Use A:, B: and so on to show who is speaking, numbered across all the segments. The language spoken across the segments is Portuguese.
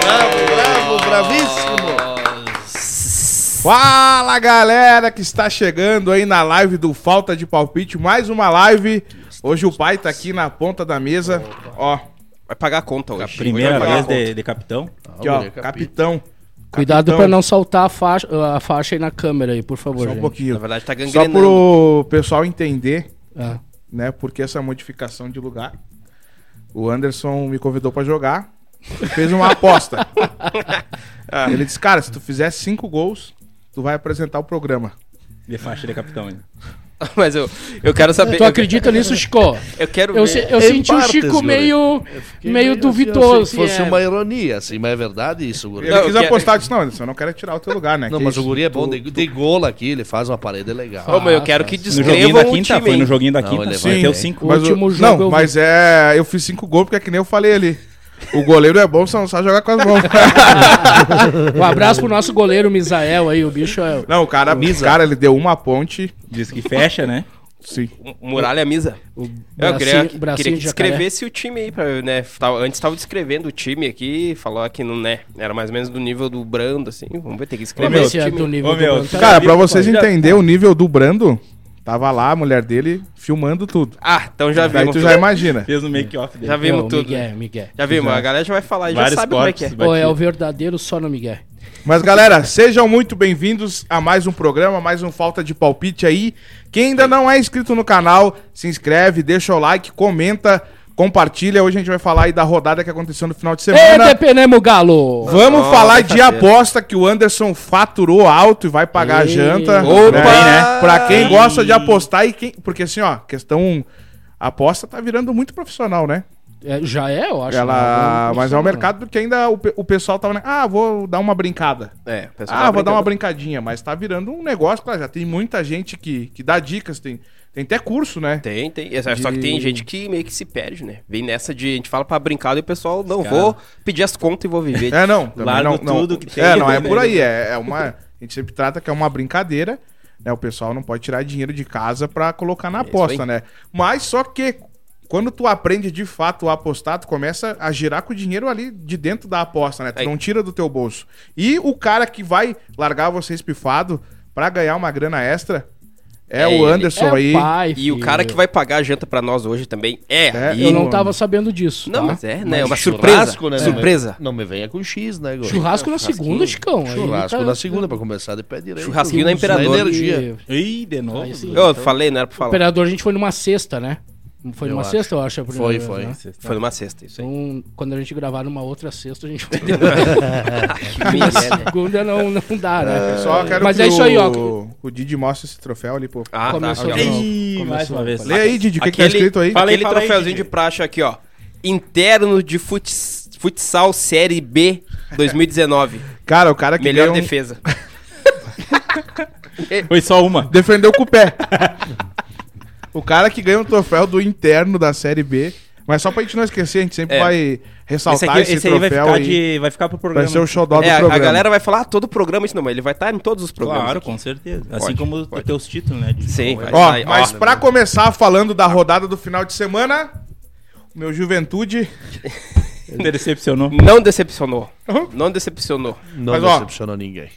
A: Bravo, bravo, bravíssimo. Fala galera que está chegando aí na live do Falta de Palpite, mais uma live. Hoje o pai tá aqui na ponta da mesa, ó,
B: Vai pagar a conta hoje.
C: Primeira
B: Hoje vai pagar
C: vez
B: a conta.
C: de, de capitão.
A: aqui, ó capitão.
D: Cuidado
A: Capitão.
D: pra não soltar a faixa, a faixa aí na câmera aí, por favor.
A: Só um
D: gente.
B: Na
A: pouquinho.
B: verdade, tá
A: Só
B: gangrenando.
A: pro pessoal entender,
D: Ah.
A: né, porque essa modificação de lugar. O Anderson me convidou pra jogar, fez uma aposta. Ah, Ele disse, cara, se tu fizer cinco gols, tu vai apresentar o programa.
C: De faixa de capitão ainda.
B: Mas eu, eu quero saber.
D: Tu acredita nisso, Chico?
B: Eu quero ver.
D: Eu, se- eu
E: Em
D: senti o
E: partes,
D: Chico
E: guri.
D: meio,
E: Fiquei
D: meio
E: assim, eu achei
D: duvidoso. é.
E: que fosse uma ironia, assim, mas é verdade isso, guri.
A: Ele
B: Não, eu
A: quis
B: quero-
A: apostar, eu disse, não, Anderson, eu não quero tirar o teu lugar, né?
E: Não,
A: Que
E: mas o
A: isso?
E: guri é bom de, de gola aqui, ele faz uma parede legal.
B: Ô, mas eu
D: Ah,
B: quero que
C: No joguinho
B: descrevam
C: da
B: o
C: quinta,
B: time.
C: foi
B: hein?
C: no joguinho da
E: Não,
C: quinta,
E: ele vai
C: meteu
E: bem.
C: cinco.
D: O último jogo
A: Não,
D: eu vi.
A: mas é. Eu fiz cinco gols, porque é que nem eu falei ali. O goleiro é bom, só não sabe jogar com as mãos.
D: Um abraço pro nosso goleiro Misael aí, o bicho é.
A: não, o cara, o cara, ele deu uma ponte.
C: Diz que fecha, né?
A: Sim.
B: Muralha misa.
D: O
B: É, Eu queria,
D: bracinho-
B: queria
D: bracinho
B: que
D: de jacaré.
B: descrevesse o time aí, pra, né? tava- antes tava descrevendo o time aqui, falou que não, né? Era mais ou menos do nível do Brando, assim. Vamos ver, tem que escrever.
C: meu,
D: Vamos ver se é
B: time.
D: do nível
C: Ô,
D: do
C: meu,
D: Brando.
C: cara,
A: Cara, pra vocês
C: Já-
A: entenderem o nível do Brando, tava lá a mulher dele filmando tudo.
B: Ah, então já
A: Daí
B: vimos.
A: tu já né? é imagina.
C: Fez no make-off dele.
B: Já
D: É,
B: vimos
D: o
B: tudo.
D: Miguel, Miguel.
B: Já vimos, a galera já vai falar, já
C: Vários
B: sabe como é que
C: cortes,
B: é.
C: vai-
D: Ou é o verdadeiro só no Miguel.
A: Mas galera, sejam muito bem-vindos a mais um programa, mais um Falta de Palpite aí. Quem ainda não é inscrito no canal, se inscreve, deixa o like, comenta, compartilha. Hoje a gente vai falar aí da rodada que aconteceu no final de
D: Ei,
A: semana.
D: depenemos, galo!
A: Vamos
B: Nossa,
A: falar de
B: sexta-feira.
A: aposta que o Anderson faturou alto e vai pagar a
D: Ei.
A: janta.
B: Opa!
A: Né? Pra quem gosta de apostar e quem. Porque assim, ó, questão. A aposta tá virando muito profissional, né?
D: É, já é, eu acho.
A: Ela...
D: né?
A: Mas é um mercado que ainda o, pe- o pessoal tava. né? Ah, vou dar uma brincada.
B: É, o pessoal
A: Ah,
B: tá
A: vou dar uma
B: brincando.
A: brincadinha, mas tá virando um negócio, claro, já tem muita gente que, que dá dicas, tem, tem até curso, né?
B: Tem, tem. É, Só que
A: De-
B: tem gente que meio que se perde, né? Vem nessa de. A gente fala pra brincar e o pessoal, não,
C: Cara.
B: vou pedir as contas e vou viver.
A: É, não, também
C: Largo
A: não, não.
C: tudo que tem.
A: É, não, é por aí, é, é uma... A gente sempre trata que é uma brincadeira, né? O pessoal não pode tirar dinheiro de casa pra colocar na
B: Isso
A: aposta,
B: aí.
A: né? Mas só que quando tu aprende de fato a apostar, tu começa a girar com o dinheiro ali de dentro da aposta, né? Tu
B: Aí.
A: não tira do teu bolso. E o cara que vai largar você espifado pra ganhar uma grana extra... É,
B: É
A: o
B: ele.
A: Anderson aí.
D: pai,
B: E o
D: filho.
B: cara que vai pagar a janta pra nós hoje também é.
A: É,
B: e...
D: Eu não tava sabendo disso.
B: Não,
D: tá?
B: mas é, né? É
E: Mas
B: uma
E: churrasco,
B: surpresa.
E: né, não me-
B: surpresa.
E: Não me venha com X, né, guri?
B: É
D: Churrasco
B: um
D: na segunda, Chicão. aí
E: Churrasco
D: tá-
E: na segunda, pra começar de pé direito.
B: Churrasquinho na
E: Isso
B: Imperador.
E: dá energia.
C: Ih, de novo.
D: Aí sim.
B: Eu falei, não era pra
D: O
B: falar.
D: Imperador, a gente foi numa sexta, né? Foi
E: Eu
D: numa
E: acho.
D: sexta, eu acho. a primeira
E: Foi,
D: vez,
E: foi.
D: né?
B: Foi numa sexta, isso aí.
D: Então, quando a gente gravar numa outra sexta, a gente foi.
B: Que merda.
D: segunda não, não dá, né?
A: Só quero
D: Mas
A: que
D: é isso aí, ó.
A: o, o Didi mostre esse troféu ali, pô.
B: Ah,
D: Começou
B: tá.
D: de novo.
C: Ih, mais uma vez.
A: Lê aí, Didi, o que, que tá escrito aí?
C: Fala aí,
B: aquele
C: fala aí,
B: troféuzinho
C: Didi.
B: de praxe aqui, ó. Interno de futs- futsal Série B 2019.
A: Cara, o cara que
B: Melhor
A: ganhou um-
B: defesa.
A: tá.
C: Foi só uma.
A: defendeu com o pé. o cara que ganhou o troféu do interno da Série B. Mas só pra gente não esquecer, a gente sempre
B: É.
A: vai
C: Esse,
A: ressaltar
C: aqui,
A: esse,
C: esse aí vai
A: troféu
C: ficar,
A: aí.
C: de, vai ficar pro
A: Vai
C: programa.
A: ser o xodó do
B: É, a,
A: programa.
B: a galera vai falar, ah, todo programa isso não, mas ele vai estar em todos os programas.
C: Claro,
B: aqui.
C: com certeza. Assim
B: Pode,
C: como os
B: pode.
C: teus títulos, né? de-
B: Sim,
C: Bom,
B: vai.
A: Ó,
B: Vai, ó.
A: mas pra começar falando da rodada do final de semana, o meu Juventude...
C: Ele decepcionou.
B: Não decepcionou.
A: Uhum.
B: Não decepcionou.
E: Não
A: Mas, ó,
E: decepcionou ninguém.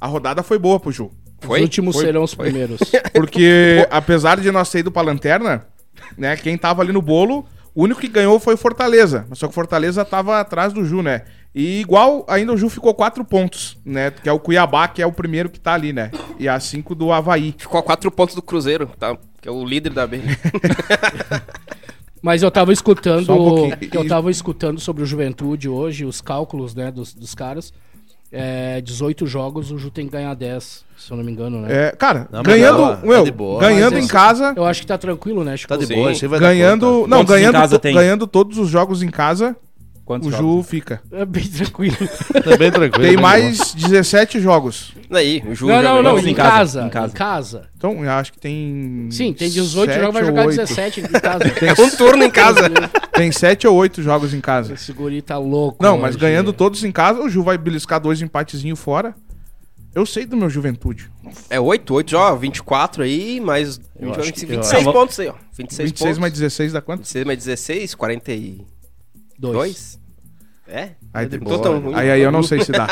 A: A rodada foi boa pro Ju.
B: Foi?
D: Os últimos serão os primeiros.
A: Porque apesar de nós ter ido pra lanterna, né? Quem tava ali no bolo, o único que ganhou foi o Fortaleza. Mas Só que o Fortaleza tava atrás do Ju, né? E igual ainda o Ju ficou quatro pontos, né? Que é o Cuiabá, que é o primeiro que tá ali, né? E a cinco do Havaí.
B: Ficou a quatro pontos do Cruzeiro, tá? Que é o líder da B.
D: Mas eu tava escutando.
A: Só um pouquinho.
D: eu tava escutando sobre o Juventude hoje, os cálculos, né, dos, dos caras. É, 18 jogos, o Ju tem que ganhar 10, se eu não me engano, né?
A: É, cara,
E: Não, mas
A: ganhando.
E: boa,
A: meu,
E: tá de boa,
A: ganhando
E: mas
A: em
E: esse-
A: casa.
D: Eu acho que tá tranquilo, né, Chico?
E: Tá de
B: Sim.
E: boa, você vai dar
A: Ganhando.
E: conta.
A: Não,
C: Quantos em
A: ganhando,
C: casa
A: to-
C: tem?
A: ganhando todos os jogos em casa,
C: Quantos
A: o
C: jogos?
A: Ju fica.
D: É bem tranquilo.
E: Tá bem tranquilo.
A: Tem
E: tá bom.
A: mais 17 jogos.
B: Daí, o Ju
D: não,
B: já
D: não,
B: ganhou.
D: não,
C: Jogos
D: em
C: em
D: casa,
C: casa,
D: em casa.
C: em
A: Então, eu acho que tem.
D: Sim, tem 18
A: sete
D: jogos, vai
A: ou
D: jogar
A: oito.
D: 17 em casa.
B: É um turno em casa.
A: Tem sete ou oito jogos em casa.
D: Esse guri tá louco.
A: Não, mas
D: hoje. é.
A: ganhando todos em casa, o Ju vai beliscar dois empatezinhos fora. Eu sei do meu juventude.
B: É 8, 8, ó, 24 aí, mais um 20,
C: é
E: acho que- eu
B: 26
C: acho-
B: pontos aí, ó. 26,
A: 26
B: pontos.
A: mais 16 dá quanto?
B: 26 mais 16, 40 e...
D: Dois.
B: Dois? É?
A: Aí,
D: Então
E: Tá de
A: tem-
E: boa.
B: tão ruim.
A: aí, aí eu não sei se dá.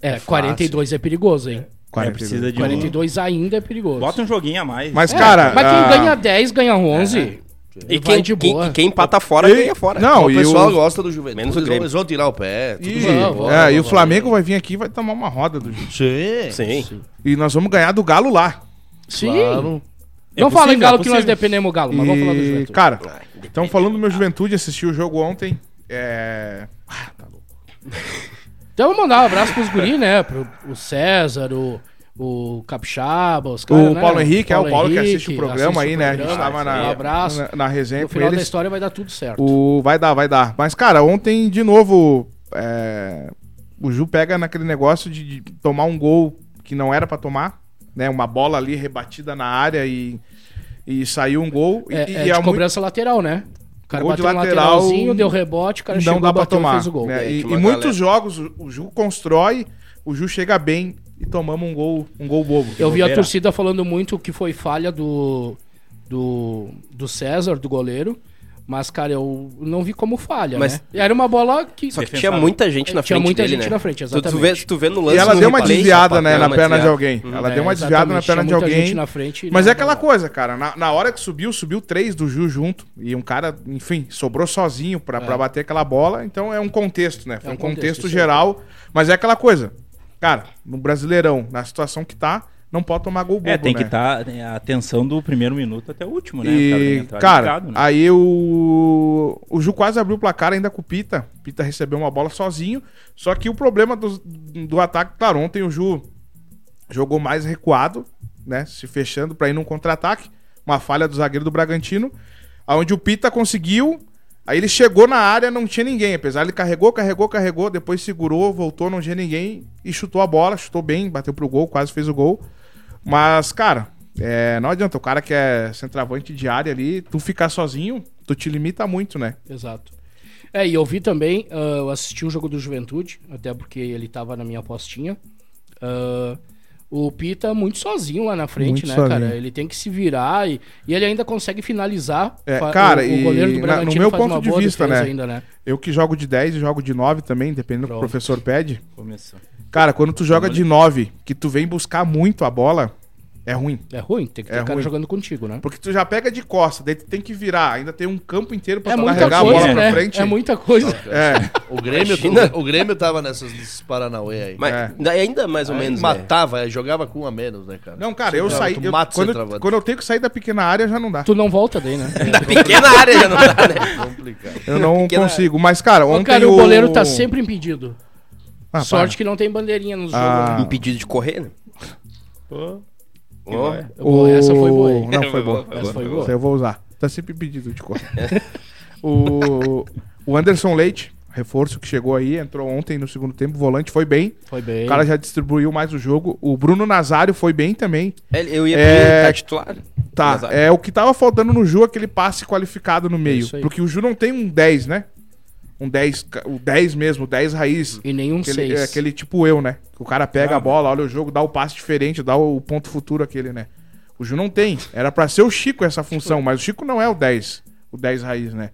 D: É, 42 é perigoso, hein?
C: É,
A: 42.
C: precisa de um...
D: 42 ainda é perigoso.
C: Bota um é, joguinho a mais.
A: Mas,
D: É,
A: cara.
D: Mas quem
A: ah,
D: ganha 10, ganha 11.
B: E
D: vai
B: quem,
D: de
B: quem-
D: boa.
B: quem empata fora,
A: e-
B: ganha fora.
A: Não,
E: o
A: e
E: pessoal
A: o-
E: gosta do Juventude.
B: Menos o
E: eles, vão,
B: Grêmio.
E: eles vão tirar o pé. tudo
A: E,
E: bem,
D: Vamos,
E: bora,
A: é, e o
E: vamos,
A: Flamengo vai vir aqui e vai tomar uma roda do
E: vamos. Sim.
B: Sim.
A: E nós vamos ganhar do Galo lá.
D: Sim.
E: Claro.
C: É
D: não fala em
C: possível,
D: Galo
C: é
D: que nós
C: possível.
D: dependemos do Galo, mas vamos falar do
A: E,
D: Juventude.
A: cara, então falando do meu Juventude, assisti o jogo ontem. É.
D: Então vamos mandar um abraço pros guri, né? Pro o César, o, o Capixaba, os caras,
A: O
D: né?
A: Paulo Henrique, é o Paulo que
D: Henrique,
A: assiste o programa aí,
D: o
A: né? A gente
D: programa,
A: tava na,
D: Um abraço.
A: na, na resenha
D: No
A: com
D: final da
A: eles.
D: história vai dar tudo certo.
A: O... Vai dar, vai dar. Mas, cara, ontem, de novo, é, o Ju pega naquele negócio de, de tomar um gol que não era pra tomar, né? Uma bola ali rebatida na área e, e saiu um gol. E-
D: É,
A: e
D: é de
A: muito-
D: cobrança lateral, né? O cara
A: Gol de
D: bateu um
A: lateral,
D: lateralzinho, deu rebote, o cara
A: não
D: chegou,
A: dá pra
D: bateu e
A: tomar.
D: fez o gol.
A: né?
B: É,
A: E,
B: que
A: e
B: uma galera-
A: muitos jogos, o- o Ju constrói, o Ju chega bem e tomamos um gol, um gol bobo.
D: Eu vi a
C: bobeira.
D: torcida falando muito que foi falha do, do, do César, do goleiro. Mas, cara, eu não vi como falha,
B: Mas-
D: né? Era uma bola que...
B: Só que
C: Defensável.
B: tinha muita gente na frente
D: É, Tinha muita
B: dele,
D: gente
B: né?
D: na frente,
B: Tu- Tu,
D: exatamente.
B: vê, tu vê no
A: E
B: lance
A: ela
B: no
A: deu uma
B: replay,
A: desviada,
B: rapaz,
A: né,
B: deu
A: na
B: uma
A: perna de
B: desviada.
A: alguém. Ela deu uma
D: É,
A: desviada na
D: exatamente,
A: perna de
D: tinha muita
A: alguém.
D: gente na frente né? e
A: Mas
D: não
A: é aquela
D: dava.
A: coisa, cara. Na, na hora que subiu, subiu três do Ju junto. E um cara, enfim, sobrou sozinho pra, pra bater aquela bola. Então é um contexto, né? Foi
D: É um
A: um contexto,
D: contexto, isso aí.
A: geral. Mas é aquela coisa. Cara, no Brasileirão, na situação que tá, não pode tomar gol bobo,
C: É, tem que
A: né?
C: estar a atenção do primeiro minuto até o último, né? O tem que
A: E,
C: entrar
A: cara,
C: ligado, né?
A: aí o, o Ju quase abriu o placar ainda com o Pita. O Pita recebeu uma bola sozinho. Só que o problema do, do ataque, claro, ontem o Ju jogou mais recuado, né? Se fechando pra ir num contra-ataque. Uma falha do zagueiro do Bragantino. aonde o Pita conseguiu. Aí ele chegou na área, não tinha ninguém. Apesar ele carregou, carregou, carregou, depois segurou, voltou, não tinha ninguém e chutou a bola, chutou bem, bateu pro gol, quase fez o gol. Mas, cara, é, não adianta. O cara que é centroavante de área ali, tu ficar sozinho, tu te limita muito, né?
D: Exato. É, e eu vi também, ah, eu assisti o jogo do Juventude, até porque ele tava na minha apostinha. Ah, o Pita muito sozinho lá na
A: Muito
D: frente, né,
A: sozinho.
D: cara? Ele tem que se virar e, e ele ainda consegue finalizar.
A: É,
D: Fa-
A: cara, e na- no
D: Bragantino
A: meu
D: faz uma
A: ponto de
D: boa
A: vista,
D: defesa
A: né?
D: Ainda, né?
A: Eu que jogo de 10 e jogo de 9 também, dependendo do que o
D: Pronto.
A: professor pede.
C: Começou.
A: Cara, quando tu joga de 9, que tu vem buscar muito a bola, é ruim.
D: É ruim, tem que ter
A: É
D: cara
A: ruim.
D: jogando contigo, né?
A: Porque tu já pega de costa, daí tu tem que virar, ainda tem um campo inteiro pra
D: É
A: tu
D: muita
A: largar a
D: coisa,
A: bola pra
D: né?
A: frente.
D: É muita coisa.
A: É.
E: O Grêmio,
B: Imagina.
E: o Grêmio tava nessas desses Paranauê aí.
B: Mas
A: É.
B: daí ainda mais ou menos, né?
E: matava, é, jogava com um a menos, né, cara?
A: Não, cara, eu
E: Não,
A: saí.
E: tu
A: eu-
E: mata o
A: quando,
E: centroavante.
A: quando eu tenho que sair da pequena área, já não dá.
D: Tu não volta daí, né?
B: Da
A: É.
B: pequena área já não dá, né?
E: Complicado.
A: Eu não
B: pequena
A: consigo. Mas, cara,
D: Ô,
A: ontem.
D: cara, o goleiro tá sempre impedido.
A: Ah,
D: Sorte que não tem bandeirinha nos
A: Ah.
D: jogos. né?
B: Impedido de correr, né?
C: Pô,
B: Ó,
D: Boa,
A: O-
D: né? Essa foi boa, hein?
A: Não, foi boa.
D: Essa foi boa.
A: Essa eu vou usar. Tá sempre pedido de cor. o, o Anderson Leite, reforço que chegou aí, entrou ontem no segundo tempo, volante foi bem.
D: Foi bem.
A: O cara já distribuiu mais o jogo. O Bruno Nazário foi bem também.
B: Ele- Eu ia
A: É.
B: pedir ele tá titular.
A: Tá,
B: Mas,
A: é o que tava faltando no Ju, aquele passe qualificado no meio.
D: Isso aí.
A: Porque o Ju não tem um 10, né? Um 10, ca- o 10 mesmo, o 10 raiz.
D: E nenhum
A: Aquele,
D: Um seis.
A: é aquele tipo eu, né? O cara pega a
C: Claro.
A: bola, olha o jogo, dá o passe diferente, dá o ponto futuro aquele, né? O Ju não tem. Era pra ser o Chico essa função, mas o Chico não é o 10, o 10 raiz, né?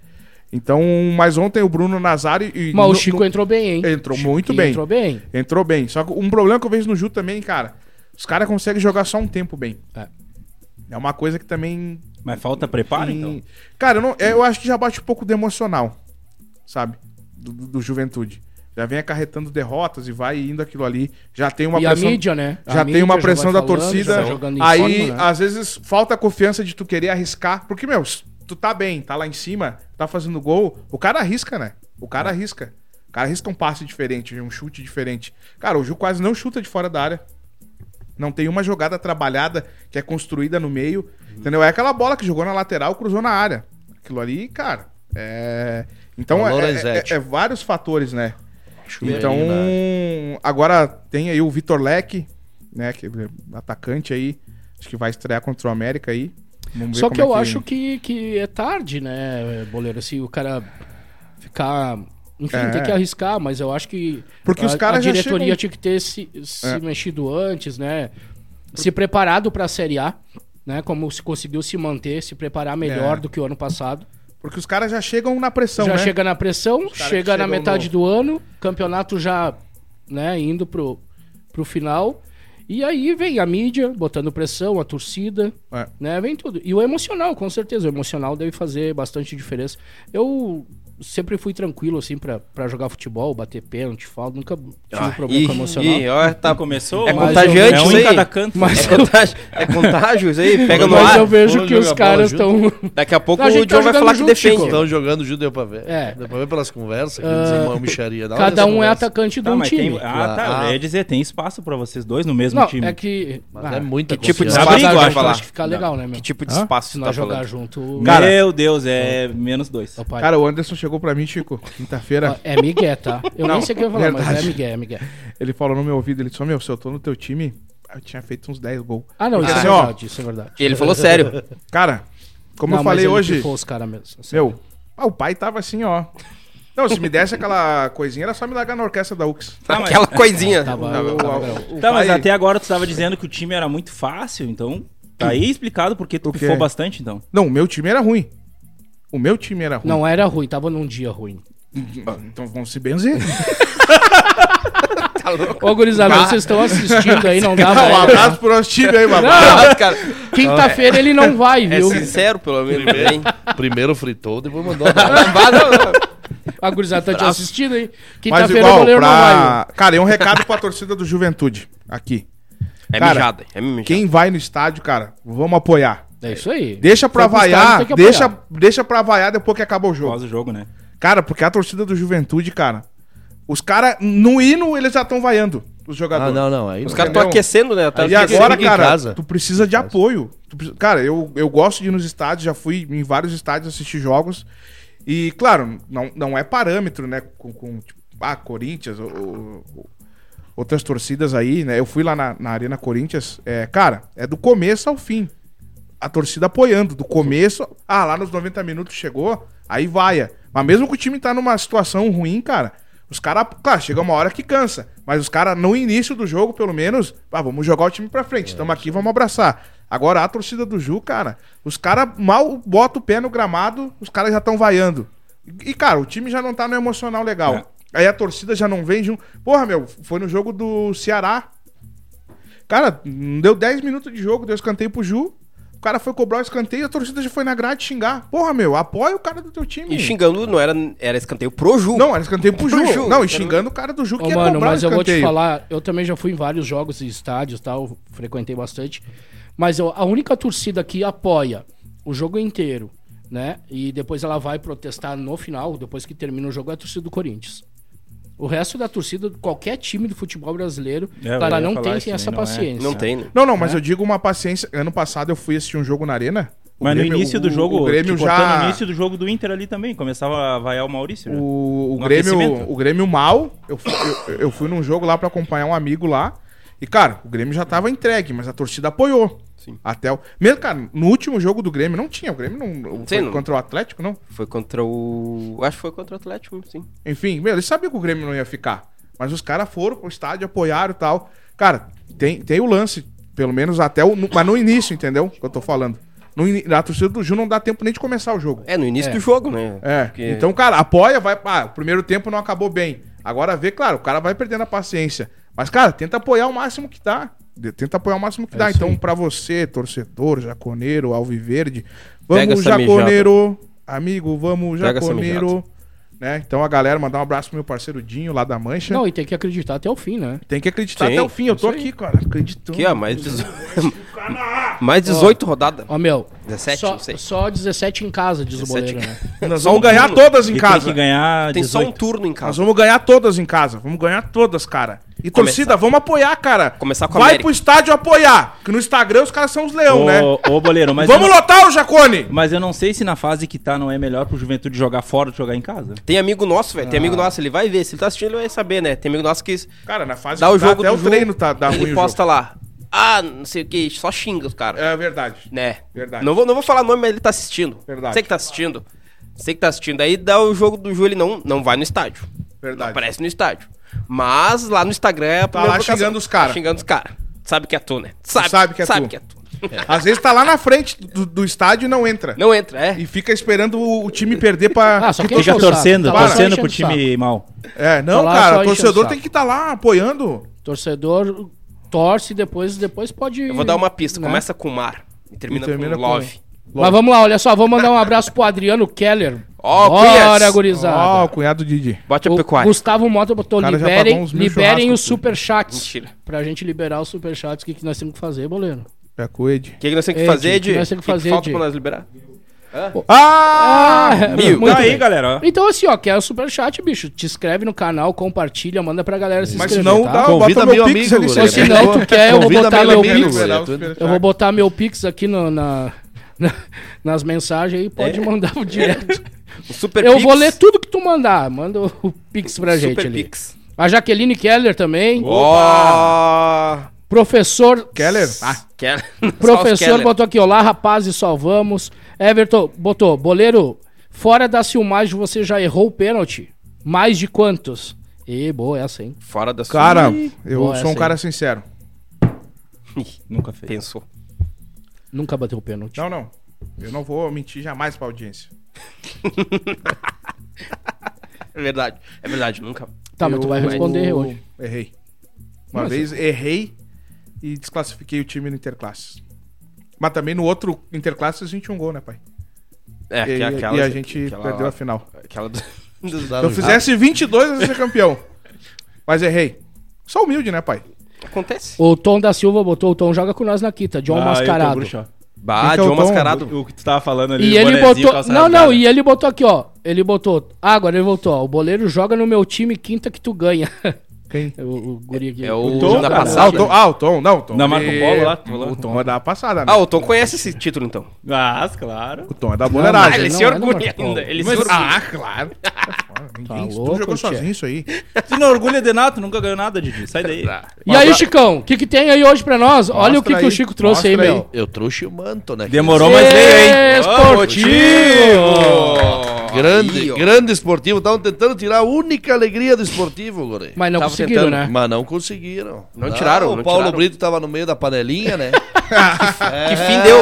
A: Então, mas ontem o Bruno Nazário e
D: Mas o
A: no-
D: Chico
A: no-
D: entrou bem, hein?
A: entrou muito
D: Chiquinho
A: bem.
D: Entrou bem.
A: Entrou bem. Só que um problema que eu vejo no Ju também, cara, os caras conseguem jogar só um tempo bem.
D: É.
A: É uma coisa que também
C: mas falta preparo,
A: e-
C: então?
A: Cara, eu, não- eu acho que já bate um pouco do emocional, sabe? Do, do- do juventude. Já vem acarretando derrotas e vai indo aquilo ali. Já tem uma
D: e
A: pressão.
D: a mídia, né? A
A: Já tem
D: mídia
A: uma
D: vai
A: pressão da
D: falando, já
A: torcida.
D: vai jogando em
A: Aí,
D: cima, né?
A: às vezes, falta a confiança de tu querer arriscar. Porque, meu, se tu tá bem, tá lá em cima, tá fazendo gol, o cara arrisca, né? O cara arrisca. O cara arrisca um passe diferente, um chute diferente. Cara, o Ju quase não chuta de fora da área. Não tem uma jogada trabalhada que é construída no meio. Entendeu? É aquela bola que jogou na lateral, cruzou na área. Aquilo ali, cara. É. Então
E: É
A: é,
E: o
A: é,
E: Lorenzetti.
A: é- é vários fatores, né?
E: Chuveirinho
A: Então,
E: na área.
A: agora tem aí o Vitor Leque, né? Que é atacante aí. Acho que vai estrear contra o América aí. Vamos ver
D: Só
A: como
D: que
A: é
D: eu acho que, que é tarde, né, Boleiro? Se o cara ficar. Enfim,
A: É.
D: tem que arriscar, mas eu acho que.
A: Porque
D: a,
A: os caras
D: A
A: já
D: diretoria
A: chegam-
D: tinha que ter se, se
A: É.
D: mexido antes, né? Se preparado pra Série A, né? Como se conseguiu se manter, se preparar melhor
A: É.
D: do que o ano passado.
A: Porque os caras já chegam na pressão,
D: já
A: né?
D: chega na pressão,
A: caras
D: chega
A: que
D: na
A: chegam
D: metade
A: no-
D: do ano, campeonato já né, indo pro, pro final. E aí vem a mídia botando pressão, a torcida,
A: É.
D: né? Vem tudo. E o emocional, com certeza. O emocional deve fazer bastante diferença. Eu sempre fui tranquilo, assim, pra, pra jogar futebol, bater pênalti, falta. Nunca tive
E: Ah,
D: um problema com o emocional.
B: Ah, Ih, ó, tá...
C: Tá, começou?
B: É
C: mas
B: contagiante
C: é um
B: isso
C: em
B: aí.
C: cada canto.
D: Mas-
B: é, contágio, é contágio isso aí? Pega no
D: Mas
B: ar.
D: eu vejo
E: Vamos
D: que os
E: jogar bola
D: caras
E: junto?
D: estão.
B: Daqui a pouco
D: Não, a
B: o
D: gente tá
B: John vai
D: jogando
B: falar que
D: junto,
B: defende.
D: Chico.
E: Estão jogando junto, deu pra ver.
D: É. Ah,
E: Deu pra ver pelas conversas, que eles dizem uma micharia. Da onde
D: Cada
E: essa
D: um é
E: conversa?
D: atacante de
C: Tá,
D: um
C: mas
D: time.
C: tem... Ah, tá.
E: Ah.
C: Eu ia dizer, tem espaço pra vocês dois no mesmo
D: Não,
C: time.
D: é que.
E: Mas
D: ah,
E: é muita
B: que tipo de
E: confiança.
B: Abrigo,
D: Abrigo,
B: vai
D: acho,
B: falar.
D: acho que fica legal, né, meu?
B: Que tipo de
A: Hã?
B: espaço
D: Se
B: tu
D: nós
B: tá
D: jogar
B: falando?
D: junto.
A: Cara-
C: Meu Deus, é menos dois.
D: Opa,
A: Cara, o Anderson chegou pra mim, Chico, quinta-feira.
D: É Miguel, tá? Eu
A: Não,
D: nem sei o que eu ia falar, mas
A: verdade.
D: é Miguel, é Miguel.
A: Ele falou no meu ouvido, ele disse, "Ô, meu, se eu tô no teu time, eu tinha feito uns 10 gols.
D: Ah, não, isso
A: Ah,
D: é
A: assim, ó.
D: verdade, isso é verdade.
B: Ele falou sério.
A: Cara, como
D: Não,
A: eu
D: mas
A: falei
D: ele
A: hoje,
D: pifou os caras mesmo. assim.
A: meu, ah, o pai tava assim, ó. Não, se me desse aquela coisinha, era só me largar na orquestra da UX.
C: Tá, mas,
B: Aquela coisinha.
D: Tava,
A: Não, o-
D: tava
A: o-
D: grau.
A: o
C: tá, mas
A: pai-
C: até agora tu tava dizendo que o time era muito fácil, então... Tá aí explicado porque tu
A: O quê?
C: pifou bastante, então.
A: Não, o meu time era ruim. O meu time era ruim.
D: Não era ruim, tava num dia ruim.
A: Então vamos se benzer.
B: Tá louco.
D: Ô, gurizada, vocês estão assistindo aí, não dá
A: um
D: mais.
A: abraço pro nosso time aí, babá.
B: Ah, cara,
D: Quinta-feira ele não vai,
B: é
D: viu?
B: sincero, pelo menos. hein?
E: Primeiro fritou, depois mandou.
D: A gurizada tá te assistindo aí.
A: Mas
D: Quinta-feira o
A: igual,
D: goleiro não vai.
A: pra... Cara, e um recado pra torcida do Juventude aqui.
B: É
A: Cara,
B: mijada. É mijada.
A: Quem vai no estádio, cara, vamos apoiar.
D: viu? É isso aí.
A: Deixa pra
D: Foi pro estádio,
A: vaiar,
D: tem que
A: deixa,
D: apoiar.
A: deixa pra vaiar depois que acabou o jogo.
C: Após o jogo, né?
A: Cara, porque a torcida do Juventude, cara, os caras, no hino, eles já estão vaiando, os
E: Ah,
A: jogadores.
E: não, não. Aí
B: Os
E: não.
B: caras estão
A: Entendeu?
B: aquecendo, né? Tá
A: E agora,
E: fica em
A: cara,
E: casa.
A: tu precisa de apoio. Tu precisa- Cara, eu, eu gosto de ir nos estádios, já fui em vários estádios assistir jogos. E, claro, não, não é parâmetro, né? Com, com, tipo, ah, Corinthians ou, ou- ou outras torcidas aí, né? Eu fui lá na, na Arena Corinthians. É, cara, é do começo ao fim. A torcida apoiando. Do começo. Ah, lá nos 90 minutos chegou, aí vaia. Mas mesmo que o time tá numa situação ruim, cara. Os caras, claro, chega uma hora que cansa. Mas os caras, no início do jogo, pelo menos, ah, vamos jogar o time pra frente. Estamos aqui, vamos abraçar. Agora a torcida do Ju, cara, os caras mal botam o pé no gramado, os caras já estão vaiando. E, cara, o time já não tá no emocional legal. Aí a torcida já não vem junto. Porra, meu, foi no jogo do Ceará. Cara, não deu 10 minutos de jogo, deu escanteio pro Ju. O cara foi cobrar o escanteio, a torcida já foi na grade xingar. Porra, meu, apoia o cara do teu time.
B: E xingando não era, era escanteio pro Ju.
A: Não, era escanteio pro,
B: Pro
A: Ju.
B: Ju.
A: Não, e xingando o cara do Ju que
D: Ô,
A: ia
D: mano,
A: é cobrar
D: mas
A: o
D: eu vou
A: escanteio.
D: te falar, eu também já fui em vários jogos e estádios e tal, frequentei bastante. Mas eu- a única torcida que apoia o jogo inteiro, né? E depois ela vai protestar no final, depois que termina o jogo, é a torcida do Corinthians. O resto da torcida, qualquer time do futebol brasileiro,
C: É, eu ia
D: ela não
C: falar
D: tem
C: isso
D: essa
C: também, não é?
D: paciência.
B: Não tem, né?
A: Não, não, mas eu digo uma paciência. Ano passado eu fui assistir um jogo na arena. O
C: Mas no
A: Grêmio-
C: início do
A: o-
C: jogo,
A: O Grêmio
C: te cortando
A: já.
C: no início do jogo do Inter ali também, começava a vaiar o Maurício. né? já.
A: O, o
C: No
A: Grêmio,
C: aquecimento.
A: o Grêmio mal. Eu fui, eu, eu fui num jogo lá pra acompanhar um amigo lá. E, cara, o Grêmio já tava entregue, mas a torcida apoiou.
B: Sim.
A: Até o. Mesmo, cara, no último jogo do Grêmio não tinha. O Grêmio não.
B: Sim,
A: foi
B: não.
A: Contra o Atlético, não?
B: Foi contra o. Acho que foi contra o Atlético, sim.
A: Enfim, meu, eles sabiam que o Grêmio não ia ficar. Mas os caras foram pro estádio, apoiaram e tal. Cara, tem, tem o lance, pelo menos até o. no- Mas no início, entendeu? Que eu tô falando. No, ini- na torcida do Ju não dá tempo nem de começar o jogo.
B: É, no início
D: É.
B: do jogo, né?
A: É.
B: Porque-
A: Então, cara, apoia, vai. Ah, o primeiro tempo não acabou bem. Agora vê, claro, o cara vai perdendo a paciência. Mas, cara, tenta apoiar o máximo que dá. De- Tenta apoiar o máximo
B: É
A: que dá.
D: isso
A: Então, pra você, torcedor, jaconeiro, alviverde, vamos,
B: essa mijada.
A: jaconeiro. Amigo, vamos,
B: Pega essa
A: jaconeiro. Né? Então, a galera, mandar um abraço pro meu parceiro Dinho, lá da Mancha.
D: Não, e tem que acreditar até o fim, né?
A: Tem que acreditar
B: Sim,
A: até o fim. Eu tô aqui, cara, acreditando.
B: Aqui, ó, mais, dezo- mais 18 rodadas.
D: Ó, meu,
B: 17,
D: só,
B: não sei.
D: só 17 em casa, diz
B: 17
D: o
B: em
D: boleiro, né?
A: Nós vamos ganhar todas em
C: E
A: casa.
C: tem que ganhar
B: Tem só um
C: 18.
B: turno em
A: Nós
B: casa.
A: vamos ganhar todas em casa. Vamos ganhar todas, cara. E torcida, vamos apoiar, cara.
B: Começar com a
A: Vai
B: América.
A: pro estádio apoiar. Que no Instagram os caras são os leão, né?
C: Ô, ô, boleiro, mas
A: vamos
C: eu, não-
A: lotar o Jacone!
C: mas eu não sei se na fase que tá não é melhor pro Juventude jogar fora ou jogar em casa.
B: Tem amigo nosso, velho. Tem amigo
A: Ah.
B: nosso, ele vai ver. Se ele tá assistindo, ele vai saber, né? Tem amigo nosso que
A: Cara, na fase
B: dá
A: que
B: o jogo
A: até
B: do
A: o treino tá, dá ruim
B: Ele
A: o
B: posta lá. Ah, não sei o que, só xinga os caras.
A: jogo. É verdade.
B: Né?
A: Verdade.
B: Não vou, não vou falar nome, mas ele tá assistindo.
A: Verdade.
B: Sei que tá assistindo. Sei que tá assistindo. Aí dá o jogo do Ju, ele não, não vai no estádio. Não
A: Verdade.
B: aparece no estádio. Mas lá no Instagram é a
A: Tá
B: primeira
A: lá
B: vocação.
A: xingando os cara.
B: Xingando os caras. Sabe que é tu, né? Sabe,
A: Sabe que é
B: sabe
A: tu.
B: que é tu.
A: Às vezes tá lá na frente do, do estádio e não entra.
B: Não entra, é.
A: E fica esperando o, o time perder pra.
D: Ah, só quem
C: Fica
D: enche o saco,
C: torcendo,
D: tá lá só
C: torcendo
D: enchendo
C: pro
D: o saco.
C: time mal.
A: É, não,
D: Tá lá só
A: cara, o
D: enchendo o
A: torcedor
D: saco.
A: tem que estar lá apoiando.
D: Torcedor torce e depois, depois pode.
B: Eu vou dar uma pista.
D: né?
B: Começa com mar e termina,
A: E termina
B: com,
A: com-
B: love.
D: Mas vamos lá, olha só, vou mandar um abraço pro Adriano Keller.
B: Ó,
D: Bora,
B: Cunhas.
A: Ó, o
D: gurizada.
A: cunhado Didi.
B: Bote a
D: O
B: pecuária.
D: Gustavo Mota botou,
A: O cara já pagou
D: liberem,
A: uns mil
D: liberem
A: churrascos
D: os superchats.
B: Mentira.
D: Pra gente liberar os superchats, o que, que nós temos que fazer, Boleiro?
A: Já cuide.
B: O que, que nós temos que
D: Ed,
B: fazer,
D: o que
B: Edi?
D: É, nós temos que fazer,
B: falta
D: Edi?
B: pra nós liberar?
A: Ah!
B: mil.
D: muito
C: tá aí,
D: bem.
C: galera. ó.
D: Então, assim, ó, quer o superchat, bicho? Te inscreve no canal, compartilha, manda pra galera se
A: Mas
D: inscrever.
A: não
D: tá?
A: dá,
E: Convida
A: bota meu pix
E: meu amigo,
A: ali,
E: Guilherme.
A: se
D: Se não, tu quer, eu vou
E: Convida
D: botar
E: meu
D: meu
E: amigo,
D: pix.
A: um
E: Guilherme.
D: Eu vou botar meu Pix aqui no- na, na- nas mensagens aí, pode mandar o direto.
B: O É. Super
D: eu
B: Pix.
D: vou ler tudo que tu mandar. Manda o o Pix pra gente
B: Super
D: ali.
B: Pix.
D: A Jaqueline Keller também.
B: Ó.
D: Professor.
A: Keller? Ah,
B: Quer- Só os
D: Professor
B: Keller.
D: botou aqui, olá, rapazes, salvamos. Everton botou, boleiro, fora da filmagem você já errou o pênalti. Mais de quantos? E boa essa, hein?
B: Fora da sua...
A: cara, eu
D: Boa essa
A: sou um
D: aí.
A: cara sincero.
C: Nunca fez.
B: Pensou.
D: Nunca bateu o pênalti.
A: Não, não. Eu não vou mentir jamais pra audiência.
B: É verdade. É verdade. Nunca...
D: Tá, mas tu vai
A: Eu
D: responder hoje.
A: Errei. Uma
D: Mas- é-
A: vez errei e desclassifiquei o time no Interclasses. Mas também no outro Interclasses a gente um gol, né, pai?
B: É,
A: e,
B: aquela...
A: e a gente
B: aquela- Tá
A: perdeu a final.
B: Aquela do...
A: Se eu
E: Ah,
A: fizesse 22, eu ia ser campeão. Mas errei. Sou humilde, né, pai?
B: Acontece.
D: O Tom da Silva botou o Tom joga com nós na quita, John
C: Ah, eu tô
D: um Mascarado.
C: bruxo, ó.
B: Bah,
A: Quem que é o
B: João
A: Tom?
B: Mascarado.
C: O, o que tu tava falando ali.
D: E
C: o né?
D: ele
C: bonezinho,
D: botou.
C: calça
D: Não,
C: rasgada.
D: não, e ele botou aqui, ó. Ele botou. Ah, agora ele voltou, ó. O boleiro joga no meu time quinta que tu ganha.
A: Quem?
D: o, o guri aqui.
B: É o,
C: Tom,
B: da
C: cara.
A: Ah, o
B: passada.
A: Tom, ah, o Tom, não, o Tom.
C: Na Marco
A: ele-
C: Polo lá, tu falou.
A: O Tom é da passada, né?
B: Ah, o Tom conhece esse título, então.
C: Mas, claro.
A: O Tom é da
D: Ah,
B: Ah,
D: mas
A: boleiragem.
B: ele
D: não
B: se
D: é do
B: orgulha
D: Marco Polo.
B: ainda. Ele
A: Mas-
B: se orgulha.
A: Ah, claro. Fora, ninguém-
D: Tá
A: tu
D: louco,
A: jogou
D: tchê.
A: sozinho isso aí.
C: Tu não orgulha de nada, tu nunca ganhou nada, Didi. Sai daí.
D: E aí, Chicão, o que, que tem aí hoje pra nós? Olha o que,
A: Mostra
D: que o
A: aí,
D: Chico trouxe aí,
A: mostra
D: meu.
E: Eu trouxe o manto, né?
C: Demorou, mas veio, hein?
D: Esportivo!
E: Grande,
B: Aí, ó.
E: grande esportivo. Estavam tentando tirar a única alegria do esportivo, Gorei. Então,
D: Mas não
B: Tava
D: conseguiram,
B: tentando.
D: né?
E: Mas não conseguiram.
B: Não tiraram,
E: O
B: não
E: Paulo
B: tiraram.
E: Brito tava no meio da panelinha, né?
B: Que fim deu?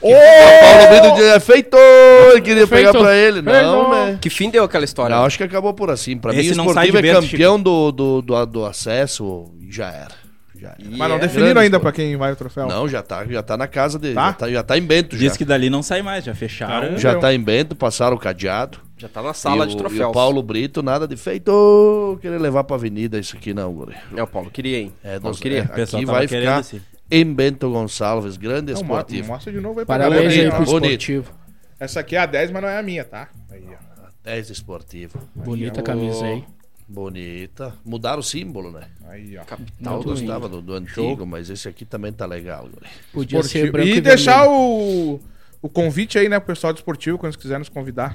E: Ô, Paulo Brito dizia, "É feito! Eu queria pegar
D: Oh! Feito.
E: pra ele. Não,
D: Feito.
E: né?
B: Que fim deu aquela história? É,
E: Não, acho que acabou por assim. Pra mim,
C: Esse
E: o
C: não sai de
E: esportivo é
C: berço,
E: campeão do, do, do, do acesso e já era. Já era.
A: Mas não
B: é
A: definiram
E: grande,
A: ainda
E: pô.
A: pra quem vai o troféu.
E: Não, já tá, já tá na casa dele.
A: Tá?
E: Já, tá, já tá em Bento, já.
C: Diz que dali não sai mais, já fecharam.
E: Já tá em Bento, passaram o cadeado.
B: Já tá na sala
E: E
B: de
E: o-
B: troféus.
E: E o Paulo Brito, nada de feito. Querer levar pra avenida isso aqui, não, Guri.
B: É, o Paulo queria, hein?
E: É,
B: Paulo
E: nós,
B: queria.
E: é,
C: O pessoal
E: aqui
C: tava
E: vai
C: querendo
E: ficar
C: esse.
E: em Bento Gonçalves, grande
A: Não, mo-
E: esportivo.
A: mostra de novo aí pra
D: Parabéns aí
A: galera.
D: pro
A: ó.
E: bonito.
D: esportivo.
A: Essa aqui é a 10, mas não é a minha, tá? Aí, ó.
E: 10 É esportivo.
D: Bonita a camisa aí.
E: Bonita. Mudaram o símbolo, né?
A: Aí, ó.
E: Não, eu
D: Muito
E: gostava do, do antigo, mas esse aqui também tá legal, Guri.
D: Podia ser branco
A: e
D: e
A: deixar
D: vermelho.
A: o, o convite aí, né, pro pessoal do esportivo, quando eles quiserem nos convidar.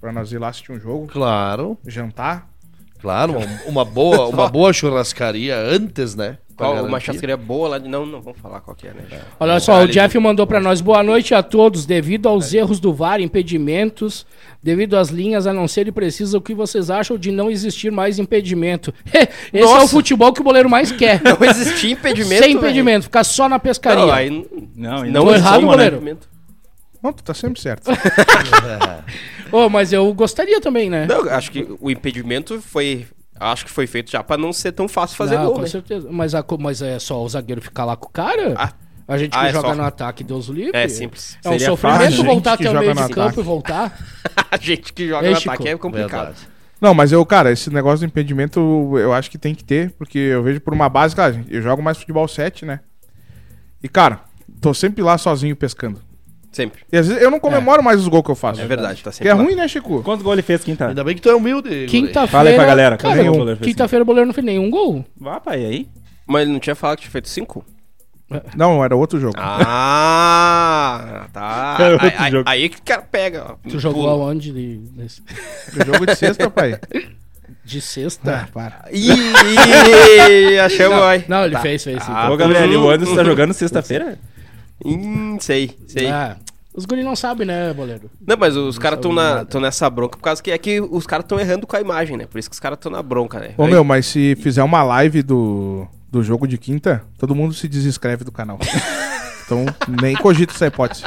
A: Pra nós ir lá assistir um jogo,
E: Claro,
A: jantar.
E: claro. Uma, uma boa, uma boa churrascaria antes, né? Pra
B: Qual, uma
E: garantir.
B: chasqueira boa lá de... Não, não vamos falar qual que é, né?
D: Olha só, o Jeff mandou pra nós. Boa noite a todos. Devido aos erros do VAR, impedimentos, devido às linhas a não serem precisas, o que vocês acham de não existir mais impedimento? Esse é o
B: Nossa.
D: futebol que o goleiro mais quer.
B: Não existia impedimento, né?
D: Sem
B: velho.
D: impedimento, ficar só na pescaria.
B: Não, aí...
C: Não, e
B: Não,
D: Tô
C: tem
D: errado,
C: como,
B: né?
D: goleiro.
A: Não, tu tá sempre certo.
D: Ô, mas eu gostaria também, né?
B: Não, acho que o impedimento foi... Acho que foi feito já pra não ser tão fácil fazer
D: Não,
B: gol,
D: com
B: né?
D: certeza. Mas, a co- mas é só o zagueiro ficar lá com o cara?
B: Ah.
D: A gente que
B: Ah, é
D: joga
B: só.
D: no ataque, Deus o livre.
B: É simples.
D: É um
C: Seria
D: sofrimento
A: fácil, né?
D: voltar
A: Gente que
D: até o
A: joga
D: meio
A: no
D: de
A: ataque.
D: campo e voltar.
B: A gente que joga
D: Ei,
B: no
D: Chico.
B: ataque é complicado.
E: Verdade.
A: Não, mas eu, cara, esse negócio do impedimento eu acho que tem que ter, porque eu vejo por uma base, cara, eu jogo mais futebol 7, né? E, cara, tô sempre lá sozinho pescando.
B: Sempre.
A: E às vezes eu
D: É.
A: não comemoro mais os gols que eu faço.
B: É verdade, tá
A: Que
B: sempre
A: é
B: lá.
A: ruim, né, Chico?
C: Quantos gols ele fez quinta?
E: Ainda bem que tu é humilde, Guri.
D: Quinta-feira.
C: Fala aí pra galera,
D: Cara,
C: cadê o goleiro fez
D: quinta-feira o goleiro não fez nenhum gol.
C: Vá, pai, aí.
B: Mas ele não tinha falado que tinha feito cinco?
A: Não, era outro jogo.
B: Ah, tá.
C: É outro
B: Aí, aí-
C: jogo.
B: aí que o cara pega. ó.
D: Tu jogou
B: Pula.
D: aonde? De, nesse-
A: O jogo de sexta, pai.
D: de
C: Ah,
D: sexta?
A: para.
B: Ih, achamos aí.
D: Não, ele fez, fez. sim.
B: Ah,
C: Ô, Gabriel,
B: hum,
C: o Anderson tá jogando sexta-feira?
B: Hum, sei, sei.
D: Ah, os guri não sabem, né, boleiro?
B: Não, mas os caras
D: sabe
B: estão na,
D: nada.
B: tão nessa bronca por causa que é que os caras estão errando com a imagem, né? Por isso que os caras estão na bronca, né?
A: Ô,
B: Aí-
A: meu, mas se fizer uma live do, do jogo de quinta, todo mundo se desescreve do canal. Então, nem cogito essa hipótese.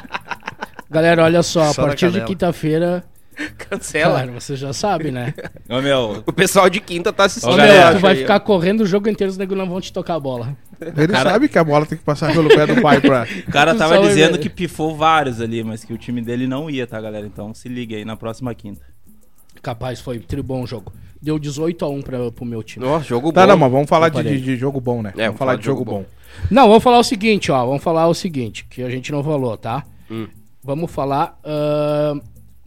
D: Galera, olha só,
E: Só
D: a
E: na
D: partir de
E: canela.
D: quinta-feira,
B: Cancela.
D: claro, você já sabe, né?
C: Ô, meu,
B: O pessoal de quinta tá assistindo.
C: Ô,
D: Ô,
B: eu
D: meu,
C: galera,
D: tu
B: acho
D: vai
B: aí, ó.
D: ficar correndo o jogo inteiro, os negros não vão te tocar a bola.
A: Ele sabe que a bola tem que passar pelo pé do pai pra.
C: o cara tava
D: Só vai
C: dizendo
D: ver.
C: que pifou vários ali, mas que o time dele não ia, tá, galera? Então se liga aí na próxima quinta.
D: Capaz, foi tribom o jogo. Deu 18 a 1 pra, pro meu time.
B: Ó, jogo
A: Tá,
B: bom.
A: não, mas vamos falar de,
D: Comparei.
A: de- de jogo bom, né?
E: É,
B: vamos
A: vamos falar de jogo bom.
D: Não, vamos falar o seguinte, ó. Vamos falar o seguinte, que a gente não falou, tá? Vamos falar ahn,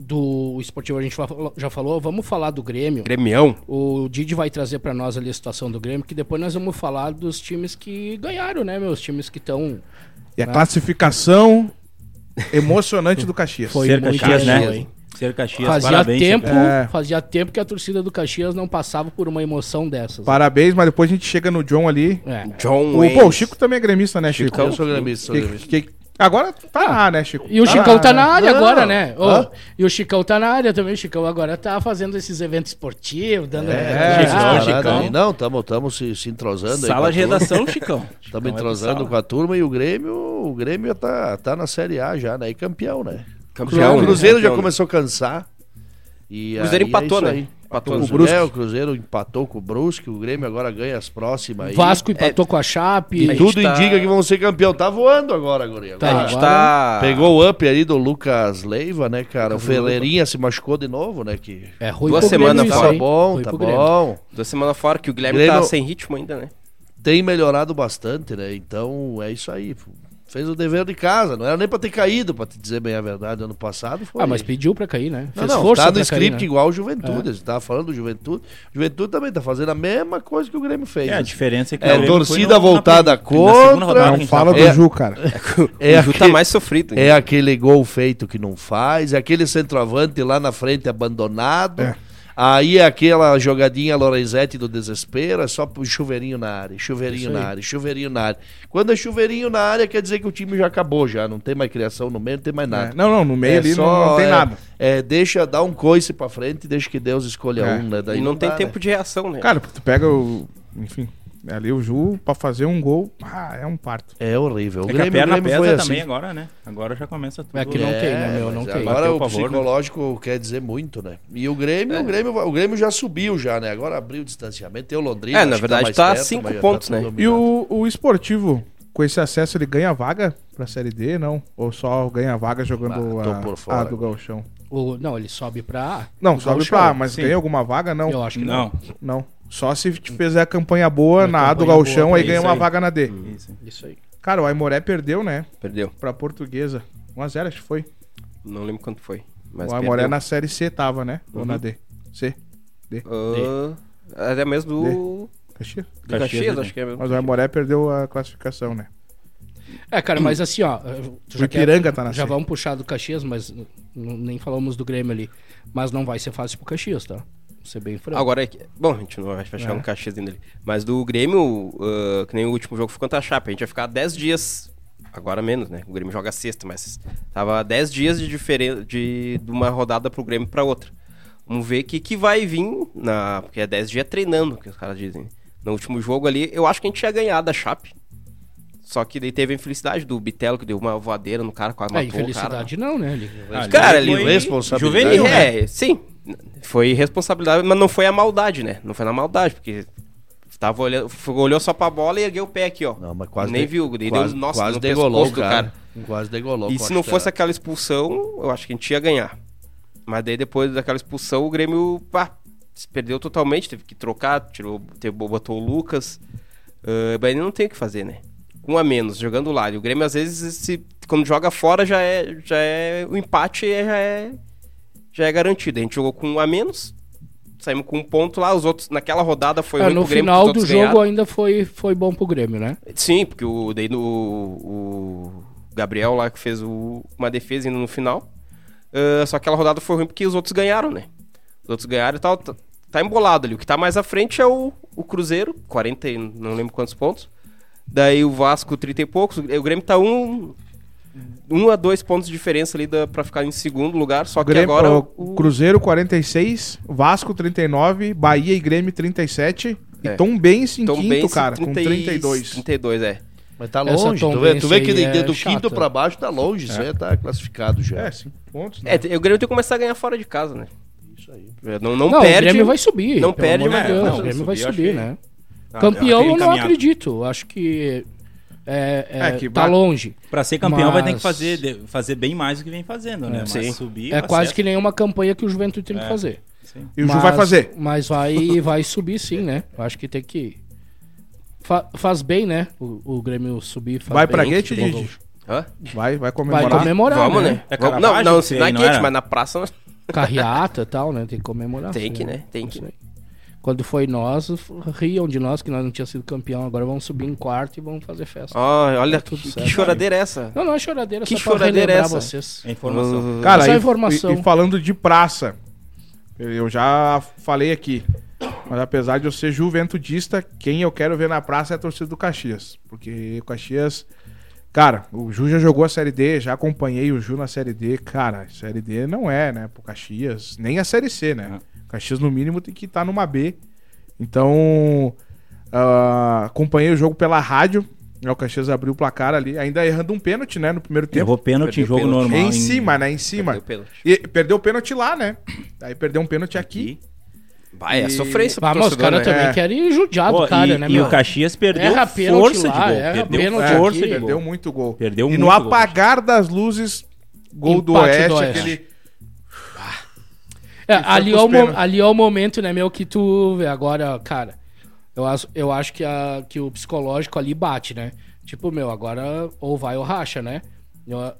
D: do esportivo, a gente fa- já falou. Vamos falar do Grêmio.
B: Gremião.
D: O Didi vai trazer pra nós ali a situação do Grêmio, que depois nós vamos falar dos times que ganharam, né, meus times que estão...
A: E a
E: Tá.
A: classificação emocionante do Caxias.
D: Foi
C: Ser
D: muito
C: Caxias,
D: legal,
C: né?
D: hein?
C: Ser Caxias,
D: Fazia
C: parabéns. né?
D: tempo,
C: Caxias.
A: cara. É.
D: fazia tempo que a torcida do Caxias não passava por uma emoção dessas.
A: Parabéns, mas depois a gente chega no John ali.
D: É.
B: John
A: O,
B: Wayne.
A: pô, o Chico também é gremista, né, Chico?
E: Um Eu sou gremista, sou
A: Que-
E: gremista.
A: que- agora tá lá, né, Chico?
D: E o Chicão tá na área
E: Não.
D: agora, né? Ô,
E: Hã?
D: e o Chicão tá na área também. O Chicão agora tá fazendo esses eventos esportivos, dando.
E: É,
C: Chicão,
E: parada
D: né?
C: Chicão.
E: aí. Não, estamos tamo se, se entrosando aí.
C: Sala de redação, Chicão. Chicão
E: Estamos
C: vai pra
E: entrosando
C: sala.
E: com a turma e o Grêmio, o Grêmio já tá, tá na Série A já, né? E campeão, né?
B: Campeão,
E: o
B: né?
E: Cruzeiro já
B: Campeão, né?
E: começou a cansar. E
B: O Cruzeiro
E: aí é
B: empatou,
E: isso
B: né?
E: aí.
B: Empatou,
E: O
B: né?
E: Brusque. É, o Cruzeiro empatou com o Brusque, o Grêmio agora ganha as próximas aí.
B: é
D: Vasco empatou com a Chape.
E: E tudo
B: tá-
E: indica que vão ser campeão. Tá voando agora, guria.
D: Tá.
E: Agora.
B: A gente tá...
E: Pegou o up aí do Lucas Leiva, né, cara? O Ferreirinha se machucou de novo, né? Que...
D: É ruim
B: Duas
D: pro Grêmio
B: semanas
D: isso,
B: fora.
E: Tá
D: hein?
E: bom,
D: Ruim
E: tá
D: pro Grêmio.
E: bom.
B: Duas semanas fora, que o Guilherme
E: Grêmio-
B: tá sem ritmo ainda, né?
E: tem melhorado bastante, né? Então é isso aí. pô. Fez o dever de casa, não era nem pra ter caído, pra te dizer bem a verdade, ano passado foi.
D: Ah, mas pediu pra cair, né?
E: não, não,
D: força
E: tá no
D: pra
E: script
D: cair, né?
E: igual o Juventude, a gente tava falando do Juventude. Juventude também tá fazendo a mesma coisa que o Grêmio fez.
C: É, a
E: né?
C: diferença é que
E: É,
C: o Grêmio
E: torcida
C: foi na-
E: voltada
C: na prim- na segunda
E: contra.
C: rodada que a
A: Não
C: gente
A: fala
C: tá
A: do
E: É.
A: Ju, cara.
E: É
B: o Ju tá
E: aque-
B: mais sofrido.
E: É aquele gol feito que não faz, é aquele centroavante lá na frente abandonado.
A: É.
E: Aí é aquela jogadinha Lorenzetti do desespero, é só pro chuveirinho na área, chuveirinho
D: Isso
E: na
D: aí.
E: área, chuveirinho na área. Quando é chuveirinho na área, quer dizer que o time já acabou, já não tem mais criação no meio, não tem mais nada.
A: É, Não, não, no meio
E: É
A: ali não-
E: só,
A: não, tem
E: é,
A: nada.
E: É, deixa dar um coice pra frente e deixa que Deus escolha
A: É.
E: um, né? Daí
B: E não tem
E: dá,
B: tempo
E: né?
B: de reação, né?
A: Cara, tu pega o. Enfim, é ali o Ju pra fazer um gol. Ah, é um parto.
E: É horrível. O
C: É que a
E: Grêmio,
C: perna
E: o Grêmio foi
C: pesa também
E: assim.
C: agora, né? Agora já começa tudo.
D: É que não tem, né, meu? Não
E: mas
D: tem.
E: Agora
C: Bateu
E: o
C: o pavor, né?
E: psicológico quer dizer muito, né? E o Grêmio,
B: É.
E: o Grêmio, o Grêmio já subiu já, né? Agora abriu o distanciamento, tem o Londrina.
B: É,
E: acho
B: na
E: que
B: verdade,
E: mais
B: tá
E: perto,
B: cinco
E: mas já
B: pontos,
E: tudo
B: né?
E: dominado.
A: E o, o esportivo, com esse acesso, ele ganha vaga pra Série D, não? Ou só ganha vaga jogando
E: Ah, tô
A: a,
E: por fora.
A: a do Galchão?
D: O- não, ele sobe pra.
A: Não,
D: o
A: sobe
D: Gauchão.
A: pra A, mas
C: sim.
A: ganha alguma vaga? Não.
D: Eu acho que não.
C: Não.
A: Não. Só se te fizer a campanha boa
D: Uma
A: na A do
D: campanha
A: Galchão,
D: boa,
A: aí
D: é
A: ganha
D: isso
A: uma
D: aí.
A: vaga na D.
E: Hum.
C: Isso.
D: Isso aí.
A: Cara, o Aimoré perdeu, né?
B: Perdeu.
A: Pra portuguesa. 1x0, acho que foi.
B: Não lembro quanto foi. Mas
A: o Aimoré
B: perdeu.
A: na série C tava, né? Ou
E: Uhum.
A: na D? C.
B: Ah, Até mesmo do,
A: Caxias.
B: do
C: Caxias,
B: Caxias,
C: né?
B: acho que é mesmo.
A: Mas o Aimoré perdeu a classificação, né?
D: É, cara, mas assim, ó. tu
A: O Ipiranga tá na
D: Já
A: C.
D: vamos puxar do Caxias, mas n- n- nem falamos do Grêmio ali. Mas não vai ser fácil pro Caxias, tá? Vou ser bem franco.
B: Agora, é que- bom, a gente não vai
D: É.
B: fechar um Caxias ainda ali. Mas do Grêmio, ah, que nem o último jogo foi contra a Chapa, a gente vai ficar 10 dias, agora menos, né? O Grêmio joga sexta, mas tava 10 dias de diferença de, de uma rodada pro Grêmio pra outra. Vamos ver o que, que vai vir, na, porque é 10 dias treinando, que os caras dizem. No último jogo ali, eu acho que a gente tinha ganhado a Chape. Só que daí teve a infelicidade do Bitelo, que deu uma voadeira no cara, quase
D: É,
B: matou o cara.
D: infelicidade não, né? Ele...
C: Ah,
B: Cara,
C: ele
B: ele-
C: foi
E: responsabilidade.
C: Juvenil, né?
B: É, sim. Foi responsabilidade, mas não foi a maldade, né? Não foi na maldade, porque tava olhando, f- olhou só pra bola e ergueu o pé aqui, ó.
E: Não, mas quase
B: Nem
E: de-
B: viu, daí
E: quase,
B: deu nossa,
E: quase
B: no
E: degolou
B: pescoço
E: o
B: do
E: cara. Quase degolou.
B: E
E: com
B: se
E: a
B: não fosse
E: chutela.
B: aquela expulsão, eu acho que a gente ia ganhar. Mas daí depois daquela expulsão, o Grêmio pá, se perdeu totalmente, teve que trocar, tirou, teve, botou o Lucas. Ah, mas ele não tem o que fazer, né? Um a menos, jogando lá. E o Grêmio, às vezes, se, quando joga fora, já é, já é. O empate é- já é, já é garantido. A gente jogou com um a menos, saímos com um ponto lá, os outros. Naquela rodada foi
D: É,
B: ruim
D: no
B: pro Grêmio,
D: final
B: porque
D: do
B: os outros
D: jogo
B: ganharam.
D: ainda foi, foi bom pro Grêmio, né?
B: Sim, porque o, daí no, o Gabriel lá que fez o- uma defesa ainda no final. Ah, só que aquela rodada foi ruim porque os outros ganharam, né? Os outros ganharam e tal. Tá, tá embolado ali. O que tá mais à frente é o, o Cruzeiro, 40, e não lembro quantos pontos. Daí o Vasco, 30 e poucos. O Grêmio tá um, um a dois pontos de diferença ali da, pra ficar em segundo lugar. Só
A: O Grêmio,
B: que agora.
A: o Cruzeiro 46, Vasco 39, Bahia e Grêmio 37
B: É.
A: e Tombense em
B: Tom
A: quinto,
B: Benz,
A: cara, com
B: 30 e-
A: 32.
B: 32, é.
E: Mas tá
D: Essa
E: longe, tu vê, tu vê que de,
D: Tombense aí
E: de- do
D: é
E: quinto
D: chata.
E: pra baixo tá longe, isso aí tá classificado já.
A: É, cinco pontos. né?
B: É, te- o Grêmio tem que começar a ganhar fora de casa, né? É,
E: Isso aí.
B: Não, não,
D: Não,
B: perde.
D: o Grêmio vai subir.
B: não
D: pelo
B: perde,
D: amor de
B: mas-
D: Deus,
B: não,
D: O Grêmio
C: subir,
D: vai
C: eu acho
D: subir,
C: que-
D: né?
A: Tá,
B: Ah,
D: Campeão
C: tem
D: eu não
C: encaminhado.
D: acredito. Acho que é, é,
A: É, que
D: tá
A: bate-
D: longe.
C: Pra ser campeão vai ter que
D: Mas-
C: fazer, de- fazer bem mais do que vem fazendo, né? Mas
B: Sim.
C: subir.
D: É
C: o
D: quase
C: acesso,
B: assim.
D: que nenhuma campanha que o Juventude tem que
C: É.
D: fazer.
C: sim.
A: E o Ju
D: Mas-
A: vai fazer.
D: Mas vai, vai subir sim, né? Eu Acho que tem que. fa- faz bem, né? O, o Grêmio subir. Faz
A: Vai
D: bem
A: pra
D: no
A: Guete,
D: futebol.
A: Didi.
B: Hã?
A: Vai, vai
D: Vai
A: comemorar.
D: comemorar.
B: Vamos,
D: né?
B: né?
C: É
B: Vamos- não,
C: Caravaggio
B: não,
C: que
B: se
C: tem,
B: na
C: não
B: quente,
C: era?
B: mas na praça nós-
D: Carreata e tal, né? Tem que comemorar.
B: tem que,
D: sim.
B: né? Tem que.
D: Isso aí. Quando foi nós, f- riam de nós que nós não tínhamos sido campeão. Agora vamos subir em quarto e vamos fazer festa.
B: Ó, olha,
D: tudo
B: que,
D: certo.
B: que choradeira é essa?
D: Não, não é choradeira,
B: Que
D: só pra
B: choradeira é
D: relembrar
B: essa?
D: vocês.
C: É informação.
B: Uhum.
A: Cara,
D: Só
A: e,
D: informação.
A: E, e falando de praça, eu- eu já falei aqui, mas apesar de eu ser juventudista, quem eu quero ver na praça é a torcida do Caxias. Porque o Caxias. Cara, o Ju já jogou a Série D, já acompanhei o Ju na Série D. Cara, Série D não é, né? Pro Caxias, nem a Série C, né? O Caxias, no mínimo, tem que estar numa B. Então, ah, acompanhei o jogo pela rádio. né, O Caxias abriu o placar ali, ainda errando um pênalti, né? No primeiro tempo.
C: Errou pênalti em
B: Perdeu
C: jogo
B: pênalti.
C: normal.
A: Em cima, né? Em cima.
B: Perdeu o pênalti.
A: E perdeu o pênalti lá, né? Aí perdeu um pênalti aqui.
C: Aqui.
B: Vai, é
A: E-
B: sofrência pro
D: Ah, mas os
B: torcedor,
D: caras
B: né?
D: também
A: É.
D: querem judiar
C: Pô,
D: do cara,
C: e,
D: né,
C: e
D: meu?
C: o Caxias perdeu
D: Erra pênalti
C: força
D: lá,
C: de gol.
D: erra
C: perdeu
D: pênalti
C: força
D: aqui.
C: de gol.
A: Perdeu muito gol.
C: Perdeu
A: e
C: muito
A: no
C: gol,
A: apagar das luzes, gol do
D: Empate
A: Oeste,
D: do Oeste.
A: aquele.
D: É,
A: E foi
D: ali, é
A: pros
D: o mo-
A: pênaltis.
D: ali é o momento, né, meu, que tu vê agora, cara. Eu acho, eu acho que, a- que o psicológico ali bate, né? Tipo, meu, agora ou vai ou racha, né? Eu-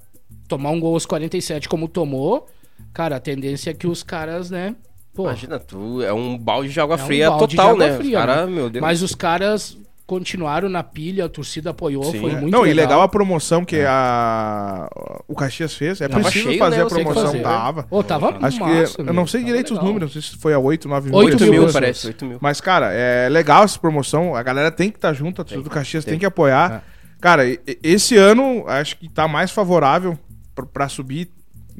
D: tomar um gol aos 47 como tomou, cara, a tendência é que os caras, né? Pô,
B: Imagina, tu é um balde de água
D: É um
B: fria
D: balde de
B: total,
D: água
B: né?
D: fria,
B: cara,
D: né?
B: meu Deus.
D: mas os caras continuaram na pilha, a torcida apoiou,
B: Sim.
D: foi
B: É.
D: muito
A: Não,
D: legal.
A: e legal a promoção que a... o Caxias fez. É
B: Tava
A: preciso
B: cheio,
A: fazer
B: né?
A: a
B: Eu sei que
A: promoção.
B: fazer.
A: Tava.
D: Ô, tava
A: Acho que.
D: massa,
A: eu
D: meu,
A: não sei
D: tava
A: direito os
D: legal.
A: números, não sei se foi a 8, 9 mil.
D: Oito
B: 8
D: mil
B: mil,
D: pessoas.
B: parece, 8 mil.
A: Mas, cara, é legal essa promoção. A galera tem que estar junto, a torcida do
D: tá
A: Caxias tem,
B: tem.
A: que apoiar. Cara, e- e- esse ano acho que tá mais favorável pra- pra subir.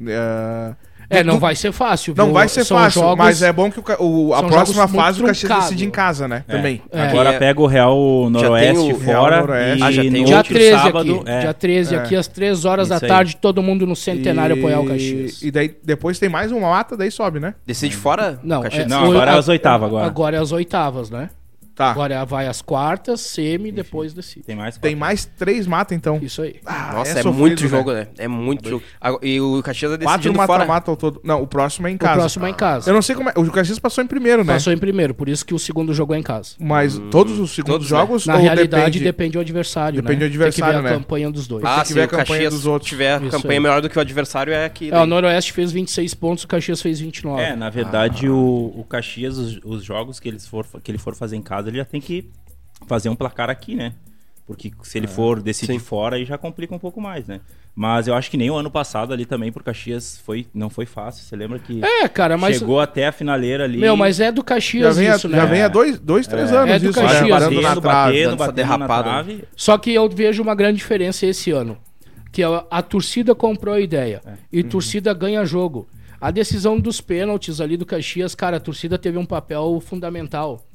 A: é,
D: É, não
A: do-
D: vai ser fácil.
A: Não
D: viu?
A: vai ser
D: São
A: fácil,
D: jogos-
A: mas é bom que o ca- o- a
D: são
A: próxima
D: jogos muito
A: fase o Caxias
D: truncado.
A: decide em casa, né?
C: É.
A: Também.
C: Agora
B: É.
C: pega o Real
B: Já tem
C: Noroeste
B: o
A: Real
C: fora.
A: Noroeste.
C: E
B: Ah, já tem
C: no
B: o-
D: Dia
C: outro
D: 13
C: sábado.
D: aqui.
C: É,
D: Dia 13
A: É.
D: aqui, às 3 horas
C: Isso
D: da
C: aí.
D: tarde, todo mundo no Centenário apoiar o Caxias.
A: E daí depois tem mais uma mata, daí sobe, né?
B: Decide fora?
D: Não,
B: Caxias?
D: é-
C: Não, agora
D: a-
C: é as oitavas agora.
D: Agora é as oitavas, né?
A: Tá.
D: Agora vai as quartas, semi, depois decide.
C: Tem mais
A: Tem
C: quatro.
A: mais três matas, então.
D: Isso aí.
A: Ah,
B: Nossa, é,
A: sofrido,
B: muito
A: né?
B: jogo, né? É muito jogo. Agora- E o Caxias tá
A: Quatro
B: decidindo fora.
A: mata-mata ao todo. Não, o próximo é em casa.
D: O próximo é em casa.
A: Eu não sei como é. O Caxias passou em primeiro, né?
D: Passou em primeiro, por isso que o segundo jogo é em casa.
A: Mas todos os segundos
B: Todos, né?
A: jogos.
D: Na
A: ou
D: realidade,
A: depende-
D: depende do adversário, né?
A: Depende do
D: Tem
A: adversário,
D: que ver
A: né?
D: a campanha dos dois.
A: Tem
B: Ah,
A: que
B: se
A: ver
B: o
A: a campanha
B: Caxias
A: dos outros.
B: tiver
D: Isso
B: campanha
D: aí.
B: melhor do que o adversário, é que...
D: É, o Noroeste fez 26 pontos, o Caxias fez 29.
C: É, na verdade, o, o Caxias, os, os jogos que, eles for, que ele for fazer em casa, ele já tem que fazer um placar aqui, né? Porque se ele for decidir fora, aí já complica um pouco mais, né? Mas eu acho que nem o ano passado ali também pro Caxias foi, não foi fácil. Você lembra que
D: É, cara, mas.
C: chegou até a finaleira ali.
D: Meu, mas é do
A: Já
D: Caxias
A: vem, a-
D: isso, né?
A: já vem há dois, dois três anos
D: É do
A: isso,
D: Caxias,
A: né? Parando
C: batendo,
A: na
C: batendo,
A: trave.
C: batendo,
B: dando essa
C: na
B: derrapada.
C: trave.
D: Só que eu vejo uma grande diferença esse ano. Que a, a torcida comprou a ideia. E torcida ganha jogo. A decisão dos pênaltis ali do Caxias, cara, a torcida teve um papel fundamental.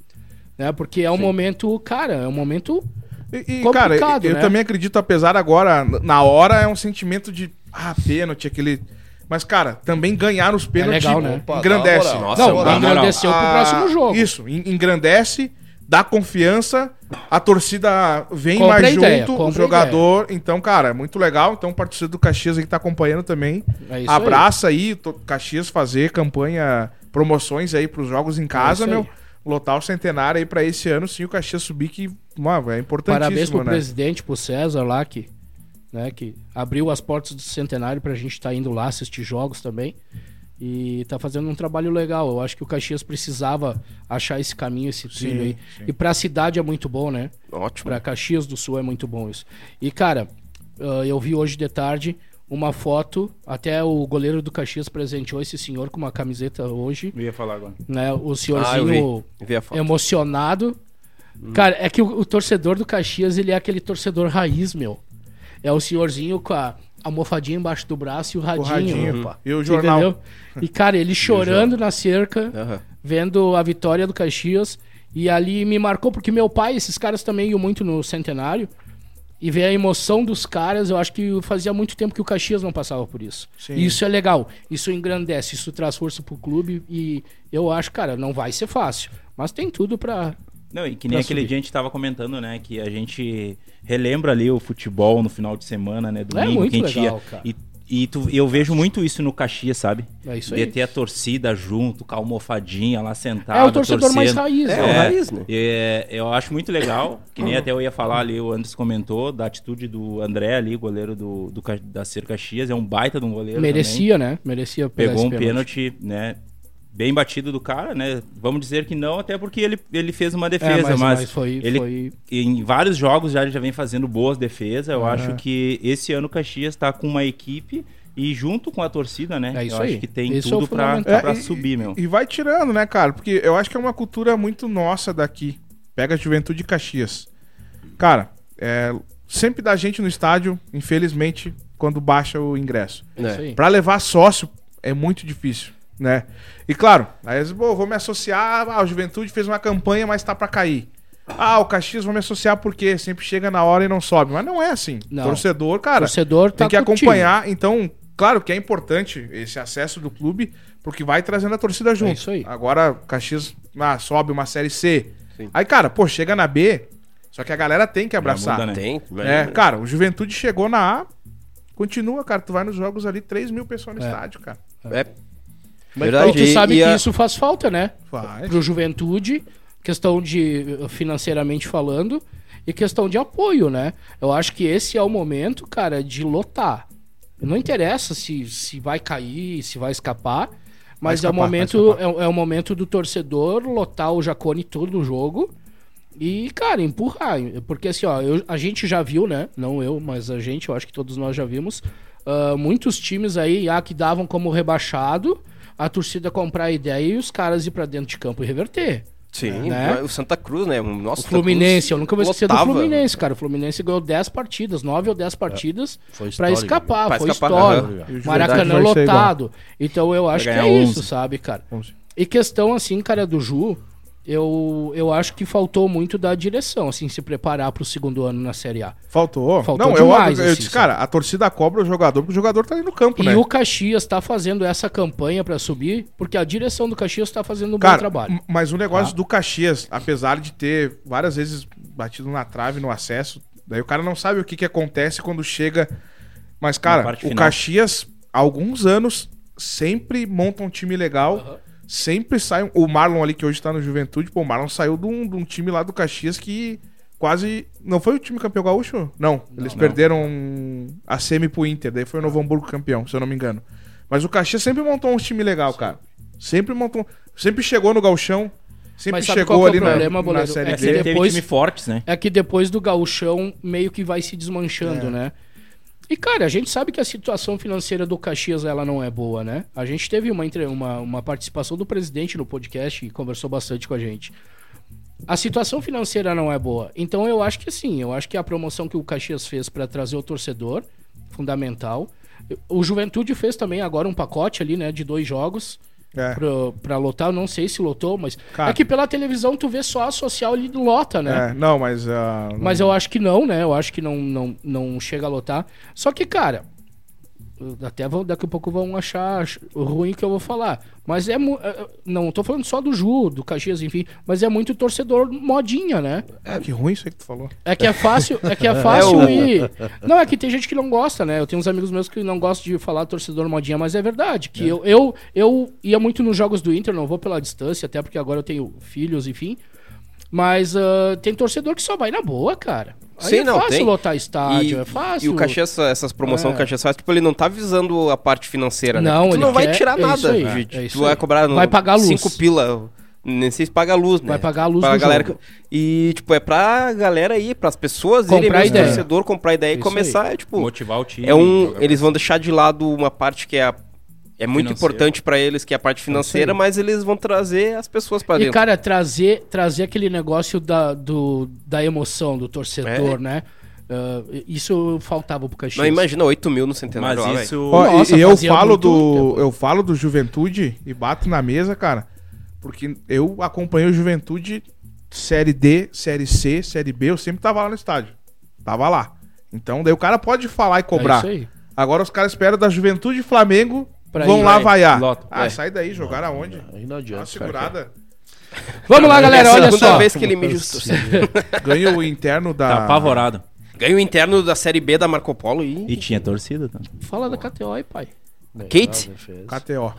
D: Né? Porque é um momento, cara, é um momento.
A: E, e, cara,
D: Complicado,
A: eu, eu
D: né?
A: também acredito, apesar agora, na hora é um sentimento de ah, pênalti, aquele. Mas, cara, também ganhar os pênaltis
D: legal, né?
E: Opa,
A: engrandece.
E: dá uma moral.
B: Nossa,
D: Não,
B: dá
D: não,
B: uma moral.
D: engrandeceu pro
A: Ah,
D: próximo jogo.
A: Isso, en- engrandece, dá confiança, a torcida vem
D: Compra a
A: mais
D: ideia,
A: junto, o
D: compra a
A: jogador. Então, cara, é muito legal. Então, o partido do Caxias aí que tá acompanhando também.
D: É isso aí.
A: abraça aí, to- Caxias fazer campanha, promoções aí pros jogos em casa,
D: É isso
A: meu.
D: aí.
A: Lotar o centenário aí pra esse ano, sim, o Caxias subir, que mano, é importantíssimo,
D: Parabéns pro
A: né?
D: presidente, pro César lá, que, né, que abriu as portas do centenário pra gente estar indo lá assistir jogos também. E tá fazendo um trabalho legal. Eu acho que o Caxias precisava achar esse caminho, esse trilho aí. E pra cidade é muito bom, né?
B: Ótimo.
D: Pra Caxias do Sul é muito bom isso. E, cara, ah, eu vi hoje de tarde uma foto, até o goleiro do Caxias presenteou esse senhor com uma camiseta hoje,
C: Eu ia falar agora.
D: né? O
B: Ah, eu
D: senhorzinho
B: vi. Vi a foto.
D: emocionado. Cara, é que o, o torcedor do Caxias, ele é aquele torcedor raiz, meu. É o senhorzinho com a almofadinha embaixo do braço e o radinho.
A: radinho,
D: opa.
A: e o jornal.
D: Entendeu? E, cara, ele chorando na cerca,
B: Aham.
D: vendo a vitória do Caxias. E ali me marcou, porque meu pai, esses caras também iam muito no centenário. e ver a emoção dos caras, eu acho que fazia muito tempo que o Caxias não passava por isso.
A: Sim.
D: E isso é legal, isso engrandece, isso traz força pro clube e eu acho, cara, não vai ser fácil, mas tem tudo pra.
C: Não, e que nem
D: Pra
C: aquele
D: subir.
C: dia a gente tava comentando, né? Que a gente relembra ali o futebol no final de semana, né? Domingo,
D: É muito
C: que a gente
D: legal,
C: ia.
D: cara.
C: E, e tu- eu vejo muito isso no Caxias, sabe?
D: É isso
C: de
D: aí.
C: ter a torcida junto, com a almofadinha lá sentada.
D: É o torcedor mais
C: torcendo.
D: raiz,
B: É,
D: né?
B: o raiz, né?
C: É, eu acho muito legal, que nem até eu ia falar ali, o Anderson comentou, da atitude do André ali, goleiro do, do Ca- da Cerca Caxias, é um baita de um goleiro também.
D: Merecia, né? Merecia pegar
C: Pegou um
D: esse
C: pênalti, né? Bem batido do cara, né? Vamos dizer que não, até porque ele, ele fez uma defesa,
D: É, mas,
C: mas,
D: mas foi-
C: ele, né?
D: foi-
C: em vários jogos já ele já vem fazendo boas defesas. Eu acho que esse ano o Caxias tá com uma equipe e junto com a torcida, né?
D: É isso
C: eu
D: aí.
C: acho que tem
D: Isso é o
C: tudo pra,
D: fundamental.
C: pra
A: e-
C: subir, meu.
A: E vai tirando, né, cara? Porque eu acho que é uma cultura muito nossa daqui. Pega a Juventude de Caxias. Cara, é, sempre dá gente no estádio, infelizmente, quando baixa o ingresso.
D: É isso aí.
A: Pra levar sócio é muito difícil, né? E claro, aí eles, pô, vou me associar, ah, o Juventude fez uma campanha, mas tá pra cair. Ah, o Caxias vou me associar porque sempre chega na hora e não sobe. Mas não é assim.
D: Não.
A: Torcedor, cara,
D: Torcedor tá
A: tem que
D: com o time.
A: acompanhar. Então, claro que é importante esse acesso do clube, porque vai trazendo a torcida junto.
D: É isso aí.
A: Agora, o Caxias ah, sobe uma série C. Aí, cara, pô, chega na B, só que a galera tem que abraçar.
C: muda, né?
B: Tem, mas-
A: É, cara, o Juventude chegou na A, continua, cara. Tu vai nos jogos ali, 3 mil pessoas no estádio, cara.
B: É.
D: E
B: Verdade.
D: Então, tu sabe
B: e
D: que
B: a-
D: isso faz falta, né?
A: Vai.
D: Pro juventude, questão de eh, financeiramente falando e questão de apoio, né? Eu acho que esse é o momento, cara, de lotar. Não interessa se, se vai cair, se vai escapar, mas
A: escapar,
D: é o
A: vai
D: momento é, o- é o momento do torcedor lotar o Jacone todo o jogo. E, cara, empurrar. Porque assim, ó, eu- a gente já viu, né? Não eu, mas a gente, eu acho que todos nós já vimos. ah, muitos times aí ah, que davam como rebaixado, a torcida comprar a ideia e os caras ir pra dentro de campo e reverter.
B: Sim,
D: né?
B: o Santa Cruz, né? Nossa,
D: O Fluminense, eu nunca vou esquecer do
A: né?
B: lotava.
D: Fluminense, cara. O Fluminense ganhou 10 partidas, 9 ou
A: É.
D: 10 partidas
E: Foi
D: pra
E: histórico.
D: escapar,
B: Pra
D: foi
B: escapar,
D: histórico.
A: aham. né?
D: Maracanã
A: Verdade, vai ser igual.
D: lotado. Então eu acho que
C: ganhar
D: é
C: 11.
D: isso, sabe, cara?
A: Vamos.
D: E questão, assim, cara, do Ju, eu, eu acho que faltou muito da direção, assim, se preparar pro segundo ano na Série A.
A: Faltou.
D: Faltou
A: não,
D: demais,
A: eu, eu
D: assim,
A: disse, cara, a torcida cobra o jogador, porque o jogador tá ali no campo,
D: E
A: né?
D: o Caxias tá fazendo essa campanha pra subir, porque a direção do Caxias tá fazendo um bom
A: Cara,
D: trabalho. Tá.
A: m- mas o negócio do Caxias, apesar de ter várias vezes batido na trave no acesso, daí o cara não sabe o que, que acontece quando chega. Mas,
C: Na
A: cara,
C: parte
A: o
C: final.
A: Caxias, há alguns anos, sempre monta um time legal. Sempre sai. um- O Marlon ali, que hoje tá no Juventude, pô, o Marlon saiu de um, de um time lá do Caxias que quase. Não foi o time campeão gaúcho? Não. eles
C: Não.
A: perderam a semi pro Inter, daí foi o Novo Hamburgo campeão, se eu não me engano. Mas o Caxias sempre montou um time legal, cara. Sempre montou. um- Sempre chegou no Galchão. Sempre
D: Mas sabe
A: chegou
D: qual que
A: ali
D: é o
A: na-
D: problema,
A: na,
D: Boleiro?
A: série
D: É
A: B.
D: que
C: Sempre
D: depois-
C: teve time fortes, né?
D: É que depois do gauchão meio que vai se
A: É.
D: desmanchando, né? E, cara, a gente sabe que a situação financeira do Caxias ela não é boa, né? A gente teve uma, entre- uma, uma participação do presidente no podcast e conversou bastante com a gente. A situação financeira não é boa. Então eu acho que sim, eu acho que a promoção que o Caxias fez para trazer o torcedor, fundamental. O Juventude fez também agora um pacote ali, né, de dois jogos
A: É.
D: pro- pra lotar. Eu não sei se lotou, mas.
A: Cara.
D: É que pela televisão tu vê só a social ali lota, né?
A: É, não, mas. ah, não-
D: Mas eu acho que não, né? Eu acho que não, não, não chega a lotar. Só que, cara, até vão, daqui a pouco vão achar ch- ruim o que eu vou falar. Mas é. mu- é, é, Não tô falando só do Ju, do Caxias, enfim. Mas é muito torcedor modinha, né?
A: Ah, que ruim isso aí que tu falou.
D: É que é fácil, é que é fácil
B: o-
D: ir. Não, é que tem gente que não gosta, né? Eu tenho uns amigos meus que não gostam de falar torcedor modinha, mas é verdade. Que Eu, eu, eu ia muito nos jogos do Inter, não vou pela distância, até porque agora eu tenho filhos, enfim. Mas ah, tem torcedor que só vai na boa, cara. Aí
B: Sim,
D: é
B: não,
D: fácil
B: tem.
D: lotar estádio, é fácil.
B: E o Caxias, essas promoções
D: É.
B: que o Caxias faz, tipo, ele não tá visando a parte financeira, né?
D: Não,
B: Porque tu
D: ele
B: não vai
D: quer-
B: tirar
D: é isso
B: nada.
D: aí,
B: gente.
D: é isso
B: tu vai
D: aí.
B: cobrar no-
D: Vai pagar a luz.
B: cinco pila. Nem sei se paga a luz, né?
D: Vai pagar a luz
B: pra
D: do
B: galera.
D: jogo.
B: que- E, tipo, é pra galera aí, pras pessoas
D: Comprar
B: irem mesmo,
D: ideia.
B: torcedor, comprar ideia e
D: Isso
B: começar, tipo...
C: Motivar o time.
B: É um,
C: jogar
B: eles vão deixar de lado uma parte que é, a- é muito
C: Financeira.
B: importante pra eles, que é a parte financeira, mas eles vão trazer as pessoas pra
D: E,
B: dentro.
D: cara, trazer, trazer aquele negócio da, do, da emoção do torcedor,
B: É.
D: né? Ah, isso faltava pro Caxias.
B: Não imagina 8 mil no centenário. lá,
C: Mas
B: velho.
C: isso.
A: Ó, e-
D: Nossa,
A: e eu
D: fazia
A: falo
D: muito
A: do
D: tempo.
A: eu falo do Juventude e bato na mesa, cara, porque eu acompanhei o Juventude série D, série C, série B, eu sempre tava lá no estádio. Tava lá. Então, daí o cara pode falar e cobrar.
D: É isso aí.
A: Agora os caras esperam da Juventude e Flamengo,
D: Pra
A: vão
D: ir,
A: lá
D: vai,
A: vaiar.
C: lota.
A: ah,
B: É.
A: sai daí, jogaram aonde?
E: Aí não
A: Dá uma
E: adianta.
A: segurada.
D: Vamos lá,
B: Essa
D: galera,
B: é a
D: olha
B: segunda
D: só.
B: vez que ele me justiça.
A: Ganha o interno da...
D: ah.
C: Tá apavorado.
B: Ganha o interno da Série B da Marco Polo e...
C: E tinha torcida, tá?
D: Fala da KTO aí, pai.
B: Kate?
A: KTO.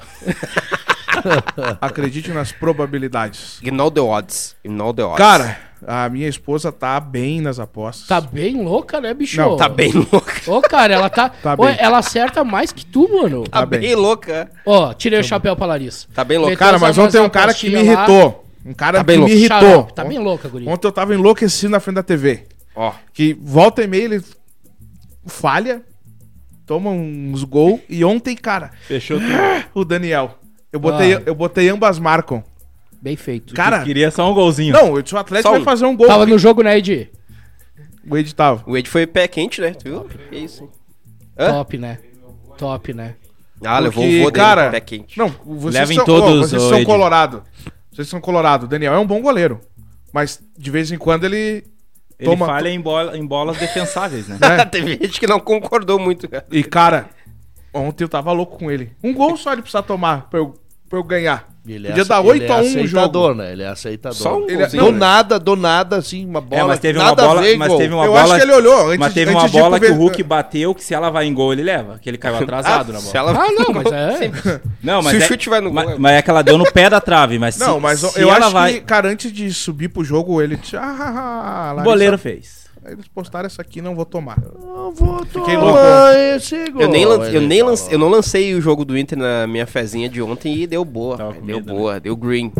A: Acredite nas probabilidades.
B: Ignore the odds. Ignore the odds.
A: Cara, a minha esposa tá bem nas apostas.
D: Tá bem louca, né, bicho?
A: Não,
B: Tá bem louca.
D: Ô, cara, ela tá.
A: Tá
D: Ô,
A: bem.
D: ela acerta mais que tu, mano.
B: Tá,
A: bem.
B: bem. louca.
D: Ó, tirei o chapéu pra Larissa.
B: Tá bem louca.
D: Meteu
A: Cara,
D: as
A: mas ontem um
D: amas na
A: cara que me
D: pastilha lá,
A: irritou. Um cara
B: Tá bem
A: que me
B: louco.
A: irritou.
D: Xarope, Tá bem louca, guri.
A: Ontem eu tava enlouquecido na frente da TV.
B: Ó,
A: Que volta e meia ele falha, toma uns gols. E ontem, cara,
C: Fechou tudo.
A: o Daniel. Eu botei,
D: Ah.
A: eu botei ambas marcam.
D: Bem feito.
A: Cara,
C: Queria só um golzinho.
A: não, eu disse, o Atlético
B: Só
A: vai
B: um.
A: fazer um gol.
D: Tava no jogo, né, Ed?
A: O Ed tava.
B: o Ed foi pé quente, né? Tu viu? Que isso, hein? Hã?
D: Top, né? Top, né?
B: Ah, levou o
A: Porque,
B: vô dele,
A: cara,
B: pé quente.
A: Não, vocês
C: Levem
A: são,
C: todos,
A: ó, vocês
C: ô,
A: são
C: Ed.
A: colorado. Vocês são colorado. O Daniel é um bom goleiro. Mas de vez em quando ele
C: Ele
A: toma-
C: falha em, bola, em bolas defensáveis, né?
D: é.
B: Teve gente que não concordou muito, cara.
A: E, cara, ontem eu tava louco com ele. Um gol só ele precisa tomar pra eu, pra eu ganhar.
E: Ele é,
A: Podia dar
E: ace-
A: 8
E: ele é
A: a 1 o
E: aceitador,
A: jogo.
E: né? Ele é aceitador.
B: Só um
A: Ele é-
B: golzinho,
E: Do
B: né?
E: nada, do nada, assim, uma bola.
C: É, mas teve uma
E: nada a
C: bola,
E: ver,
C: mas
E: gol.
C: teve uma
A: Eu
C: bola,
A: acho que ele olhou antes
C: mas
A: de-
C: teve
A: antes
C: uma
A: de
C: bola que o
A: conver-
C: Hulk bateu, que se ela vai em gol, ele leva, que ele caiu atrasado na bola.
B: Se ela...
D: Ah, não, mas é.
C: Não,
B: Se o chute vai no
C: ma-
B: gol, é-
C: Mas é que ela deu no pé da trave, mas se,
A: Não, mas
C: se
A: eu
C: ela
A: acho
C: vai...
A: que, cara, antes de subir pro jogo, ele disse, ah, ah, ah,
C: O
A: Larissa,
C: goleiro fez.
A: Eles postaram essa aqui, não vou tomar.
E: Eu vou
A: Fiquei
E: tomar
A: louco.
C: né?
E: esse gol.
B: Eu nem, lan- eu,
E: Ele
B: nem lance-
E: falou.
B: eu não lancei o jogo do Inter na minha fezinha de ontem e deu boa.
C: Tava
B: cara.
C: com
B: Deu
C: medo, né?
B: boa, deu green.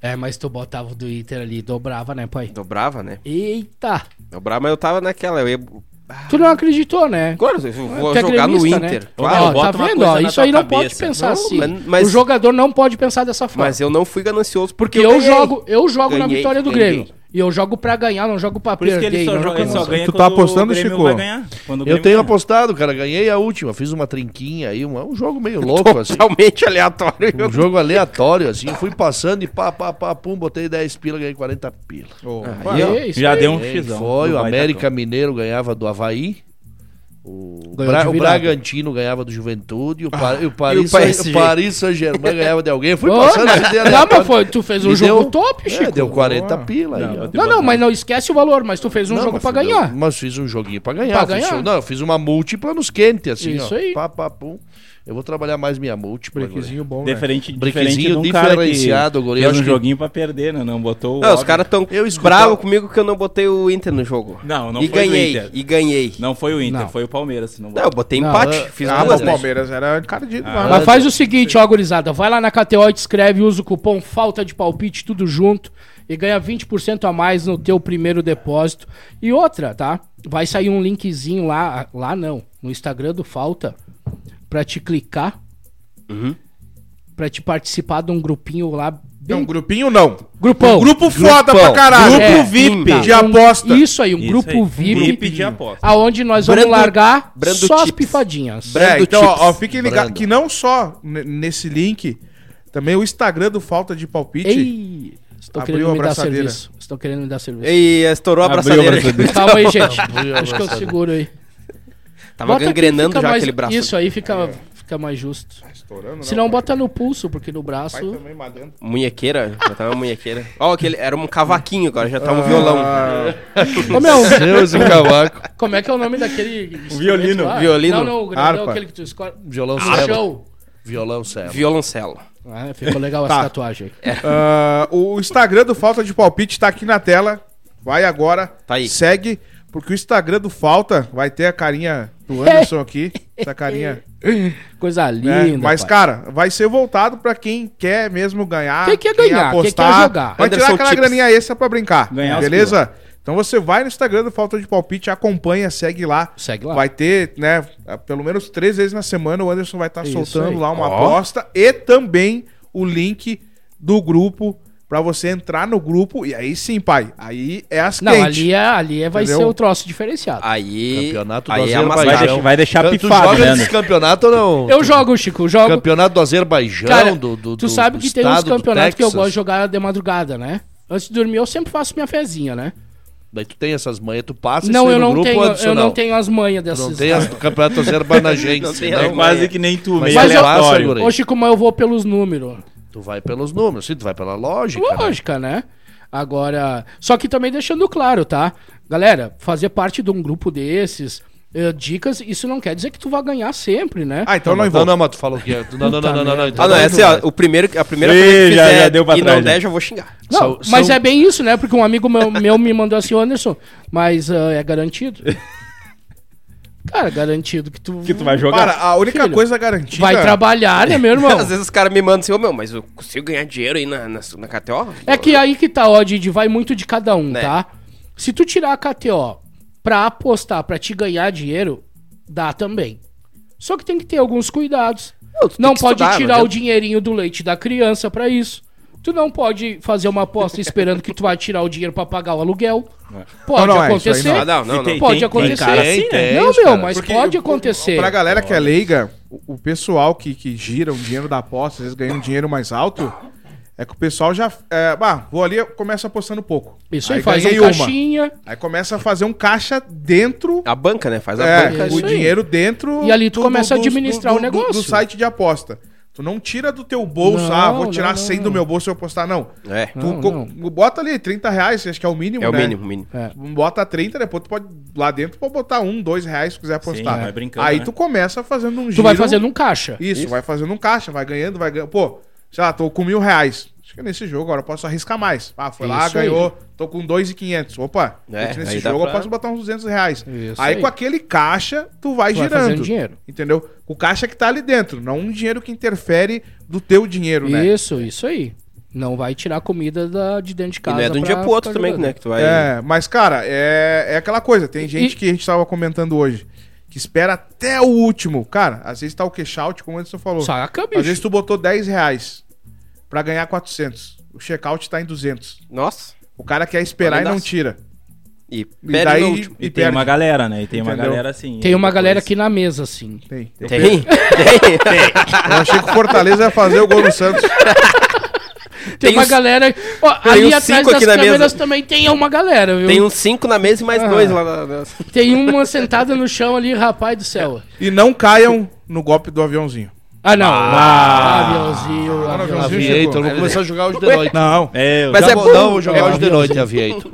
D: É, mas tu botava o do Inter ali, dobrava, né, pai?
B: Dobrava, né?
D: Eita!
B: Dobrava, mas eu tava naquela. Eu ia...
D: Tu não acreditou, né?
B: Agora eu vou
D: Tu é
B: jogar no
D: gremista, né?
B: Inter. Claro.
C: Ô,
D: ó,
C: bota
D: tá
C: uma
D: vendo?
C: coisa
D: Ó,
C: na
D: isso
C: tua
D: aí não
C: cabeça.
D: pode pensar
B: Não,
D: assim.
B: mas- mas-
D: O jogador não pode pensar dessa forma.
B: Mas eu não fui ganancioso
D: Porque
B: porque
D: eu,
B: ganhei.
D: jogo, eu jogo na
B: Ganhei,
D: vitória do
B: ganhei.
D: Grêmio. E eu jogo pra ganhar, não jogo pra
C: Por isso que
D: perder.
C: ele só,
D: não
C: joga,
D: jogo
C: ele só
D: emoção.
C: ganha
A: Tu tá
C: quando
A: apostando,
C: o Grêmio
A: Chico?
C: vai ganhar. Quando o
E: Eu
C: Grêmio
E: tenho
C: ganhar.
E: apostado, cara. Ganhei a última. Fiz uma trinquinha aí. Um, é um jogo meio louco, assim.
B: Totalmente aleatório.
E: Um jogo aleatório, assim. Fui passando e pá, pá, pá, pum. Botei 10 pila, ganhei 40 pila.
A: Ô,
D: E
B: Ah,
A: vai.
D: é isso
C: Já
D: aí.
C: deu um
E: Quem
C: xizão.
E: Foi,
C: Não
E: o
C: vai dar
E: América
C: conta.
E: Mineiro ganhava do Havaí. O,
D: Ganhou
E: Bra-
D: de
E: o
D: virada. Ah,
E: Bragantino ganhava do Juventude. O, Pa- e o Paris,
B: e o PSG?
E: o Paris Saint-Germain ganhava de alguém. Eu Fui
D: Ô,
E: passando
D: né?
E: esse dia
D: Não,
E: aleatório.
D: mas foi, tu fez um
E: Me
D: jogo
E: deu-
D: top,
E: É,
D: Chico.
E: deu 40 pila aí,
C: Não,
E: ó.
C: eu tenho
D: Não, não,
C: botado.
D: mas não esquece o valor, mas tu fez um
E: Não,
D: jogo
E: mas
D: pra
E: fui-
D: ganhar.
E: Mas fiz um joguinho pra ganhar.
D: Pra
E: fiz
D: ganhar.
E: um- não, eu fiz uma múltipla nos quentes, assim,
D: Isso
E: ó.
D: aí.
E: Pá, pá, pum. Eu vou trabalhar mais minha múltipla. agora.
A: Brequezinho bom, né?
C: Diferente,
E: Brequezinho
C: diferente de um cara que
E: diferenciado, o goleiro,
C: fez um
E: acho que-
C: joguinho pra perder, né? Não botou o
B: Não, os
C: áudio.
B: caras tão
E: Eu escutava-
B: bravos comigo que eu não botei o Inter no jogo.
C: Não, não
B: e
C: foi do
B: ganhei,
C: Inter.
B: E ganhei. Não,
C: Não foi o Inter,
D: Não.
C: foi o Palmeiras. Se não
B: eu
C: botou.
B: botei
D: Não,
B: empate.
E: ah,
B: fiz
A: Ah,
B: um
A: mas
B: gol.
A: o Palmeiras era encardido.
C: Ah.
A: mas
D: Mas faz o seguinte, ó, gurizada. Vai lá na KTO e escreve, usa o cupom Falta de Palpite, tudo junto. E ganha 20% a mais no teu primeiro depósito. E outra, tá? Vai sair um linkzinho lá, lá não, no Instagram do Falta, pra te clicar,
B: Uhum.
D: pra te participar de um grupinho lá bem...
A: Não, grupinho não.
D: Grupão.
A: Um grupo foda pra caralho.
D: Grupo É.
A: VIP. De
D: Um-
A: aposta.
D: Isso aí, um
C: Isso
D: grupo
C: aí,
D: VIP.
C: VIP de aposta.
D: Aonde nós vamos
B: Brando-
D: largar
B: Brando
D: só as
B: Chips.
D: pifadinhas.
A: É,
B: Brando
A: então, ó, ó,
B: Chips.
A: fiquem ligados
E: Brando.
A: que não só ne- nesse link, também o Instagram do Falta de Palpite.
D: Ei, estão
A: Abriu
D: querendo
A: a
D: me dar
A: abraçadeira.
D: serviço. Estão querendo me dar serviço.
B: E estourou a
C: Abriu a
B: braçadeira.
C: braçadeira.
D: Calma aí, gente.
E: Abriu a
D: Acho que eu
E: abraçadeira.
D: seguro aí.
B: Tava
D: Bota aqui,
B: gangrenando
D: fica
B: já
D: mais-
B: aquele braço.
D: Isso aí fica, fica mais justo.
A: Tá Estourando, né,
D: Se não,
A: pai?
D: bota no pulso, porque no
A: Pai
D: braço.
A: também malhando.
B: Munhequeira. Já tava uma munhequeira. Ó, aquele era um cavaquinho, agora já tá um violão.
A: Ah.
D: Ô, meu,
E: Deus e cavaco.
D: como é que é o nome daquele. instrumento
C: violino,
D: lá?
B: violino.
D: Não, não, o grandão,
A: Harpa.
D: aquele que é tu escolhe. Ah,
E: Violão cello.
D: Show.
E: Violão cello.
B: Violoncelo.
D: Ah, ficou legal essa
A: Tá.
D: tatuagem. aí.
A: Ah, o Instagram do Falta de Palpite tá aqui na tela. Vai agora.
B: Tá aí.
A: Segue, porque o Instagram do Falta vai ter a carinha do Anderson aqui. Essa carinha.
B: É.
D: Coisa
A: né?
D: linda.
A: Mas,
D: pai.
A: cara, vai ser voltado pra quem quer mesmo ganhar.
D: Quem quer ganhar, quem quer jogar.
A: Vai tirar
B: Anderson
A: aquela
B: Chips.
A: graninha extra pra brincar.
C: Ganhar os
A: beleza? Então você vai no Instagram do Falta de Palpite, acompanha, segue lá.
D: Segue lá.
A: Vai ter, né, pelo menos três vezes na semana o Anderson vai estar
D: Isso
A: soltando
D: aí.
A: lá uma
B: Ó.
A: aposta e também o link do grupo pra você entrar no grupo e aí sim, pai, aí é as
D: Não,
A: quentes.
D: ali, é, ali é, vai
A: Entendeu?
D: ser o troço
B: Ah,
D: diferenciado.
B: Aí.
E: Campeonato do
B: aí é
E: Azerbaijão.
C: Vai,
B: amassado.
C: deixar, vai deixar
E: Tu
C: pifado,
E: joga
C: né?
E: nesse campeonato ou não?
D: Eu jogo, Chico, eu jogo.
E: Campeonato do Azerbaijão,
D: Cara,
E: do, do
D: tu
E: do-
D: sabe
E: do
D: que tem uns
E: estado do
D: campeonatos que eu
E: Texas.
D: gosto de jogar de madrugada, né? Antes de dormir eu sempre faço minha fezinha, né?
E: Daí tu tem essas manhas, tu passa
D: Não,
E: isso aí
D: eu
E: no
D: não,
E: grupo
D: tenho,
E: ou
D: eu
E: adicional?
D: não tenho é. as manhas
E: Tu
D: dessas.
E: não tem as do campeonato azerbaijanagense,
B: Não tem
E: né?
B: as
C: É quase que nem tu,
E: Mas
C: meio
E: ele é
C: aleatório.
E: massa, guri.
D: Hoje, como eu vou pelos números?
E: Tu vai pelos números, sim, tu vai pela lógica. né?
D: Lógica, né? Agora, só que também deixando claro, tá? Galera, fazer parte de um grupo desses, eh, dicas, isso não quer dizer que tu vai ganhar sempre, né?
A: Ah, então não
E: mas-
A: envolve.
E: Não, não, mas tu falou que é. Não, não, não, não, não, não. então
B: Ah, não,
E: não,
B: é assim, ó,
E: vai.
B: o primeiro, a primeira
C: Ih,
B: coisa que
C: já-
B: fizer
C: já deu pra
B: e
C: trás,
B: não der,
C: já.
B: já vou xingar.
D: Não,
E: são-
D: mas
E: são-
D: é bem isso, né? Porque um amigo meu, meu me mandou assim, "Ô, Anderson, mas ah, é garantido. Cara, garantido que tu,
C: Que tu vai jogar.
A: Cara, a única
D: Filho,
A: coisa garantida.
D: vai trabalhar, né, meu irmão?
B: Às vezes os caras me mandam assim, ô meu, mas eu consigo ganhar dinheiro aí na, na, na KTO?
D: É que aí que tá, ó, Didi, vai muito de cada um,
B: Né.
D: tá? Se tu tirar a KTO pra apostar, pra te ganhar dinheiro, dá também. Só que tem que ter alguns cuidados.
B: Não, tu tem
D: Não
B: que
D: pode
B: estudar, não
E: né?
D: tirar o
B: adianta.
D: dinheirinho do leite da criança pra isso. Tu não pode fazer uma aposta esperando que tu vai tirar o dinheiro pra pagar o aluguel. Pode
A: Não, não, é, isso aí
D: acontecer.
B: Ah, não, não,
C: E tem-
B: não.
D: Pode
C: tem
D: acontecer.
C: cara assim,
E: né?
D: não,
E: Tem,
D: meu,
E: cara.
D: mas
A: Porque
D: pode
A: o-
D: acontecer.
A: Pra galera que é leiga, o, o pessoal que, que gira o dinheiro da aposta, às vezes ganha um dinheiro mais alto, é que o pessoal já. É, bah, vou ali, começa apostando pouco.
D: Isso aí, faz
A: ganhei
D: um caixinha
A: Aí começa a fazer um caixa dentro.
B: A banca, né? Faz a
A: é,
B: banca.
D: isso
A: o
D: aí.
A: dinheiro dentro.
D: E ali tu começa a administrar o
A: do- do-
D: negócio.
A: Do site de aposta. Tu não tira do teu bolso,
D: Não,
A: ah, vou tirar
D: não, não,
A: 100 do meu bolso e eu apostar, não.
B: É,
A: Tu
D: Não,
A: co-
D: não.
A: bota ali 30 reais, acho que é o mínimo,
B: é o
A: né?
B: mínimo, o mínimo.
A: Bota 30, depois tu pode. Lá dentro tu pode botar um, dois reais se quiser apostar.
C: vai brincando,
A: Aí
C: né?
A: tu começa fazendo um
D: Tu vai fazendo um caixa.
A: Isso, vai fazendo um caixa, vai ganhando, vai ganhando. Pô, sei lá, tô com mil reais. Acho que é nesse jogo agora eu posso arriscar mais. Ah, foi lá,
D: Isso aí.
A: ganhou. Tô com dois e quinhentos. Opa,
B: É,
A: gente, nesse
B: aí dá
A: jogo eu
B: pra-
A: posso botar uns 200 reais.
D: Isso
A: aí,
D: aí.
A: com aquele caixa, tu vai
D: Tu vai
A: girando.
D: fazendo dinheiro.
A: Entendeu? O caixa que tá ali dentro, não um dinheiro que interfere do teu dinheiro, né?
D: Isso, isso aí. Não vai tirar comida da- de dentro de
B: E
D: casa.
B: não é de um
D: pra
B: dia pro outro
D: ficar
B: também,
D: jogando.
B: né? Que tu vai.
A: É, mas, cara, é, é aquela coisa. Tem gente
D: E-
A: que a gente tava comentando hoje, que espera até o último. Cara, às vezes tá o cash out, como o Anderson
B: né?
A: falou.
D: Saca,
A: Às vezes
D: bicho.
A: tu botou 10 reais pra ganhar 400. O checkout tá em 200.
B: Nossa.
A: O cara quer esperar e
B: Olha
A: não
B: isso.
A: tira.
B: E
A: E
B: perde
A: daí-
B: no último.
C: E,
A: E
C: tem
A: perde.
C: uma galera, né? E tem uma
A: Entendeu?
C: galera assim.
D: Tem uma
C: depois-
D: galera aqui na mesa, assim.
A: Tem. Eu
B: Tem?
A: penso-
B: Tem.
A: Eu achei que o Fortaleza ia fazer o gol do Santos.
D: Tem,
B: Tem
D: uma
B: uns-
D: galera. Ó,
B: Tem
D: ali
B: uns
D: atrás
B: cinco
D: das
B: aqui na
D: câmeras
B: mesa.
D: também tem uma galera, viu?
B: Tem um- uns cinco na mesa e mais dois lá na. na-
D: Tem uma sentada no chão ali, rapaz do céu.
A: E não caiam no golpe do aviãozinho.
D: Ah, não. Ah, aviãozinho,
A: Ah,
D: aviãozinho.
A: aviãozinho.
E: Aviator, então eu vou começar a jogar hoje de noite.
A: Não.
C: É, eu
B: Mas
E: Mas
B: é
E: é
B: bom.
E: bom. Não, vou jogar hoje de noite, então. Aviator.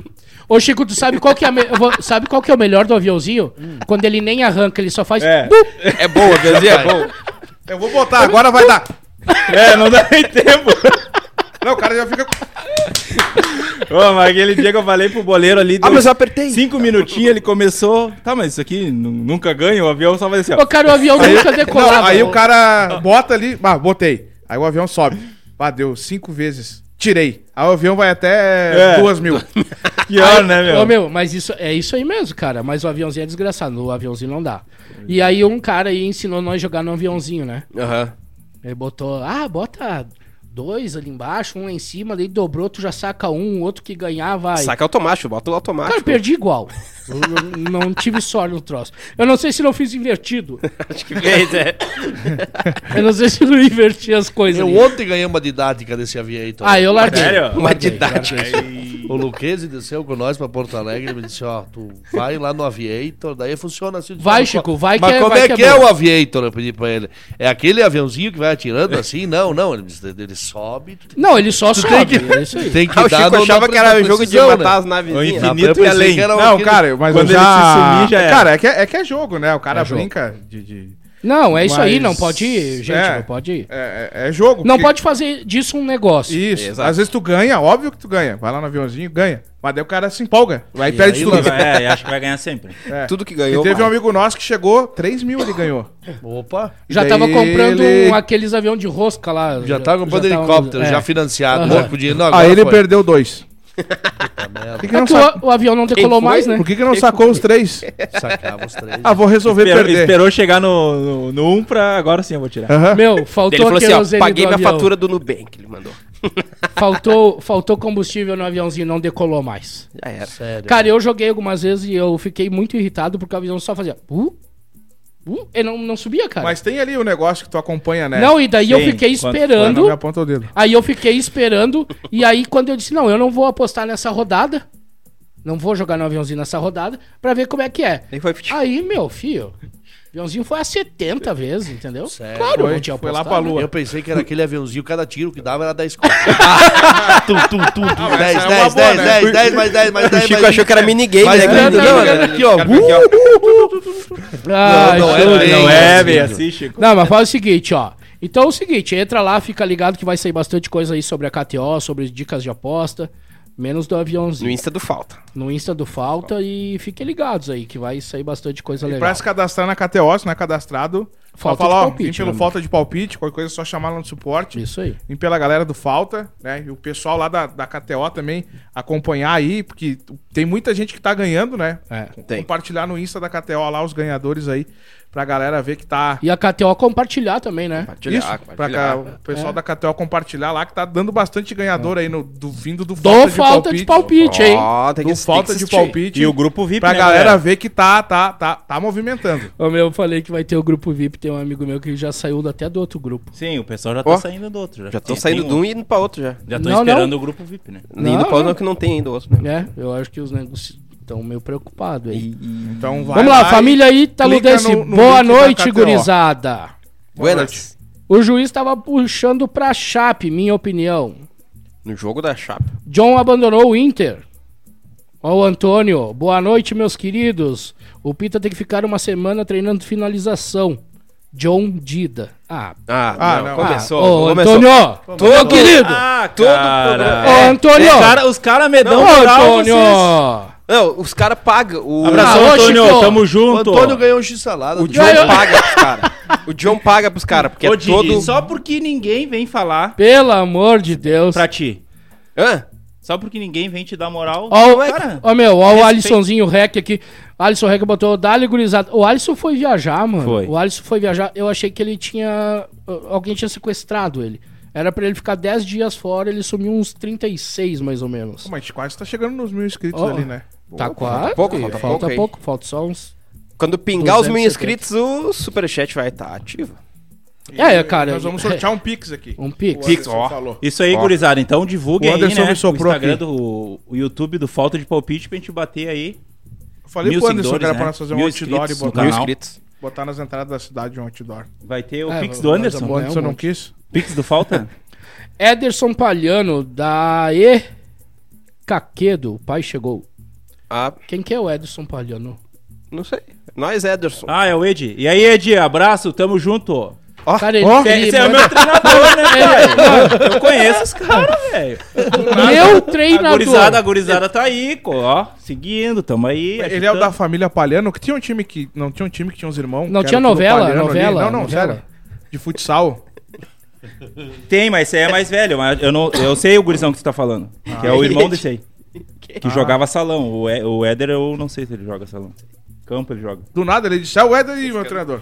D: Ô, Chico, tu sabe qual que é, a me- eu vou- sabe qual que é o melhor do aviãozinho? Quando ele nem arranca, ele só faz.
C: É.
D: Bup!
B: Hum. É boa, Benzinho, é bom.
A: Eu vou botar, agora vai dar.
C: É, não dá nem tempo.
A: Não, o cara já fica.
C: Ô, mas aquele dia que eu falei pro boleiro ali.
B: Ah,
C: deu
B: mas eu apertei.
C: Cinco minutinhos ele começou. Tá, mas isso aqui nu- nunca ganha. O avião só vai assim, ó.
D: Ô, cara, o avião nunca decolava.
A: Não, aí o cara bota ali. Ah, botei. Aí o avião sobe. Ah, deu cinco vezes. Tirei. Aí o avião vai até
C: É.
A: duas mil.
C: Que hora, né, meu?
D: Ô, meu, mas isso é isso aí mesmo, cara. Mas o aviãozinho é desgraçado. O aviãozinho não dá. E aí um cara aí ensinou nós a jogar no aviãozinho, né?
B: Aham.
D: Ele botou, ah, bota dois ali embaixo, um lá em cima, daí dobrou, tu já saca um, o outro que ganhar vai.
B: Saca automático, bota o
D: Cara, eu
B: automático.
D: perdi igual. Eu não não tive sorte no troço. Eu não sei se não fiz invertido.
B: Acho que fez, é.
D: Eu não sei se não inverti as coisas.
E: Eu
D: ali.
E: ontem ganhei uma didática desse então. Aviator.
D: Ah, eu larguei.
C: Sério?
B: Uma didática.
E: O Luquezzi desceu com nós pra Porto Alegre e me disse, ó, tu vai lá no Aviator, daí funciona assim.
D: Vai,
E: Mas
D: Chico,
E: co-
D: vai
E: Mas
D: que é-
E: como
D: vai
E: é
D: que é
E: que é
D: bom.
E: o Aviator? Eu pedi pra ele. É aquele aviãozinho que vai atirando assim? Não, não. Ele, me disse, ele sobe, tu
D: Não, ele só
E: tem
D: sobe.
E: que,
D: É isso aí.
E: tem que
B: Ah, o
E: dar
B: Chico
E: no-
B: achava
E: na
B: que era jogo de
E: precisão,
B: matar
E: né?
B: as naves.
C: O
E: Ah,
C: infinito
E: eu
C: e
E: pensei
C: além.
E: que era
A: Não,
E: aquele-
A: cara, mas
C: Quando
A: eu já...
C: ele se sumir, já era.
A: Cara, é que é, que é jogo, né? O cara
D: É jogo.
A: brinca de... de-
D: Não, é isso aí,
A: Mas-
D: não pode ir, gente,
A: É.
D: não pode ir.
A: É, é- é jogo.
D: Não
A: porque-
D: pode fazer disso um negócio.
A: Isso.
B: Exato.
A: Às vezes tu ganha, óbvio que tu ganha. Vai lá no aviãozinho e ganha. Mas daí o cara se empolga. Aí
E: E
A: perde
E: aí
A: tudo.
E: vai-
C: É, acho que vai ganhar sempre.
A: É.
B: Tudo que
A: E
B: ganhou.
A: teve um
B: mano.
A: amigo nosso que chegou, 3 mil ele ganhou.
E: Opa,
D: Já
A: Daí
D: tava comprando
A: ele-
D: um- aqueles aviões de rosca lá.
E: já tá comprando
D: tava-
E: helicóptero,
D: é.
E: já financiado,
D: Aham.
E: já com dinheiro. Não, agora
A: Aí ele
E: foi. Tá
A: perdeu dois. Por que, que
D: É
A: não
D: que
A: sacou,
D: o, o avião não decolou
B: foi?
D: mais, né?
A: por que que não sacou os três?
E: Sacava os três.
A: Ah, vou resolver
C: Esperou,
A: perder.
C: esperou chegar no, no, no 1 pra agora sim eu vou tirar.
A: Aham.
D: Meu,
B: Daí
D: faltou
B: Ele falou
D: a
B: assim, ó,
D: querosene
B: paguei
D: do
B: minha
D: avião.
B: fatura do Nubank, ele mandou.
D: Faltou, faltou combustível no aviãozinho, não decolou mais.
B: Já era.
E: Sério.
D: Cara, eu joguei algumas vezes e eu fiquei muito irritado porque o avião só fazia. Uh, uh, ele não, não subia, cara.
A: Mas tem ali o negócio que tu acompanha, né?
D: Não, e daí eu
C: Sim,
D: fiquei
C: quando-
A: Não
D: esperando.
A: me aponta o dedo.
D: Aí eu fiquei esperando. e aí, quando eu disse, não, eu não vou apostar nessa rodada, Não vou jogar no aviãozinho nessa rodada pra ver como é que é.
B: Ele foi piti-
D: Aí, meu filho, o aviãozinho foi a 70 vezes, entendeu?
E: Sério?
D: Claro, eu
A: Foi,
D: não tinha
A: foi lá
D: apostado,
A: pra
D: né?
A: lua.
E: Eu pensei que era aquele aviãozinho, cada tiro que dava era 10 conto. tum, tum, tum, tum.
A: mas
E: 10,
A: essa é uma
E: 10,
A: boa,
E: 10,
A: né?
E: 10, 10, mais 10, mais 10.
B: O Chico
E: mais
B: achou que era minigame,
E: Mas
B: né? cara?
E: não, não,
B: Não,
E: não,
B: não,
E: aqui, ó.
B: Cara, aqui, ó.
D: Ai,
E: Não, não é
D: Jesus.
E: bem
C: Não é bem
E: assim,
C: assim, Chico.
D: Ah, Não, mas faz o seguinte, ó. Então é o seguinte, entra lá, fica ligado que vai sair bastante coisa aí sobre a KTO, sobre dicas de aposta, menos do
B: No
D: aviãozinho.
B: Insta do Falta.
D: No Insta do Falta e fiquem ligados aí, que vai sair bastante coisa
A: E
D: legal.
A: pra se cadastrar na KTO, se não é cadastrado, só
D: Falta de
A: falar, ó,
D: palpite,
A: vem pelo
D: né?
A: falta de palpite, qualquer coisa é só chamar lá no suporte.
D: Isso aí.
A: Vem pela galera do Falta, né? E o pessoal lá da, da KTO também acompanhar aí, porque tem muita gente que tá ganhando, né?
D: É.
B: Tem.
A: Compartilhar no Insta da KTO lá os ganhadores aí, pra galera ver que tá.
D: E a KTO compartilhar também, né?
B: Compartilhar,
A: Isso, pra cá,
B: compartilhar.
A: o
D: É.
A: pessoal da KTO compartilhar lá, que tá dando bastante ganhador aí no, do vindo do
D: Dou falta de palpite, hein?
B: Ó, tem que
A: Do falta de
B: assistir.
A: palpite.
C: E o grupo VIP,
A: Pra
C: né,
A: galera
C: galera?
A: ver que tá, tá, tá, tá movimentando.
D: Ô, meu, eu falei que vai ter o grupo VIP, tem um amigo meu que já saiu até do outro grupo.
C: Sim, o pessoal já tá
B: Ó,
C: saindo do outro.
B: Já tô
C: tem-
B: saindo
C: tem
B: de um e indo pra outro já.
C: Já tô
D: Não,
C: esperando
D: não.
C: o grupo VIP, né?
B: Nem indo
D: Não,
B: pra outro,
D: não.
B: não, que não tem ainda outro, né?
D: Né? Eu acho que os negócios estão meio preocupados aí.
A: Então vai
D: Vamos lá,
A: e
D: família Italudense.
A: clica no- no
D: Boa
A: link da
D: noite,
A: KTO.
D: gurizada.
B: Buenas.
D: O juiz estava puxando pra Chape, minha opinião.
B: No jogo da chapa.
D: John abandonou o Inter. Ó, o Antônio. Boa noite, meus queridos. O Pita tem que ficar uma semana treinando finalização. John Dida. Ah,
B: Ah,
A: Ah,
B: não.
A: não.
B: Começou,
D: ô,
B: começou.
D: Antônio. Meu querido.
C: Ah,
B: todo
C: cara.
B: programa-
D: Ô,
C: É,
D: Antônio.
C: os cara- os caras me
A: um
C: dão
D: Ô, Antônio.
B: Não, os caras pagam. O...
C: Abração,
D: Ah, ô,
C: Antônio.
D: Chico.
C: Tamo
E: O
C: junto.
E: Antônio ganhou um x-salada.
B: O
E: do
B: John
E: jogo.
D: Ganhou.
B: paga pros caras. O John paga pros caras, porque
C: Ô,
B: é
C: Didi,
B: todo.
C: só porque ninguém vem falar
D: Pelo amor de Deus.
C: pra ti.
B: Hã?
C: Só porque ninguém vem te dar moral.
D: Ó, o,
C: cara.
D: ó, meu, ó, o
C: respeito.
D: Alissonzinho Rec aqui. Alisson Rec botou Dali gurizada. O Alisson foi viajar, mano.
C: Foi.
D: O Alisson foi viajar. Eu achei que ele tinha. Alguém tinha sequestrado ele. Era pra ele ficar 10 dias fora, ele sumiu uns 36, mais ou menos.
A: Pô, mas a gente quase tá chegando nos mil inscritos
D: Ó,
A: ali, né?
D: Tá
B: falta
D: quase.
B: pouco, falta pouco aí.
D: pouco, falta só uns.
B: Quando pingar os mil
D: 270.
B: inscritos, o superchat vai estar ativo.
A: E
D: É, cara,
A: Nós vamos
D: é.
A: sortear um Pix aqui.
D: Um Pix.
A: O Anderson
C: Pix, ó.
A: falou.
C: Isso aí,
B: Ó.
C: gurizada. Então divulguem
A: O
C: aí,
A: Anderson
C: né?
A: me soprou
C: o Instagram
A: aqui.
C: do o YouTube do Falta de Palpite pra gente bater aí.
A: Eu falei
C: Mil
A: pro Anderson que era
C: seguidores,
A: pra
C: né?
A: nós fazer um
C: Mil
A: outdoor e
C: inscritos no
A: botar,
B: Mil
C: Canal.
B: inscritos.
A: botar nas entradas da cidade um outdoor.
C: Vai ter o
D: É,
C: Pix
D: vamos-
C: do
D: nós
C: Anderson.
A: O
D: vamos- É,
A: Anderson
D: um
A: não
D: monte.
A: quis?
C: Pix do Falta?
D: Ederson Palhano, da E. Caquedo, o pai chegou.
B: Ah,
D: Quem que é o Ederson Palhano?
B: não sei. Nós, Ederson.
C: Ah, é o Ed. E aí, Ed, abraço, tamo junto.
D: Cara, ele, é ele
C: Esse é o
D: manda-
C: meu treinador, né, velho? Eu conheço os caras, velho. A
D: meu
C: gurizada, a
D: treinador.
C: gurizada tá aí, co- ó, seguindo, tamo aí.
A: Ele é o da
C: ajudando.
A: família Palhano, que tinha um time que. Não tinha um time que tinha uns irmãos.
D: Não,
A: que
D: tinha
A: era tudo
D: novela,
A: Palhano ali.
D: novela,
A: Não, não,
D: novela.
A: sério. De futsal.
C: Tem, mas esse aí é mais velho. mas Eu, não, eu sei o gurizão que tu tá falando. Que é o irmão desse aí. Que jogava salão. O, E- o Éder, eu não sei se ele joga salão. Campo ele joga.
A: Do nada ele disse: É o Éder e meu treinador.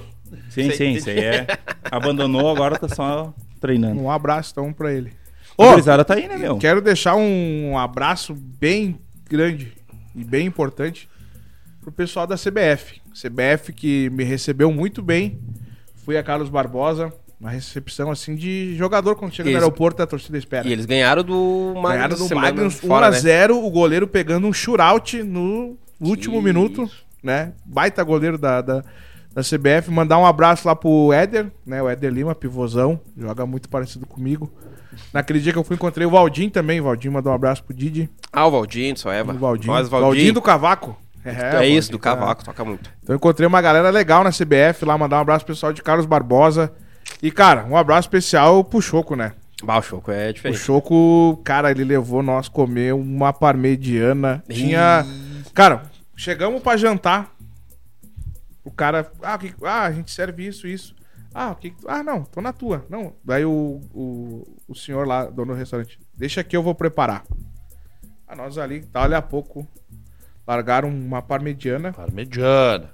C: Sim, sim, isso aí é. Abandonou, agora tá só treinando.
A: Um abraço, então, pra ele.
C: A
A: Ô,
C: gurizada tá aí, né, meu?
A: Quero deixar um abraço bem grande e bem importante pro pessoal da CBF. CBF que me recebeu muito bem. Fui a Carlos Barbosa, uma recepção assim de jogador quando chega no
B: Eles-
A: aérioporto a torcida espera.
B: E eles ganharam do
A: Ganharam
B: Magnus.
A: do um
B: se não me engano,
A: Magnus
B: fora, né?
A: 1x0, o goleiro pegando um shootout no último
B: Isso.
A: minuto, né? Baita goleiro da, da, da CBF. Mandar um abraço lá pro Éder, né? O Éder Lima, pivôzão, joga muito parecido comigo. Naquele dia que eu fui, encontrei o Valdim também. O Valdim mandou um abraço pro Didi.
B: Ah, o Valdir, só Eva.
A: O Valdim.
B: Nós,
A: Valdim.
B: Valdir.
A: do Cavaco. É,
B: É,
A: Valdim,
B: isso, do
A: tá.
B: cavaco, toca muito.
A: Então eu encontrei uma galera legal na CBF lá. Mandar um abraço pro pessoal de Carlos Barbosa. E, cara, um abraço especial pro Choco, né?
B: Bah, o Choco é
A: O
B: diferente.
A: Choco, cara, ele levou nós comer uma parmegiana. Tinha. Cara, chegamos pra jantar. O cara. Ah, que- ah, a gente serve isso, isso. Ah, o que, que tu- ah, não, tô na tua. Não. Daí o, o, o senhor lá, dono do restaurante, deixa que eu vou preparar. Ah, nós ali, tá, olha a pouco. Largaram uma parmegiana,
E: Parmegiana.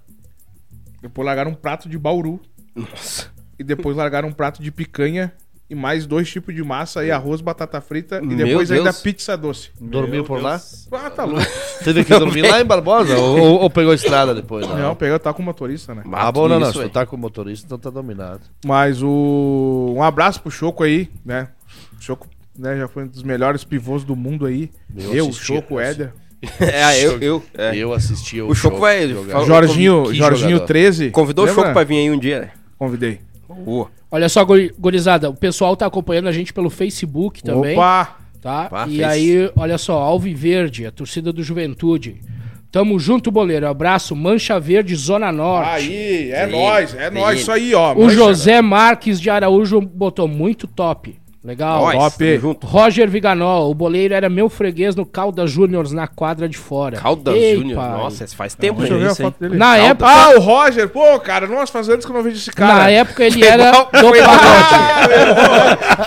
A: depois largaram um prato de bauru.
B: Nossa.
A: E depois largaram um prato de picanha e mais dois tipos de massa e arroz, batata frita e
B: Meu
A: depois ainda
B: Deus.
A: pizza doce.
E: Dormiu por lá?
A: Ah, tá louco.
E: Teve que dormir lá em Barbosa? ou, ou- ou pegou estrada depois? Lá?
A: Não, pegou, tá com o motorista, né?
E: Ah, bom, não, não.
B: Isso,
E: Se tu
B: hein?
E: tá com o motorista, então tá dominado.
A: Mas o. Um abraço pro Choco aí, né? O Choco né, já foi um dos melhores pivôs do mundo aí.
E: Eu
A: Eu,
E: assisti,
A: Choco,
E: eu
A: Éder.
B: é, eu. eu é.
E: Eu assistia o,
B: O Choco vai-
E: jogar.
B: fala-
A: Jorginho,
E: Que
A: Jorginho
E: jogador.
A: 13.
B: Convidou o
A: lembra?
B: Choco pra vir aí um dia, né?
A: Convidei.
B: Boa.
D: Olha só, guri- gurizada, o pessoal tá acompanhando a gente pelo Facebook também.
A: Opa!
D: Tá?
B: Opa,
D: e
B: fez.
D: aí, olha só, Alviverde, a torcida do Juventude. Tamo junto, boleiro. Abraço, Mancha Verde, Zona Norte.
A: Aí, é
B: Sim,
A: nóis, é
B: sim.
A: nóis isso aí, ó.
D: o
A: Mancha. né?
D: José Marques de Araújo botou muito Ah, top. Legal.
B: Nós,
A: top.
B: tamo junto.
D: Roger Viganol, o boleiro era meu freguês no Caldas Júniors na quadra de fora.
B: Caldas
D: Ei,
B: Júnior.
D: pai.
B: Nossa, esse faz tempo já
A: Deixa eu ver a
B: isso, hein?
A: foto dele.
D: Na época,
A: Ah, o Roger, pô, cara, nossa, faz anos que eu não vejo esse cara. Ah,
D: na época ele era
B: igual-
D: do
B: foi igual-
D: pagode.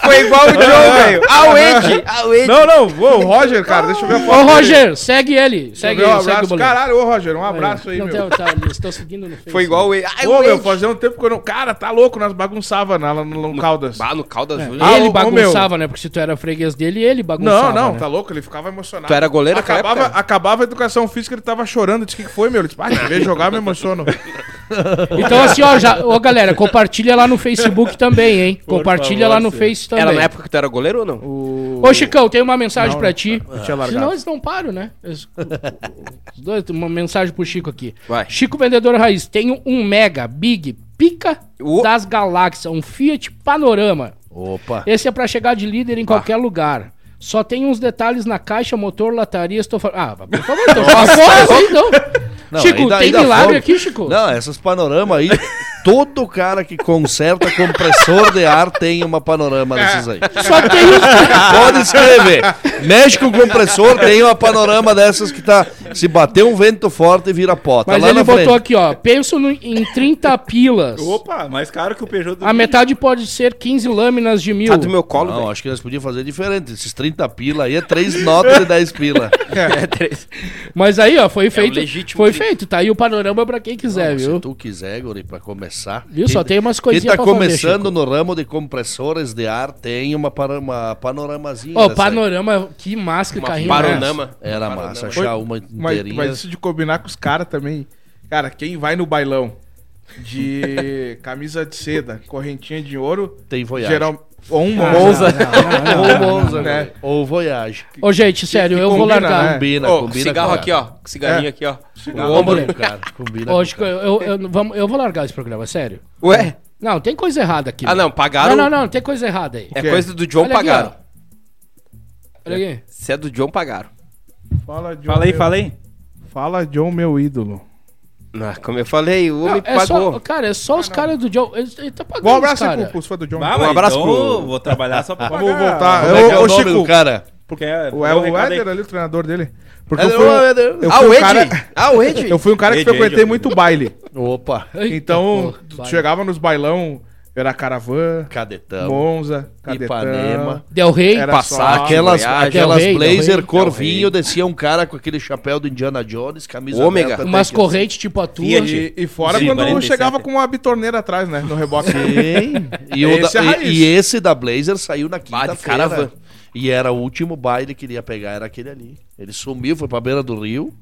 B: Foi igual o Joe, velho. Ah, o Ed! Ah, o Ed!
A: Não, não, ô, o Roger, cara, deixa eu ver a foto.
D: Ô,
A: dele.
D: Roger, segue ele. Segue
A: Meu
D: ele, segue o
A: abraço.
D: boleiro.
A: Caralho, ô Roger, um abraço aí,
D: não
A: meu.
D: Tá, tá, eles estão seguindo no Facebook.
B: Foi igual o Ed.
D: É
B: Ah,
A: Ô,
B: o
A: meu,
B: Ed!
A: fazia um tempo que eu não. Cara, tá louco, nós bagunçava na, no, no Caldas.
B: Bah, no Caldas Júnior.
A: Ah,
D: Ele
A: ô, ô,
D: bagunçava, né? Porque se tu era freguês dele, ele bagunçava.
A: Não, não,
D: né?
A: tá louco, ele ficava emocionado.
B: Tu era goleiro naquela
A: acabava,
B: época?
A: acabava a educação física, ele tava chorando. Eu Disse, o que, que foi, meu? Ele disse, ah, te ver jogar, me emociono.
D: Então, assim, ó, já, ó, galera, compartilha lá no Facebook também, hein? compartilha lá no Face também.
B: Era na época que tu era goleiro ou não?
D: Ô, Chicão, tem uma mensagem pra ti.
A: Eu tinha
D: Senão
A: largado.
D: eles não param, né? Eles- Os dois, tem uma mensagem pro Chico aqui.
B: Vai.
D: Chico Vendedor Raiz, tenho um Mega Big Pica
B: Ô.
D: das Galáxias, um Fiat Panorama.
E: Opa.
D: Esse é pra chegar de líder
E: Ah.
D: em qualquer lugar. Só tem uns detalhes na caixa, motor, lataria, estou falando. Ah, por favor, então fala fora, então.
E: Não,
D: Chico,
E: ainda-
D: tem
E: ainda
D: milagre
E: fomos.
D: aqui, Chico?
E: Não, essas panoramas aí, todo cara que conserta compressor de ar tem uma panorama dessas aí.
D: Só tem um-
E: Tá
D: uns.
E: Pode escrever. Mexe com o compressor, tem uma panorama dessas que tá. Se bater um vento forte, vira pó. Tá
D: Mas
E: lá
D: ele
E: na
D: botou
E: frente.
D: aqui, ó. Penso no- em 30 pilas.
C: Opa, mais caro que o Peugeot do
D: A metade pode ser 15 lâminas de mil.
B: Tá do meu colo,
E: Não,
B: velho.
E: acho que nós podíamos fazer diferente. Esses 30 pila aí é três notas de 10 pila.
B: É, três.
D: Mas aí, ó,
E: É um
D: foi
B: o
D: feito.
B: legítimo
D: foi
B: tri-
D: feito. Tá aí o panorama pra quem quiser,
E: Não,
D: é, viu?
E: Se tu quiser, Guri, pra começar.
D: Viu? Só tem umas coisinhas
E: Quem tá
D: pra fazer,
E: começando
D: Chico.
E: no ramo de compressores de ar tem uma, para- uma panoramazinha.
D: Ó,
E: dessa aí.
D: panorama, que máscara,
B: Uma
D: carrinho. né?
B: paronama.
E: Era massa,
A: Foi-
E: achar uma
A: mas,
E: inteirinha.
A: mas isso de combinar com os caras também. Cara, quem vai no bailão de camisa de seda, correntinha de ouro,
E: Tem Voyage.
A: geral. Ou um
D: Ah,
A: Monza.
D: não, não,
E: ou
D: não, não.
E: Monza,
A: né?
E: né? Ou Voyage.
D: Ô, gente, sério, eu vou
A: combina,
D: largar.
A: né?
E: Combina,
B: Ó, com
E: combina.
B: cigarro
E: com
B: aqui, ó. Com Cigarrinho
A: É.
B: aqui, ó.
E: Cigarro
D: Ô,
E: com
D: moleco.
E: cara. Combina
B: é
D: Ô,
E: com
D: Chico,
E: cara.
D: eu, eu- vamos, eu vou largar esse programa, sério.
B: Ué?
D: Não, tem coisa errada aqui.
B: Ah, não, pagaram.
D: Não, não, não, tem coisa errada aí.
B: É
A: quê?
B: coisa do John
D: Olha aqui,
B: pagaram.
D: Olha aqui.
B: Se é do John, pagaram.
A: Fala, John,
C: Fala aí,
A: meu-
C: fala aí.
A: Fala, John, meu ídolo.
B: Ah, como eu falei, o
D: Não,
B: homem
D: é só,
B: pagou.
D: cara, é só os caras do Joe. Ele, ele tá pagando.
A: Um
D: os
A: abraço aí
D: cara.
A: pro, pros fãs do John.
C: Bah,
B: Um
C: mas
B: abraço
C: então
B: pro-
C: Vou trabalhar só pra
A: Vamos
C: pagar.
A: voltar.
E: Como é que é
A: Ô,
E: o
A: ô,
E: nome
A: Chico,
E: do cara?
C: Porque é,
A: O, é
C: meu
A: o
C: recado aí.
A: Éder ali, o treinador dele. Porque
E: Éder,
A: eu fui, um-
E: ô, Éder.
A: eu
B: Ah,
A: fui
B: o
A: um
B: Ed?
A: cara-
B: Ah, o Ed?
A: eu fui um cara que
C: Ed, Ed,
A: frequentei
C: Ed.
A: muito baile.
E: Opa,
D: Eita,
A: Então,
D: porra,
A: tu
D: vai.
A: chegava nos bailão, era Caravan,
E: Cadetão.
A: Monza, Cadetão.
E: Tá. Ipanema.
D: Del Rei.
A: Era
B: Passar
A: só-
E: Aquelas,
B: Voyage.
E: aquelas
D: Del Rey, Del
E: blazer
D: Rey.
E: cor vinho, descia um cara com aquele chapéu do Indiana Jones, camisa
B: Ômega.
E: aberta,
A: assim.
E: assim.
D: Umas
E: até que-
D: correntes tipo a tua.
C: Fiat.
A: E, e fora
C: Sim,
A: quando
C: 47.
A: chegava com uma bitorneira atrás, né? No reboque.
E: Sim. E, o
A: Esse
E: da-
A: é a
E: e-
A: raiz.
E: e esse da Blazer saiu na
B: Bah, de
E: quinta-feira.
B: caravana.
E: E era o último baile que ele ia pegar, era aquele ali. Ele sumiu, foi pra beira do rio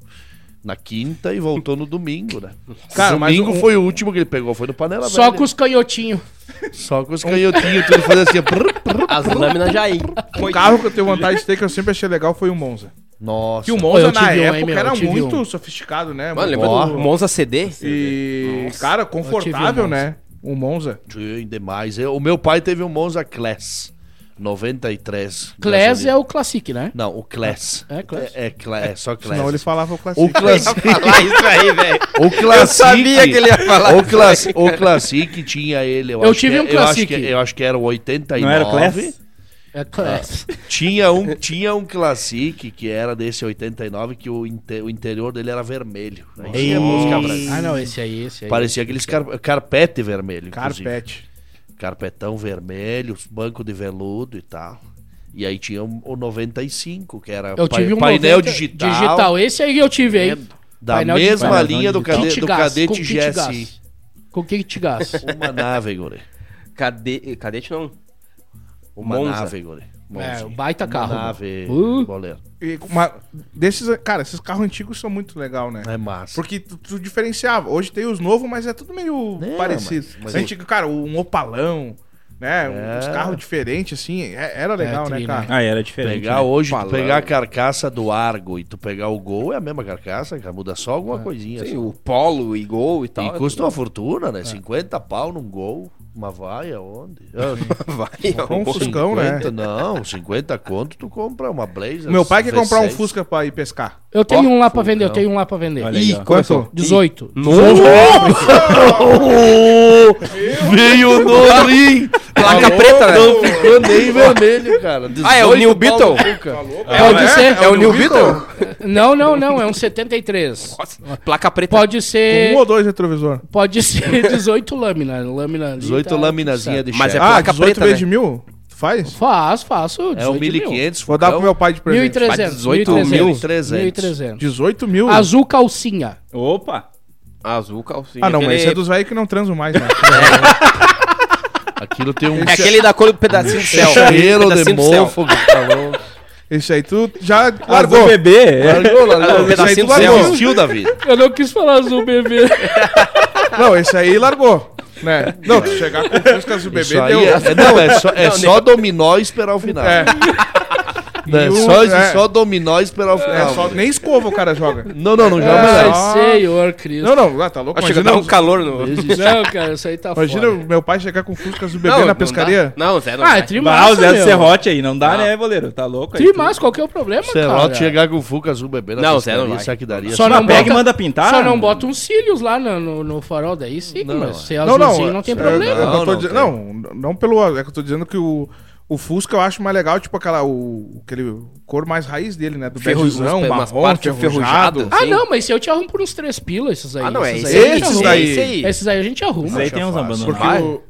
E: na quinta e voltou no domingo, né?
A: Cara, mas
E: domingo
A: um-
E: foi o último que ele pegou, foi no Panela
D: Só
E: Velha.
D: com os canhotinhos.
E: Só com os canhotinhos, tudo fazia assim. ó, brr, brr.
B: As lâminas já aí.
A: O
B: Foi.
A: Um carro que eu tenho vontade de ter, que eu sempre achei legal, foi o Monza.
E: Nossa.
A: Que o
D: Pô,
A: Monza,
D: eu
A: na
D: tive um, hein,
A: época,
D: meu? Eu
A: era
D: tive
A: muito
D: um.
A: sofisticado, né?
B: Mano, lembra
E: Ó.
B: do Monza CD?
A: E, cara, confortável,
D: um Monza.
A: né? O Monza.
E: Sim, demais. Eu- o meu pai teve um Monza Class, 93.
D: Class
E: gasolina.
D: é o Classic, né?
E: Não, o Class.
D: É, Class.
E: É, é, Cla- é só Class.
A: Senão ele assim. falava o clássico.
E: O Class...
B: Falar isso aí, velho.
E: O Classic.
B: Eu sabia que ele ia falar
E: O, class, o Classic tinha ele. Eu,
D: Eu
E: acho
D: tive
E: que, é,
D: um
E: eu acho,
D: Classic.
E: que, eu acho que era o 89.
C: Não era o Class?
D: É
B: Ah,
D: Class.
E: Tinha um, tinha um Classic que era desse 89 que o, inte- o interior dele era vermelho. Aí tinha música brasileira.
D: Ah, não, esse aí, esse aí.
E: Parecia aqueles car- carpete vermelho. inclusive.
A: Carpete.
E: Carpetão vermelho, os bancos de veludo e tal. E aí tinha um- o 95, que era
D: Eu
E: pai-
D: tive um
E: painel
D: 90
E: digital,
D: Digital, esse aí eu tive,
B: É
D: hein?
E: da
D: Painel
E: mesma
D: digital.
E: linha do,
D: Painel
E: cade- do
D: digital. Kit
E: cadete
D: gas, com
E: GSI.
D: kit gas. Com kit gas.
E: Uma nave, guri.
B: Cadê? Cadete não.
E: Uma
B: Monza.
E: nave, guri.
D: É, um baita carro.
E: nave,
D: Uh.
E: boleiro.
A: E com uma- desses, cara, esses carros antigos são muito legal, né?
E: É massa.
A: Porque tu, tu diferenciava. Hoje tem os novos, mas é tudo meio
E: É,
A: parecido.
E: mas- mas-
A: Antigo, cara, um opalão, né? Os carros diferentes, assim. é- Era legal,
D: É,
A: né,
D: tri,
A: cara?
C: Ah, era diferente.
E: Pegar
C: né?
E: hoje,
B: Falando.
E: tu pegar a carcaça do Argo e tu pegar o Gol, é a mesma carcaça, cara, muda só alguma coisinha.
B: Sim,
E: só.
B: o Polo e Gol e
E: E
B: tal. é
E: custa uma fortuna, né? 50 pau num Gol, uma vaia, onde?
B: Vai,
A: Comprou um
B: ó.
A: Fuscão, né?
E: Não, 50 conto tu compra uma Blazer.
A: Meu pai quer comprar um
E: V6.
A: Fusca pra ir pescar.
D: Eu tenho
E: Ó,
D: um lá pra vender, eu
E: Falcão.
D: tenho um lá pra vender.
C: Olha aí,
D: Ih,
C: ó.
A: Quanto?
D: 18.
E: Veio no rim!
B: Placa preta, né?
E: Não ficou nem vermelho, cara.
B: Ah, é o
E: 18
B: New
E: pau
B: Beetle?
E: no cu, cara.
D: Pode ser.
A: um
B: É o New Beetle?
D: Não, não, não, é um 73.
B: Nossa, Placa preta.
D: Pode
A: Um
B: É.
D: ser.
A: ou dois retrovisor.
D: Pode ser 18 lâminas. Lâmina ali,
E: 18
D: tá-
E: laminazinha de
B: Mas
E: chefe.
B: É placa preta,
A: Ah, vezes
B: né?
A: de mil? Tu faz?
D: Faz, faço.
E: É o
D: 18 mil.
E: 1500.
A: Vou dar pro
B: Então,
E: Fulcão.
A: meu pai de presente.
D: 1.300.
B: 18
E: mil?
D: 1.300.
A: 18 mil?
D: Azul calcinha.
C: Opa!
B: Azul, calcinha.
A: Ah, não, mas
B: aquele...
A: esse é dos velhos que não transam mais, né?
E: Aquilo tem um
B: É aquele da cor do pedacinho do céu.
E: cheiro de
B: Pedacinho do céu.
E: mofo. que tá louco.
A: Esse aí tu já
C: Azul
A: largou.
C: bebê! é.
E: Largou, largou.
B: Um pedacinho
E: Esse aí tu
B: do céu.
E: desistiu da vida.
D: Eu não quis falar azul, bebê.
A: Não, esse aí largou. Né? Não, tu chegar com o Fusca do bebê
E: Isso aí
A: deu.
E: é, é- não, é só, é
B: Não,
E: só dominó e esperar o final.
A: É.
E: Não, é
A: E o-
E: só,
A: é.
E: só dominó e esperar o final.
A: É, só, nem escova o cara joga.
E: Não, não, não joga
A: É.
E: mais.
D: Ai, senhor Cristo.
A: Não, não, ah, tá louco.
B: Ah, Chega a
A: Imagina,
B: dar um calor no...
D: Não, cara, isso aí tá
A: imagina
D: foda.
A: o meu pai chegar com o Fusca do bebê na
B: dá.
A: pescaria.
B: Não, Zé, não.
D: Ah, é
B: dá.
C: Ah, o
D: trimassa,
C: Zé
D: meu.
C: Serrote aí, não dá,
B: Não.
C: né, boleiro? Tá louco aí.
D: Trimassa, qual que é o problema, cara?
E: Serrote chegar com o Fuca azul bebê na
B: Não,
E: pescaria,
B: Zé, não vai.
E: será que daria?
D: Só
E: certo?
D: não
C: Mas pega
D: bota-
C: e manda pintar?
D: Só não bota uns cílios lá no, no, no farol, daí sim,
E: Não,
D: mas
E: não,
D: se é azulzinho não, tem
A: é,
D: problema.
A: eu não,
E: Não,
A: tô
E: não
A: diz-
E: tem.
A: não, não pelo. É que eu tô dizendo que o, o Fusca eu acho mais legal, tipo aquela. O, aquele cor mais raiz dele, né? Do
B: Ferru-
A: beijuzão,
B: umas- umas
A: marrom,
B: partes
A: ferrujado.
B: enferrujadas.
D: Ah,
B: Sim.
D: não, mas se eu te arrumo por uns três pilas, esses aí.
B: Ah, não, é
D: esses
B: esse
D: aí
B: aí.
D: a gente
A: Esses
B: esse
D: arruma.
A: daí.
B: aí, esse aí.
D: Esses aí a gente
C: Isso
D: arruma.
C: aí tem uns abandonados.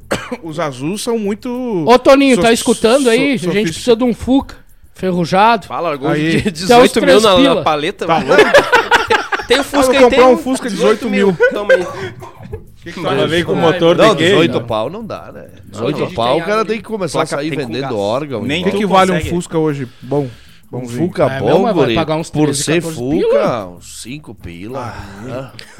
A: Porque o- os azuis são muito.
D: Ô, Toninho, tá
A: sof-
D: escutando aí?
A: so-
D: a gente precisa de um Fuca ferrujado.
B: Fala, largou
A: Aí.
B: de 18 mil na,
D: transpila.
B: na paleta.
A: Tá
B: mano.
A: louco?
B: Tem o Fusca
A: vou
B: aí,
A: comprar
B: tem
A: um Fusca 18 mil.
B: Toma aí.
A: Que que tu
C: Ela
A: acha?
C: veio com o
D: Ai,
C: motor
E: Não,
C: de quê?
E: 18
D: não.
E: pau não dá, né?
B: Não,
E: 18
B: não.
E: pau, o cara tem que começar
B: Placa
E: a sair
B: tem com
E: vendendo
B: gás.
E: órgão.
C: Nem
A: O que,
E: igual.
C: tu
A: que vale um
C: consegue.
A: Fusca hoje? Bom.
E: um
A: Bonzinho.
E: Fuca
D: É, meu,
E: bom,
D: mas vai
E: guri.
D: pagar uns
E: Por
D: 13,
E: ser
D: 14
E: Fuca,
D: pila. Ah,
E: uns 5 pila. Ah.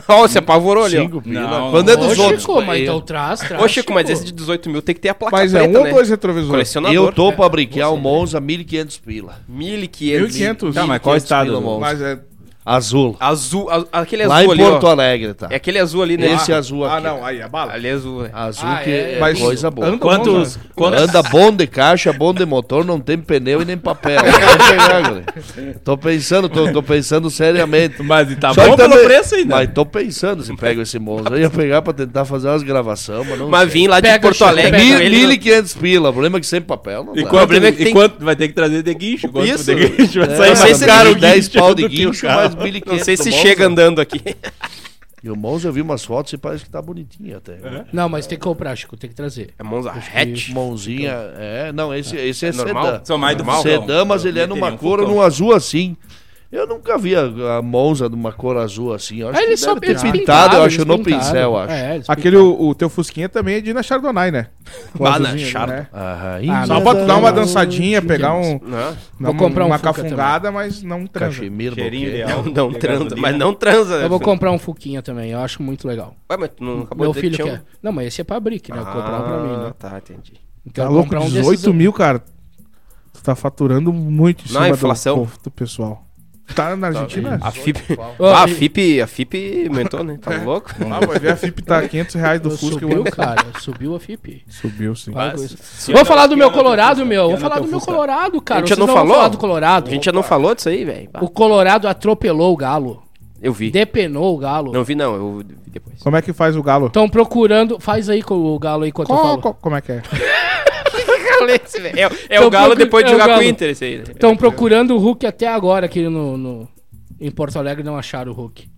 B: Ó, se apavorou ali, ó.
E: 5 pila.
C: Não,
E: Quando é
C: não.
E: dos
D: Ô,
E: outros.
D: Chico, mas
E: eu-
D: então traz, traz.
B: Ô, Chico, mas esse de 18 mil tem que ter a placa
A: Mas é
B: preta,
A: um ou
B: né?
A: dois retrovisores.
B: Colecionador.
E: Eu tô pra briquear um Monza 1.500 pila.
B: 1.500.
A: 1.500.
C: Tá, mas qual estado?
E: Quilombo.
A: Mas é.
E: Azul.
B: Azul, a- aquele azul
E: Lá em
B: ali,
E: Porto
B: ó.
E: Alegre, tá?
B: É aquele azul ali, né?
E: Esse azul
A: Ah,
E: aqui.
A: não, aí, a bala.
B: Ali é azul, né?
E: Azul
D: Ah,
E: que
D: é,
E: é,
A: Mas
E: coisa boa.
A: anda
C: Quantos, quantos,
E: Anda bom de caixa, bom de motor, não tem pneu e nem papel. Vamos pegar, guri. né? tô pensando, tô, tô pensando seriamente.
C: Mas e tá
E: Só
C: bom
E: que
C: pelo
E: também-
C: preço ainda.
E: Mas tô pensando se pego esse Monza. Eu ia pegar pra tentar fazer umas gravações, mas não
B: Mas
E: sei.
B: vim lá de
D: Pega,
B: Porto
D: Chico,
B: Alegre.
D: pega.
B: com
E: Mil-
B: ele, né?
E: 1.500 pila, o problema é que sem papel não
C: E
E: dá.
C: quanto,
B: problema é que
C: e
B: tem-
C: quanto vai ter que trazer de guincho? Quanto
B: Isso.
C: de guincho vai
E: É,
C: sair
E: mas
B: sei
C: mais
B: se
C: caro o
E: tem 10
C: guincho
E: pau
C: do
E: de
C: que o
E: guincho,
C: carro.
E: mais 1.500
B: Não sei se
E: do Monza.
B: chega andando aqui.
E: E o Monza eu vi umas fotos e parece que tá bonitinho até.
D: Não, mas tem que comprar, Chico, tem que trazer.
B: É Monza Hatch.
E: Monzinha,
D: então.
E: é, não, esse, esse é,
B: normal? tá
E: sedã.
C: São mais do
E: Normal.
C: Falcão.
E: Sedã, mas ele é
C: Meteria
E: numa
C: um
E: cor,
C: Falcão.
E: num azul assim. Eu nunca vi a, a Monza numa cor azul assim. Eu acho
D: Ah,
E: que
D: eles só
E: deve ter
D: eles
E: pintado,
D: pintaram,
E: eu
D: eles
E: acho, no
D: pintaram.
E: pincel, eu acho.
D: É, eles
A: Aquele, o, o teu Fusquinha também é de na Chardonnay, né? Com
B: Bah, na
A: azulzinho,
B: Chardonnay.
A: né?
E: Ah,
A: Só pra tu dar uma dançadinha, pegar um.
B: Não,
A: dar
D: Vou comprar um
A: uma
D: Fuca
A: cafungada, mas não transa.
E: Cachemiro,
C: Cheirinho
E: Boquete.
C: ideal.
B: não, não
C: Pegar
B: transa.
C: gasolina.
B: Mas não transa. né?
D: Eu vou comprar um Fuquinha também, eu acho muito legal.
B: Ué, mas tu não acabou
D: Meu
B: de
D: filho
B: dizer que
D: quer. Não, mas esse é pra brick, né? Eu comprar um pra mim, né?
B: Tá, entendi.
A: Tá
D: Então eu vou
A: louco,
D: comprar um
A: 18
D: desses...
A: mil, cara. Tu tá faturando muito em
B: Não,
A: cima
B: inflação.
A: Do, povo, do pessoal. Tá na Argentina?
B: A FIP...
D: Ô,
B: Ah, a
D: e-
B: FIP... A FIP aumentou, né? Tá louco?
A: Ah, vai ver a FIP tá 500 reais do
D: eu
A: Fusca. e o
D: subiu,
A: ano-
D: cara. Subiu a FIP.
A: Subiu, sim.
D: Para com
C: Mas-
D: isso.
C: Se
D: Vamos
C: anda-
D: falar do
C: se
D: meu
C: anda teu
D: Colorado,
C: Fusca,
D: meu.
C: se anda
D: Vamos falar
C: é teu
D: do meu
C: Fusca.
D: Colorado, cara.
B: A gente já
D: Vocês
B: não
D: vão
B: falou?
D: falar do Colorado.
B: A gente já não falou disso aí, velho. Bah,
D: O Colorado atropelou o Galo.
B: Eu vi.
D: Depenou o Galo.
B: Não vi, não. Eu vi depois.
A: Como é que faz o galo?
D: Estão procurando. Faz aí com o Galo aí enquanto eu
A: Co-
D: falo.
A: co- como é que é?
B: É, é
D: Então,
B: o Galo
D: porque-
B: depois de
D: é o
B: jogar com o
D: Galo.
B: Inter, esse aí. né?
D: Estão procurando o Hulk até agora aqui no, no- em Porto Alegre não acharam o Hulk.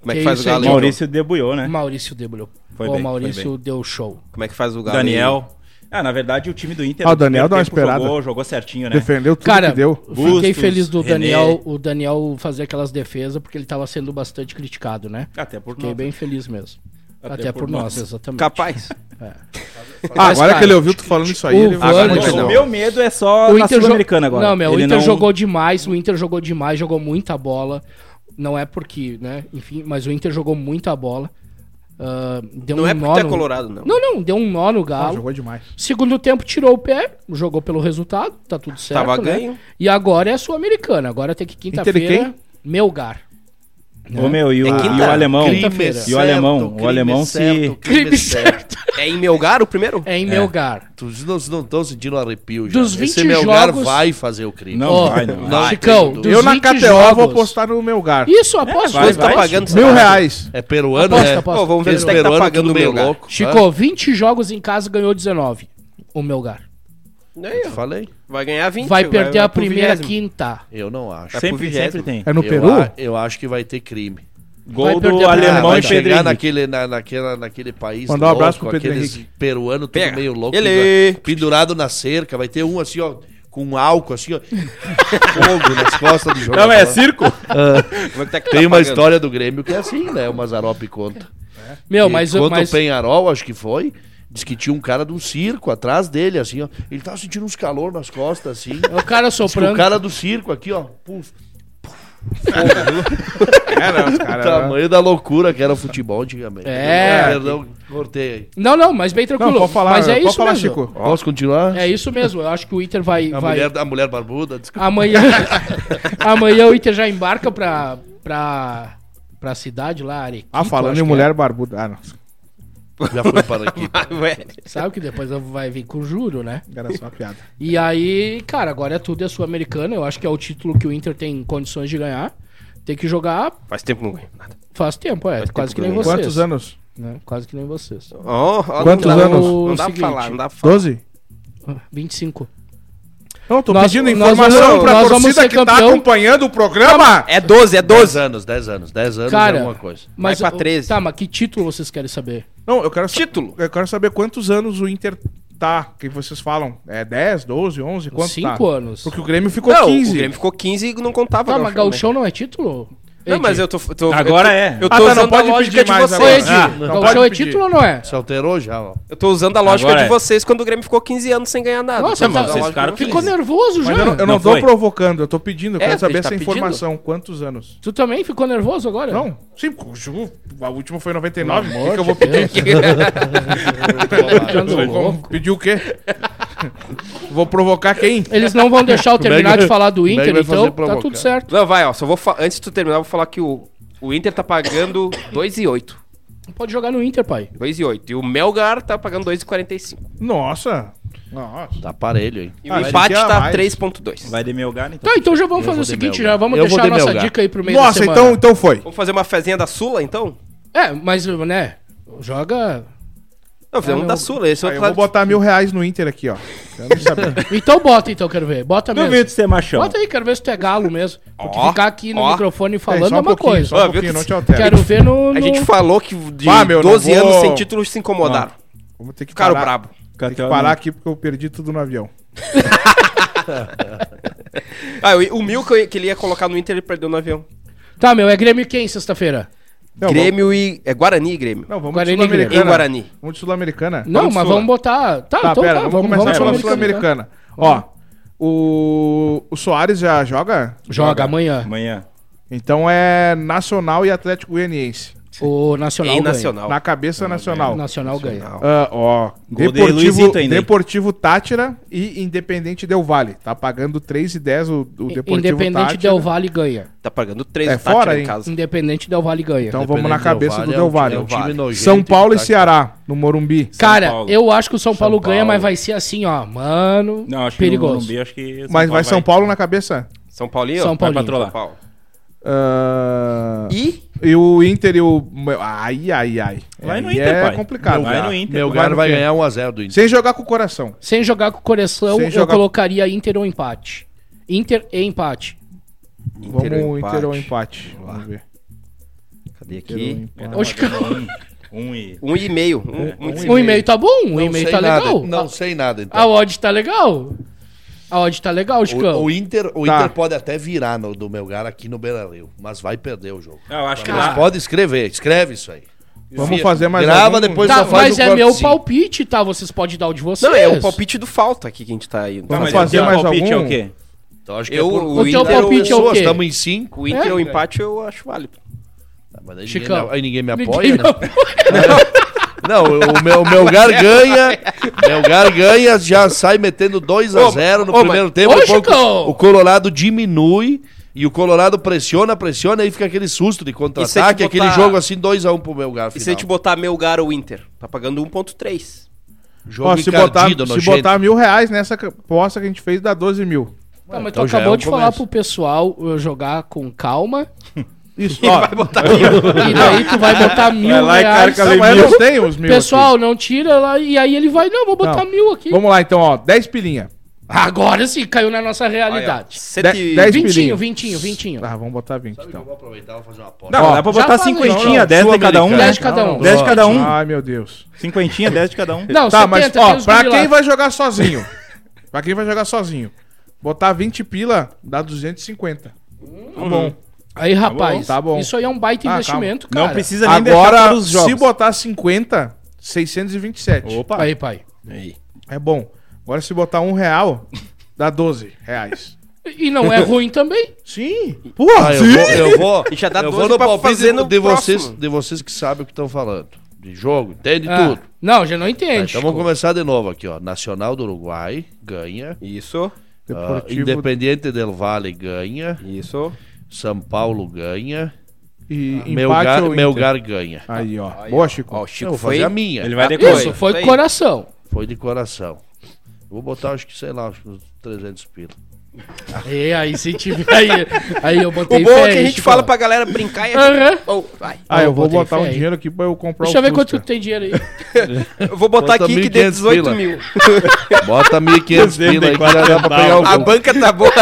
B: Como é
D: que
B: que faz o
D: isso aí,
B: Galo? aí,
C: Maurício debuiou, né?
D: Maurício debrou.
C: Foi
D: Ô,
C: bem, foi
D: Maurício deu show.
B: então? Como é que faz o Galo? aí?
C: Daniel. Ah, na verdade o time do Inter.
A: Ah, o
C: no
A: Daniel
C: primeiro
A: dá uma
C: tempo
A: esperada.
C: Jogou, jogou certinho, né?
A: Defendeu tudo
D: Cara,
A: que deu.
D: fiquei
C: Bustos,
D: feliz do
C: René.
D: Daniel, o Daniel fazer aquelas defesas, porque ele tava sendo bastante criticado, né?
C: Até por
D: Fiquei
C: nós.
D: bem feliz mesmo. Até,
C: Até
D: por,
C: por
D: nós,
C: nós.
D: exatamente.
B: Capaz.
A: Ah, agora
D: cara,
A: que ele ouviu tu falando isso aí,
D: o
A: ele vai
D: Vans-
A: vai
D: Não,
C: Mas
A: entender.
C: O
D: não.
C: meu medo é só
D: O
C: na
D: Inter, jo-
C: Sul-Americana agora.
D: Não, meu, o
C: Ele
D: Inter jogou demais, o Inter jogou demais, jogou muita bola. Não é porque, né? Enfim, mas o Inter jogou muita bola. ah, deu
B: Não
D: um
B: é
D: nó
B: porque tu é
D: no-
B: colorado, não.
D: Não, não, deu um nó no
A: Ah,
D: Galo.
A: jogou demais.
D: Segundo tempo tirou o pé, jogou pelo resultado, tá tudo certo.
B: Tava
D: né?
B: ganho.
D: E agora é a Sul-Americana. Agora tem que quinta-feira.
A: Inter
D: Melgar.
C: Ô, meu, e o,
B: É
C: e
B: quinta-
C: o alemão?
D: quinta-feira.
C: E o alemão? o
E: crime
C: alemão
E: certo,
C: se.
E: crime certo.
B: É em Melgar o primeiro?
D: É em Melgar.
E: Vocês não estão sentindo um arrepio já.
D: Dos
E: Esse
D: 20
E: Melgar
D: jogos-
E: vai fazer o crime.
C: Não
D: Ó,
C: vai, não
E: vai.
D: Chicão,
E: Eu
D: dos
A: eu na
D: 20
A: KTO vou
D: jogos-
A: apostar no Melgar.
D: Isso, aposto.
C: É, vai,
B: Quanto tá pagando essa
A: Mil
B: parada?
A: reais.
E: É peruano,
D: Aposta,
E: né?
D: aposta.
B: Pô, vamos ver
E: Aqueles
B: quanto é que tá
E: peruanos
B: pagando
E: tudo
B: o
E: meio
B: Melgar.
E: louco,
D: Chico, 20 jogos em casa ganhou 19. O Melgar.
B: Aí,
E: né?
B: ó.
E: Falei.
B: Vai ganhar 20.
D: Vai perder a
B: pro
D: primeira
B: vigésimo.
D: quinta.
E: Eu não acho.
B: Vai pro
C: Sempre, sempre
B: vigésimo.
C: tem.
A: É no
E: eu,
A: Peru?
E: a- eu acho que vai ter crime.
D: Vai
C: Gol
D: perder
C: do
D: a
E: Ah,
C: alemão
E: vai
C: e
E: chegar
C: Pedrinho.
E: naquele, na, naquela, naquele país
A: Mandar um abraço pro Pedro
E: aqueles
A: Henrique.
E: peruanos tudo
B: Pega.
E: meio louco.
B: Ele.
E: né? Pendurado na cerca. Vai ter um assim, ó, com álcool, assim, ó. fogo nas costas do jogador. Ah,
C: Não, é
A: assim.
C: circo?
B: Como é que tá que
E: Tem
B: tá
E: uma
B: pagando?
E: história do Grêmio que é assim, né? O Mazarope conta.
D: Meu,
E: E
D: mas,
E: Conta
D: mas
E: o Penharol, acho que foi. Diz que tinha um cara de um circo atrás dele, assim, ó. Ele tava sentindo uns calor nas costas, assim.
D: é o cara
E: Diz que o
A: Tipo,
D: soprando.
E: cara do circo aqui, ó. Puf,
A: É, não, os
E: o
A: caras-
E: tamanho da loucura que era o futebol antigamente.
D: É.
E: Perdão, cortei aí.
D: Não, não, mas bem tranquilo.
A: Não, pode falar,
D: mas é
A: pode
D: isso
A: falar,
D: mesmo.
A: Chico.
E: Posso continuar?
D: É isso mesmo. Eu acho que o Inter vai.
E: a,
D: vai...
E: mulher, a mulher barbuda, desculpa.
D: Amanhã, amanhã o Inter já embarca pra, pra, pra cidade lá, Arequipa.
A: Ah, falando
D: acho
A: em
D: que é.
A: mulher barbuda. Ah, não.
D: Ah.
E: Já foi para aqui.
B: Ué,
D: é. Sabe que depois vai vir com juro, né?
A: Era só uma piada.
D: E aí, cara, agora é tudo é sul-americana. Eu acho que é o título que o Inter tem condições de ganhar. Tem que jogar
B: Faz tempo que não ganho nada.
D: faz tempo, é.
B: Faz
D: quase
B: tempo
D: que nem
B: que eu
D: vocês.
A: Quantos anos?
D: Né? Quase que nem vocês.
B: Ó, ó,
A: Quantos
B: não dá-
A: anos?
B: Não dá
D: O
B: pra falar,
D: seguinte.
B: não dá pra falar.
A: Doze?
D: Ah, 25.
A: Não, tô
D: Nós-
A: pedindo
D: nós
A: informação
D: vamos-
A: pra
D: nós vamos
A: torcida
D: ser
A: que tá
D: campeão.
A: acompanhando o programa.
B: É 12, é
E: 10
B: 12.
E: anos, 10 anos. 10 anos é
D: Cara,
E: alguma coisa.
D: mas,
B: pra 13.
D: Tá, mas que título vocês querem saber?
A: Não, eu quero, sa-
B: Título.
A: eu quero saber quantos anos o Inter tá. Que vocês falam? É 10, 12, 11? Quanto
D: Cinco
A: tá?
D: anos.
A: Porque o Grêmio ficou
B: não,
A: 15.
B: o Grêmio ficou 15 e não contava.
D: Tá,
B: não,
D: mas
B: Fernando.
D: gauchão não é título?
B: Não,
D: Edi?
B: mas eu tô... eu tô-
C: Agora
B: eu
C: é.
B: tô- Eu tô
A: Ah, tá, não
B: usando
A: pode
B: a lógica
A: pedir
B: de
A: mais
D: Ô,
A: agora.
B: vocês.
D: Edi,
A: Ah, não
D: gauchão
A: pode
D: é
A: pedir.
D: título ou não é?
E: Se alterou já, ó.
B: Eu tô usando a lógica
C: Agora
B: de
C: é.
B: vocês quando o Grêmio ficou 15 anos sem ganhar nada.
D: Nossa,
B: Eu tô
D: tá-
B: usando a
C: vocês
B: lógica
C: ficaram
B: de
D: Ficou
C: Sim.
D: nervoso já.
A: Mas eu não, eu
C: Não
A: não tô
C: foi.
A: provocando, eu tô pedindo. Eu
B: É,
A: quero
B: a gente
A: saber
B: tá
A: essa
B: pedindo.
A: informação. Quantos anos?
D: Tu também ficou nervoso agora?
A: Não, sim, porque o Ju- a última foi em 99. O que, que eu vou
D: Deus.
A: pedir?
D: Ficando
A: Vou- vou-
D: louco.
A: Pedir o quê? vou provocar quem?
D: Eles não vão deixar eu terminar
E: Como é que-
D: de falar do
E: como é que
D: Inter,
E: vai fazer
D: então tá
E: provocar?
D: tudo certo.
B: Não, vai, ó. Só vou fa- Antes de tu terminar, eu vou falar que o, o Inter tá pagando 2,8.
D: Pode jogar no Inter, pai.
B: Tá 2,8. E o Melgar tá pagando 2,45.
A: Nossa! Nossa.
E: Tá parelho, hein?
B: E
A: Ah,
B: o
A: achei
B: empate
A: que era
B: tá
A: mais.
B: 3,2.
C: Vai de Melgar, então.
D: Tá, então já vamos
E: Eu
D: fazer
E: vou
D: o
E: de
D: seguinte,
E: Melgar.
D: já vamos
E: Eu vou
D: deixar a
E: de
D: nossa
E: Melgar.
D: dica aí pro meio da
A: Nossa,
D: semana.
A: então, então foi.
B: Vamos fazer uma fezinha da Sula, então?
D: É, mas, né, joga...
B: Não, fizemos
D: Ah, não.
B: da Sula. Esse é
A: Aí
B: o
A: eu vou
B: claro-
A: botar mil reais no Inter aqui, ó. Quero saber.
D: Então bota, então, quero ver. Bota mesmo.
C: Duvido de ser machão.
D: Bota aí, quero ver se tu é galo mesmo. Porque
B: Ó,
D: ficar aqui no
B: ó.
D: microfone
A: Tem,
D: falando
A: só
D: é
A: um
D: uma
A: pouquinho,
D: coisa.
A: Só um
B: Ah, viu?
A: pouquinho, não te altera.
D: Quero ver no...
B: A
D: no-
B: gente falou que de
A: Ah, meu, não
B: 12 anos
A: vou-
B: sem título se incomodaram.
A: Vamos ter que
B: Ficaram
A: parar.
B: brabo.
A: Tem que parar aqui porque eu perdi tudo no avião.
B: Ah, o o Milk que ele ia colocar no Inter, ele perdeu no avião.
D: Tá, meu, é Grêmio quem sexta-feira?
A: Não,
B: Grêmio e. É Guarani e Grêmio.
A: Vamos, não, vamos
D: Guarani
A: de
D: e Grêmio.
B: Em
A: Sul-Americana.
B: Guarani.
A: Vamos de Sul-Americana.
D: Não,
A: Vamos de
D: mas
A: Sula.
D: vamos botar... Tá,
A: Tá,
D: então
A: pera,
D: tá,
A: vamos, começar pela
D: vamos Sul-Americana.
A: Sul-Americana. Ó, o, o Soares já joga?
D: Joga amanhã.
C: Amanhã.
D: tá
A: Então é Nacional e Atlético Goianiense.
D: O Nacional
B: Em
D: ganha.
B: Nacional.
A: Na cabeça, Nacional.
D: O Nacional ganha.
A: Ah, ó,
C: Gol de
A: Deportivo,
C: Luizito ainda, hein?
A: Deportivo Tátira e Independente Del Vale. Tá pagando 3,10 o, o Deportivo
D: Independente
A: Tátira.
D: Del Vale ganha.
B: Tá pagando 3
A: É
B: o Tátira
A: fora,
B: em
A: hein?
B: casa.
D: Independente Del Vale ganha.
A: Então vamos na
E: Independente
A: cabeça do
E: é um
A: Del Vale.
E: time- é um time nojento
A: São Paulo e
E: tá-
A: Ceará, no Morumbi.
D: Cara,
C: Paulo.
D: eu acho que o São Paulo, ganha,
E: Paulo.
D: mas vai ser assim, ó, mano,
C: Não, acho que no
D: perigoso.
C: Morumbi, acho que São
A: Mas
C: Paulo
A: vai São Paulo na cabeça?
B: São Paulinho?
D: São
C: Vai
D: Paulinho.
C: patrolar.
B: Paulo.
A: Ah,
B: E
A: E o Inter e o. Ai, ai, ai.
C: Vai no
A: Aí
C: Inter,
A: é
C: pai.
A: complicado.
C: Vai no Inter.
A: Vai
E: Melgar
A: no
E: vai
A: quê?
E: ganhar 1x0 do Inter.
A: Sem jogar com o coração.
D: Sem jogar com o coração,
A: Sem
D: eu
A: jogar-
D: colocaria Inter ou empate. Inter e empate.
B: é um
A: Vamos Inter ou empate. Vamos ver.
B: Cadê
A: Inter ou
B: aqui?
C: É,
A: empate.
D: Hoje que...
C: Um, um e...
B: Um e meio. Um, um e
D: Um e meio tá bom, um
E: Não
D: e meio
E: sei
D: tá
E: nada,
D: legal.
E: Não
D: A-
E: sei nada, então.
D: A odd tá legal. A odd tá legal, Chicão.
E: O, o Inter, o
A: Tá.
E: Inter pode até virar no, do Melgar aqui no Beira Rio, mas vai perder o jogo.
C: Ah, eu acho que
E: Mas
C: lá...
E: pode escrever, escreve isso aí.
A: Vamos fazer mais
E: Grava
A: algum?
E: depois
D: Tá,
E: só faz
D: mas
E: o
D: é meu
E: cortezinho.
D: palpite, tá? Vocês podem dar o de vocês.
B: Não, é o palpite do falta aqui que a gente tá indo.
C: Tá,
A: Vamos
C: mas
A: fazer
C: o teu
A: mais
C: palpite
A: algum?
C: é o quê?
E: Então acho que
B: Eu-
E: é por,
B: o
D: O teu
B: Inter-
D: palpite é o
E: pessoas,
D: quê?
E: estamos em 5.
B: O Inter
D: É.
B: ou empate eu acho válido.
E: Ah, mas aí,
D: Chicão,
E: ninguém me, aí ninguém me
D: Ninguém
E: apoia,
D: me
E: né? Não, o meu, meu
B: é
E: gar ganha. Melgar ganha, já sai metendo 2x0 no
A: ô, mas-
E: primeiro tempo.
D: ô,
E: um pouco-
D: Chicão!
E: o Colorado diminui e o Colorado pressiona, pressiona, aí fica aquele susto de contra-ataque,
B: botar-
E: aquele jogo assim 2x1 pro Melgar.
B: E
E: Final.
B: se a gente botar Melgar ou Inter? Tá pagando 1.3.
E: jogo
A: Ó, se, botar,
E: encardido,
A: se
E: nojento.
A: botar mil reais nessa ca- aposta que a gente fez, dá 12 mil.
D: Tá, mas
E: então
D: tu
E: já é
D: acabou
E: um
D: de falar
E: começo.
D: pro pessoal uh, jogar com calma.
A: Isso, ó.
D: E daí tu vai botar mil
C: lá e
D: reais.
C: carca
A: Não, mas eu não tenho os mil. aqui.
D: Pessoal, não tira lá. E aí ele vai, não, vou botar
A: Não.
D: mil aqui.
A: Vamos lá então, ó. 10 pilinha.
D: Agora sim, caiu na nossa realidade.
A: De-
B: 110
A: dez-
D: Vintinho,
A: pilinho.
D: vintinho, vintinho.
A: Ah,
E: Tá.
D: Dez
A: vamos botar 20 então.
E: Vou aproveitar, vou fazer uma aposta.
C: Não,
A: Ó,
C: dá pra
D: já
C: botar
D: falei,
C: cinquentinha,
D: não, não,
C: 10 de cada um, né?
D: de cada um.
A: Não,
C: Dez de cada um?
A: Ai, meu Deus.
C: Cinquentinha, 10 de cada um.
D: Não,
A: tá,
D: 70,
A: mas
D: tem
A: ó,
D: os
A: pra
D: guri lá.
A: quem vai jogar sozinho. pra quem vai jogar sozinho. Botar 20 pila dá 250. Tá bom.
D: Aí, rapaz,
A: Tá bom.
D: isso aí é um baita
A: Ah,
D: investimento, cara.
C: Não precisa nem deixar
A: Agora,
C: todos os é jogos.
A: se botar 50, 627.
C: Opa.
D: Aí, pai.
B: Aí.
A: É bom. Agora, se botar um real, dá 12 reais.
D: E não é ruim também.
A: Ah, Sim.
E: Porra, Ah, eu vou, eu vou,
B: E já dá
E: eu
B: 12
E: vou no
B: pra
E: palpite
B: fazer no
E: de, vocês,
B: próximo.
E: de vocês que sabem o que estão falando. De jogo, entende
D: Ah,
E: tudo.
D: Não, já não
E: Tá,
D: entende.
E: então vamos começar de novo aqui, ó. Nacional do Uruguai ganha.
B: Isso.
E: Ah,
A: Deportivo
E: Independiente del Valle ganha.
B: Isso.
E: São Paulo ganha.
A: e
C: Ah,
A: empate
E: Melgar,
A: ou Inter.
E: Melgar ganha.
A: Aí, ó. Boa, Chico.
B: Ó, o
E: Eu
B: Chico
E: vou
B: foi.
E: fazer a minha.
C: Ele vai decorar.
D: Ah, Isso,
B: Foi,
D: foi
B: foi.
D: com coração.
E: Foi de coração. Vou botar, acho que, sei lá, acho que uns 300 pila.
D: E aí, se tiver aí, aí eu
B: O
D: botei
B: bom
D: fé,
B: é que a gente
D: Chico.
B: fala pra galera brincar e a
D: Aham.
B: gente... Oh, vai.
A: Ah, eu vou
D: Botei
A: botar
D: fé
A: um
D: aí.
A: dinheiro aqui pra eu comprar
D: Deixa eu
A: o
D: ver quanto
A: Fusca.
D: tem dinheiro aí.
B: Eu vou botar
E: Bota
B: aqui que deu
E: 1.500
B: 18
E: pila.
B: mil.
E: Bota 1.500 pila aí que já dá pra pegar o
B: A
E: gol.
B: banca tá boa.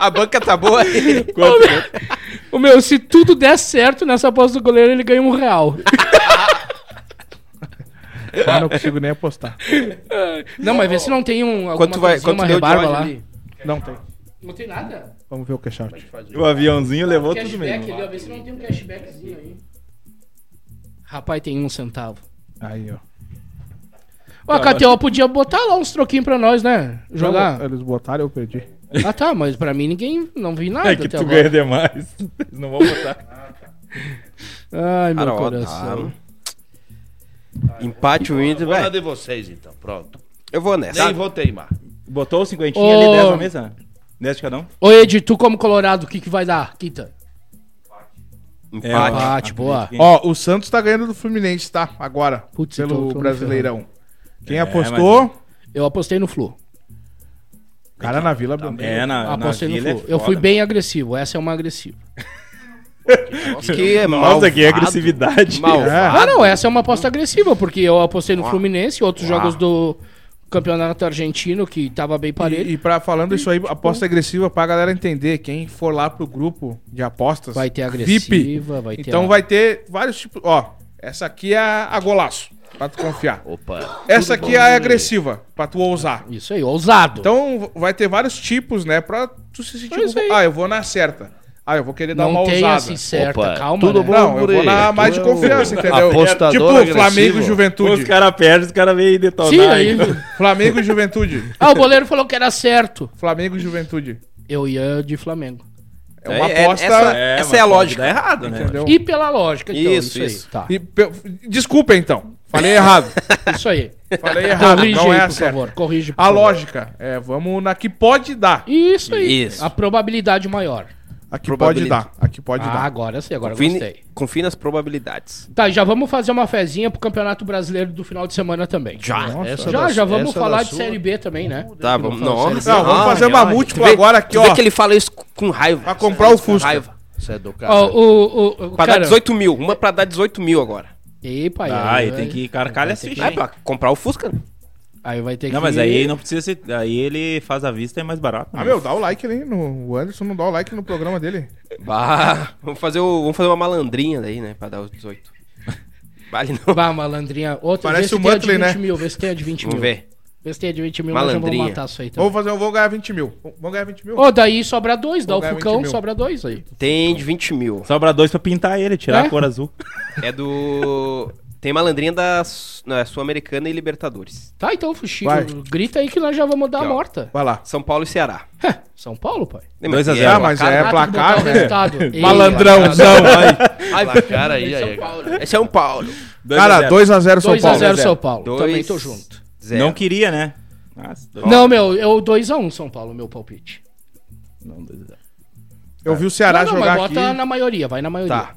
B: A banca tá boa.
D: Ô, meu- Ô, meu, se tudo der certo nessa aposta do goleiro, ele ganha um real.
A: Ah, não consigo nem apostar.
D: Não, mas vê se não tem um, alguma
B: Quanto vai,
D: coisinha, uma
B: quanto deu de
D: rebarba
B: ódio
D: lá.
B: ali?
A: Não tem.
D: Não tem nada.
A: Vamos ver o cash out.
C: O aviãozinho levou tudo
D: Cashback
C: mesmo.
D: ali, ó. Vê se não tem um cashbackzinho aí. Rapaz, tem um centavo.
A: Aí, ó.
B: Então,
D: Ó, a KTO podia botar lá uns troquinhos pra nós, né?
B: é.
D: Jogar.
A: Então, Eles botaram eu perdi.
D: Ah, tá, mas pra mim ninguém não vi nada
C: É que
D: até
C: tu
D: agora.
C: ganha demais. Eles não vão botar.
D: Ai, meu
B: Cara, ó,
D: coração.
B: tá. Empate o Inter,
E: Bola
B: vai.
E: de vocês, então. Pronto.
B: Eu vou nessa.
E: Nem vou teimar.
C: Botou o cinquentinho
D: Ô.
C: ali, 10 na mesa? 10 de cada um?
D: Ô, Ed, tu como colorado, o que que vai dar? Quita.
B: Empate.
D: ó. Empate, boa.
C: Quem-
A: Ó, o Santos tá ganhando do Fluminense, tá? Agora.
D: Putz, eu tô-
A: pelo
D: tô me
A: Brasileirão. Quem
C: É,
A: apostou?
D: Eu apostei no Flu.
A: Cara na Vila.
C: É, na, na
D: Apostei no
C: vila é
D: Flu. eu
C: foda,
D: fui
C: meu.
D: bem agressivo. Essa é uma agressiva.
B: Nossa, que é
C: Nossa, que
B: malvado.
C: agressividade.
B: Malvado.
D: Ah, não, essa é uma aposta agressiva, porque eu apostei no Fluminense, outros
B: Uau.
D: jogos do Campeonato Argentino, que tava bem parelho.
A: E, e pra, falando isso
D: Tipo,
A: aí, aposta agressiva pra galera entender. Quem for lá pro grupo de apostas.
D: Vai ter agressiva, vai ter
A: Então
D: a-
A: vai ter vários tipos. Ó, essa aqui é a, a golaço. Pra tu confiar.
E: Opa.
A: Essa aqui é a agressiva. Pra tu ousar.
D: Isso aí, ousado.
A: Então vai ter vários tipos, né? Pra tu se sentir.
D: É isso aí.
A: Ah, eu vou na certa. Ah, eu vou querer dar
D: não
A: uma
D: tem
A: ousada.
D: assim certa,
E: Opa,
D: calma.
E: tudo
D: né?
E: bom?
A: Não, eu vou
E: Guri,
A: na
E: tu
A: mais de
E: é o
A: confiança, entendeu?
E: apostador
A: tipo,
E: agressivo.
A: Flamengo e
C: Os
A: Juventude.
C: caras perdem, os caras vêm detonar. então.
D: Sim, aí.
A: Flamengo e Juventude.
D: Ah, o goleiro falou que era certo.
A: Flamengo e Juventude.
D: Eu ia de Flamengo.
A: É uma
B: É, é-
A: aposta.
B: essa- é a lógica.
C: Dá errado, né?
A: Entendeu?
D: E pela lógica, então.
B: Isso,
D: Isso,
B: isso.
D: aí. Tá.
A: E pe- Desculpa, então. Falei errado.
D: Isso aí.
A: Falei errado.
D: Corrige
A: não
D: aí,
A: é a
D: por
A: certa.
D: favor. Corrige, por
A: A
D: favor.
A: lógica é, vamos na que pode dar.
D: Isso aí.
B: Isso.
D: A probabilidade maior.
A: A que pode dar. A que pode
D: ah,
A: dar.
D: agora sim, agora eu
B: Confie,
D: gostei.
B: confie nas probabilidades.
D: Tá, já vamos fazer uma fezinha pro Campeonato Brasileiro do final de semana também.
B: Já.
E: Essa
D: Já,
E: da-
D: já vamos
E: essa
D: falar
E: da
D: de
E: sua-
D: Série B também, né?
B: Tá, vamos.
D: Nossa.
B: Nossa.
A: Não, vamos fazer uma múltipla agora aqui,
B: Tu vê
A: ó.
B: que ele fala isso com raiva.
A: Pra comprar o Fusca.
B: Raiva.
E: Essa é do cara.
D: Ó, o, o, o,
B: Pra
D: cara-
B: dar 18 mil. Uma pra dar 18 mil agora.
D: Epa, aí,
C: Ah,
D: aí
C: e tem
D: vai-
C: que carcalha assistir.
B: É pra comprar o Fusca. né?
D: Aí vai ter que.
C: Não, mas aí não precisa ser. Aí ele faz a vista, é mais barato.
A: Ah,
C: né?
A: meu, dá o like ali. No... O Anderson não dá o like no programa dele.
B: Bah, vamos, fazer o- vamos fazer uma malandrinha daí, né? Pra dar os 18. Vale não.
D: Bah, malandrinha. Outra,
A: Parece
D: vê se
A: o
D: tem a é de
A: Muttley,
D: 20
A: né?
D: mil, vê se tem a de 20
B: Vamos
D: mil.
B: ver.
D: Vê se tem a de 20 mil, nós já
B: Malandrinha.
D: vamos matar isso aí também.
A: Vamos fazer, eu vou ganhar 20 mil. Vamos ganhar 20 mil?
D: Então. Ô, daí sobra dois, dá
A: Vou
D: o
A: ganhar
D: Fucão,
A: 20 mil.
D: sobra dois aí.
B: Tem de 20 mil.
C: Sobra dois pra pintar ele, tirar
D: É?
C: a cor azul.
B: É do. Tem malandrinha da Su- não, é, Sul-Americana e Libertadores.
D: Tá, então, Fuxinho,
A: Vai.
D: grita aí que nós já vamos dar a
B: Aqui, ó.
D: morta.
A: Vai lá.
B: São Paulo e Ceará.
D: São Paulo, pai.
B: Não,
C: 2 a
B: e
C: 0.
B: o
A: Ah, mas
B: placar-
A: é
D: Ah, tem que
A: placar,
D: botar o
A: né?
D: resultado. Ei,
A: Malandrãozão.
D: é
B: Ai,
E: Placar aí, aí. cara.
B: É São Paulo.
A: Cara, 2x0 São Paulo.
D: 2x0 São Paulo.
B: Dois-
D: Também tô junto.
B: Zero.
C: Não queria, né? Nossa,
E: um.
C: dois-
D: Não, meu, eu 2x1 São Paulo, meu palpite.
C: Não, dois a zero.
A: Eu vi o Ceará
D: não, não,
A: jogar
D: mas
A: aqui.
D: bota na maioria, vai na maioria.
B: Tá.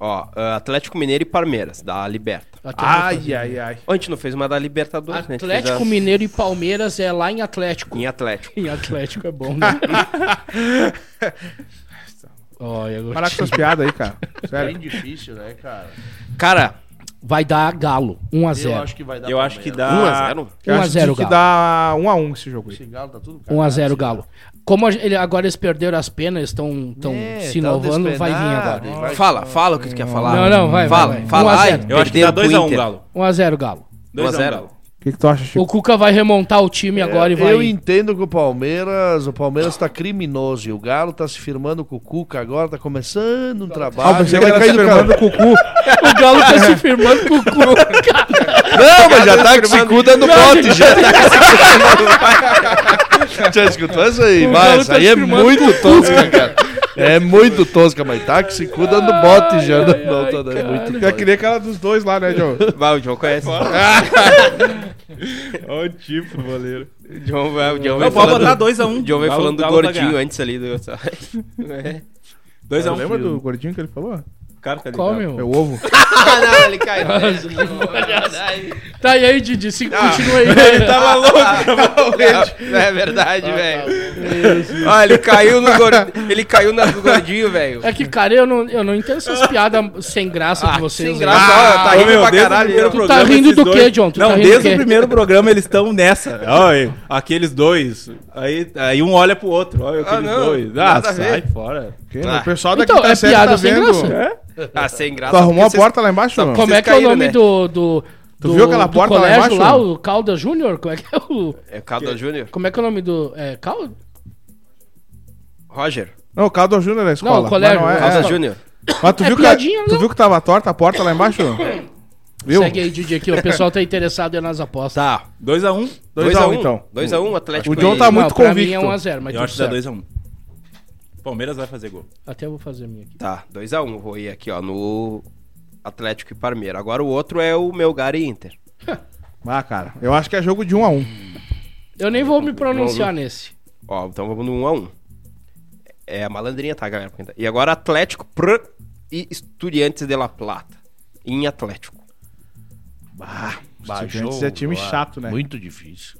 B: Ó, ah, Atlético Mineiro e Palmeiras, da Liberta.
D: Até eu vou fazer.
A: Ai, ai, ai.
B: Ó, A gente não fez uma da Libertadores, né? A gente fez
D: Atlético
B: a-
D: Mineiro e Palmeiras é lá em Atlético.
B: Em Atlético.
D: Em Atlético é bom, né? Olha, eu
A: Parar com
D: te-
A: essas piadas aí, cara. Sério.
E: Bem difícil, né, cara?
B: Cara,
D: Vai dar galo, 1 a
E: Eu
D: 0
E: acho que vai dar
C: Eu acho que
E: Palmeiras.
C: dá.
B: 1x0.
A: Eu acho
D: 1x0
A: que
D: Galo.
A: dá 1x1 esse jogo aí.
E: Esse Galo tá tudo
D: 1 a 0
E: cagado,
D: Galo. Como a gen- ele, agora eles perderam as penas, estão tão
E: É,
D: se
E: tá um
D: inovando, vai vir
E: despenado,
D: agora.
E: vai-
B: Fala, fala o que tu quer falar.
D: Não, não, vai, vai,
B: Fala,
D: vai. Um a
B: fala. Ai,
D: zero.
C: Eu acho que
B: perderam
C: dá
B: pro
C: 2x1,
B: Inter.
C: Galo.
D: 1 a 0 Galo.
C: 2x1,
B: 1x0.
C: Galo.
A: O que, que tu acha, Chico?
D: O Cuca vai remontar o time agora e
E: É,
D: vai.
E: Eu entendo que o Palmeiras, o Palmeiras tá criminoso e o Galo tá se firmando com o Cuca agora, tá começando um
A: Ah,
E: trabalho.
A: você
E: vai
A: vai
E: cair
A: cair
E: do cavalo.
A: do Cucu.
D: O Galo tá se firmando com o Cuca.
E: Não, mas já tá com se cuda no bote, já tá com se cu dando bote. Já escutou essa aí?
D: O
E: Vai,
D: Galo
E: essa
D: tá
E: aí é
D: firmando
E: muito tosca, cara. É muito tosca, mas tá com se cu dando bote já. Não, não, não, é muito
A: Já
E: tosca.
A: queria aquela dos dois lá, né, João?
B: Vai, o John conhece.
C: Olha o tipo, goleiro.
B: O John vai, o John
C: Eu
B: vai
C: vou botar
B: falando...
C: 2x1.
B: O John vai falando do gordinho antes ali do...
C: 2x1.
A: Lembra do gordinho que ele falou?
C: Cara, tá
D: Qual,
C: ligado.
A: É
D: meu?
A: o ovo.
B: Ah, não, ele cai.
D: Tá, e aí, Didi? Se
A: Ah,
D: continua aí. Tá
B: tava louco. tá É verdade, velho. Ah, ele caiu no gordinho. Ele caiu na do gordinho, velho.
D: É que, cara, eu não, eu não entendo essas
A: Ah.
D: piadas sem graça de vocês.
B: sem
D: né?
B: graça, ó, tá
C: Ah, Ô,
B: rindo pra
C: meu, desde o
B: caralho.
C: primeiro
B: ó.
D: Tu tá
C: programa,
D: rindo
C: esses
D: do quê, John? Tu
C: não,
D: tá rindo do
C: desde
D: quê?
C: o primeiro programa eles estão nessa. Olha, aqueles dois. Aí, aí um olha pro outro. Olha aqueles
B: não,
C: dois. Ah,
B: nada a
C: sai
B: ver.
C: fora.
A: Ok,
B: Ah.
A: O pessoal da
D: Então,
A: quinta
D: é
A: série
D: piada
A: tá
D: sem
A: vendo.
D: graça.
B: Ah, sem graça.
A: Tu arrumou a
B: porque
A: porta lá embaixo, não?
D: Como
B: Vocês
D: é que é o
B: caíram,
D: nome
B: né?
D: do, do, do.
A: viu aquela
D: do
A: porta lá
D: colégio
A: embaixo?
D: lá, o Calda Júnior? Como é que é o.
B: vocês- É o Caldo Júnior?
D: Como é que é o nome do. É, Calda?
B: Roger.
A: Não, o Caldo Júnior é a escola.
D: o colégio,
A: Mas,
D: o
A: não, é,
B: Caldo
A: é.
B: Júnior.
A: Mas tu,
D: É
A: viu que,
D: piadinha,
A: tu
D: né?
A: viu que tava torta a porta lá embaixo? Viu?
D: Segue aí, Didi, aqui. ó, O pessoal tá interessado aí nas apostas.
B: Tá.
C: 2x1. Um,
A: 2x1,
B: 2x1,
A: então.
B: 2x1 Atlético.
A: O John
B: e-
A: tá muito
D: não, pra mim é
A: convicto.
D: 1x0, mas
C: eu
D: tudo
C: acho que dá
D: certo.
C: 2x1. Palmeiras vai fazer gol.
D: Até eu vou fazer a minha aqui.
B: Tá, 2x1. Vou ir aqui, ó, no Atlético e Parmeira. Agora o outro é o Melgar e Inter.
A: Ah, cara. Eu acho que é jogo de 1x1.
D: Eu nem vou me pronunciar nesse.
B: Ó, então vamos no 1x1. É a malandrinha, tá, galera? E agora Atlético pr, e Estudiantes de La Plata. Em Atlético.
A: Estudiantes é time chato, né?
E: Muito difícil.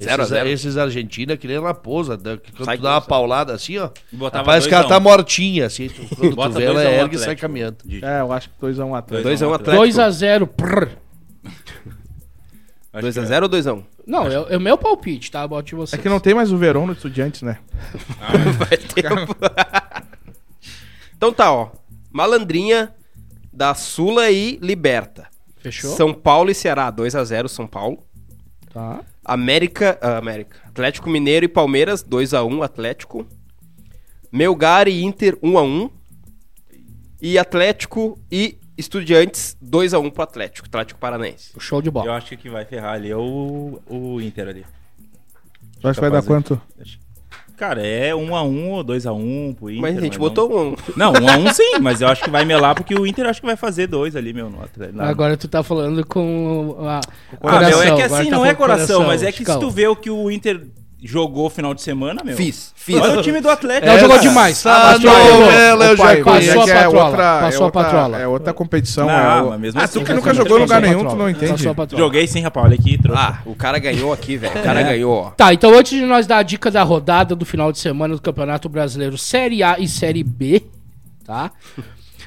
B: Zero a
E: Esses,
B: zero.
E: esses argentinos é que nem raposa. né? Que Quando
B: Sai
E: tu dá uma
B: com-
E: paulada assim, ó.
C: Botava
E: parece que
C: dois a
E: ela tá
C: um.
E: mortinha, assim. Tu, quando tu
C: Bota
E: vê, ela
C: 2 a 1
E: ergue e sai
C: Atlético.
E: caminhando.
C: Didi.
A: É, eu acho que 2x1 atrás.
B: 2x1 Atlético.
D: 2x0. prrr.
C: Acho que é.
B: 2x0 ou 2x1?
D: Não, é, é o meu palpite, tá? Bote
A: É
D: você.
A: que não tem mais o Verão no Estudiantes, né?
C: Ah, é.
B: Vai tempo. então tá, ó. Malandrinha da Sula e Liberta.
D: Fechou?
B: São Paulo e Ceará. 2x0 São Paulo.
D: Tá.
B: América, ah, América. Atlético Mineiro e Palmeiras, 2x1 Atlético. Melgar e Inter, 1x1. E Atlético e Estudiantes, 2x1 pro Atlético, Atlético Paranaense.
D: Show de
C: Eu
D: bola.
C: acho que quem vai ferrar ali é o, o Inter ali.
A: Tu acha que vai dar
C: Capaz,
A: quanto?
C: Cara, é 1x1 ou 2x1 pro Inter.
B: Mas a gente botou um.
C: Não, 1x1 sim, mas eu acho que vai melar porque o Inter acho que vai fazer dois ali, meu. No Atlético. Lá-
D: Agora tu tá falando com a
C: Ah, meu, é que
D: agora
C: assim,
D: tá
C: não
D: falando
C: é
D: com
C: coração, mas é que se
D: Chicão.
C: tu vê o que o Inter jogou final de semana, meu.
B: Fiz, fiz.
C: Olha o time do Atlético.
D: Não,
C: cara.
D: jogou demais. Ah,
C: é
D: mas tu olhou.
E: novela, eu
A: Ô, pai,
E: já
A: mas
D: Passou a
A: que é
D: patrola,
A: outra-
D: passou a
A: é outra-
D: patrola.
A: É outra competição.
C: Não,
A: é o-
C: mas mesmo
A: ah,
C: assim,
A: tu que
C: né,
A: nunca
C: tu
A: jogou em
C: não
A: lugar
C: tem
A: nenhum, tu não entende.
D: Passou a patroa.
C: Joguei sim, rapaz. Olha aqui, trouxe.
B: Ah, o cara ganhou aqui, velho. O cara ganhou, ó.
D: Tá, então antes de nós dar a dica da rodada do final de semana do Campeonato Brasileiro Série A e Série B, tá?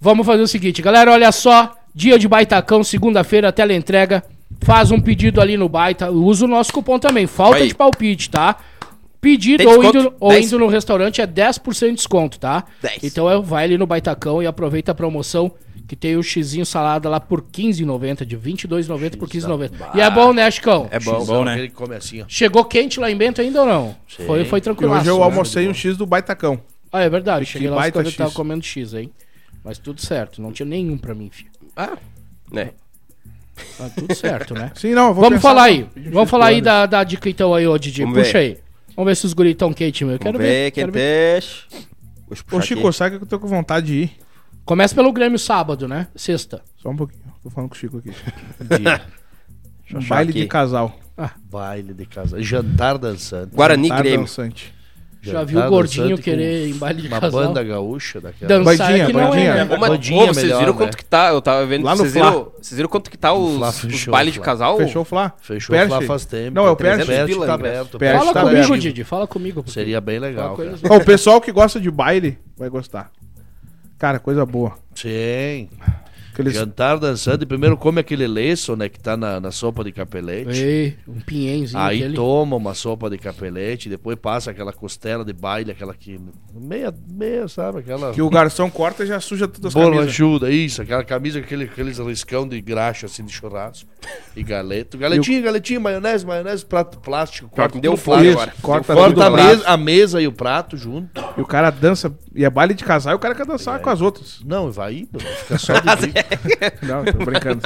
D: Vamos fazer o seguinte, galera, olha só, dia de Baitacão, segunda-feira, tela entrega, faz um pedido ali no Baita, usa o nosso cupom também, falta
B: Aí.
D: de palpite, tá? Pedido
B: Tem
D: ou
B: desconto?
D: indo, ou
B: 10.
D: indo no restaurante é 10% de desconto, tá?
B: 10.
D: Então é, vai ali no Baitacão e aproveita a promoção que tem o xizinho salada lá por 15,90, de 22,90 por 15,90. E é bom, né, Chicão?
B: É bom.
C: Bom, né?
E: Ele come assim, ó.
D: Chegou quente lá em Bento ainda ou não? Foi, foi
A: E
D: tranquilo.
A: hoje eu almocei um X do Baitacão.
D: Ah, é verdade.
A: Que
D: Cheguei lá e
A: baita
D: tava
A: X.
D: comendo X, hein? Mas tudo certo. Não tinha nenhum pra mim, filho.
E: Ah,
B: Né?
D: Tá tudo certo, né?
A: Sim, não, eu vou
D: Vamos
A: pensar
D: falar
A: só.
D: aí. Vamos falar aí da, da dica então aí, ô Didi.
B: Vamos
D: Puxa
B: ver.
D: aí. Vamos ver se os guris estão quente, meu. Eu quero
B: Vamos ver,
D: ver.
B: quem
D: quero ver.
B: deixa. Deixa eu puxar
A: Ô,
B: aqui.
A: Chico, sabe que eu tô com vontade de ir?
D: Começa pelo Grêmio sábado, né? Sexta.
A: Só um pouquinho. Tô falando com o Chico aqui.
B: Deixa eu
A: Um
B: achar
A: baile
B: aqui.
A: de casal.
E: baile de casa. Jantar dançante.
B: Guarani
A: Jantar
B: Grêmio.
A: dançante.
D: Já vi o
E: Jantar
D: gordinho
E: dançante tá com
D: querer em baile de
E: uma
D: casal.
E: banda gaúcha daquela.
D: Dançar
A: Bandinha,
D: é que não
A: bandinha.
D: é, né?
B: Ô, mas,
E: Bandinha
B: ô, vocês
E: melhor,
B: viram
E: né?
B: quanto que tá? Eu tava vendo.
A: Lá no
B: vocês,
A: Fla.
B: viram, vocês viram quanto que tá os,
E: Fla
B: os
E: fechou,
B: bailes de
E: Fla.
B: casal?
A: Fechou o Fla?
E: Fechou
A: Perche?
E: lá faz tempo.
A: Não, é o
E: Perche,
A: Perche
B: que
E: tá
B: tá
E: aberto.
A: Perche
D: Fala
A: tá
D: comigo,
A: aberto.
D: Didi. Fala comigo. porque
E: Seria bem
D: fala
E: legal,
D: com
E: cara.
D: eles.
A: Ó, o pessoal que gosta de baile vai gostar. Cara, coisa boa.
E: Sim.
A: Aqueles...
E: Jantar dançante. Primeiro come aquele leço, né? Que tá na, na sopa de capelete.
D: Ei, um pinhenzinho
E: Aí
D: aquele.
E: toma uma sopa de capelete, depois passa aquela costela de baile, aquela que. Meia, meia, sabe? Aquela.
A: Que o garçom corta e já suja todas as camisas.
E: Bolachuda, isso, aquela camisa, aquele, aqueles riscão de graxa, assim, de churrasco. E galeto. Galetinha, galetinha, maionese, maionese, prato plástico.
B: Pior que
E: Corta,
B: me deu
E: tudo
B: fome Tá
E: plástico.
B: agora.
A: Corta,
E: Corta
A: tudo
E: a,
A: a
E: mesa, a mesa e o prato junto.
A: E o cara dança. E é baile de casal e o cara quer dançar
E: É.
A: com as outras.
E: Não, vai indo, fica só de bico.
A: Não, tô brincando.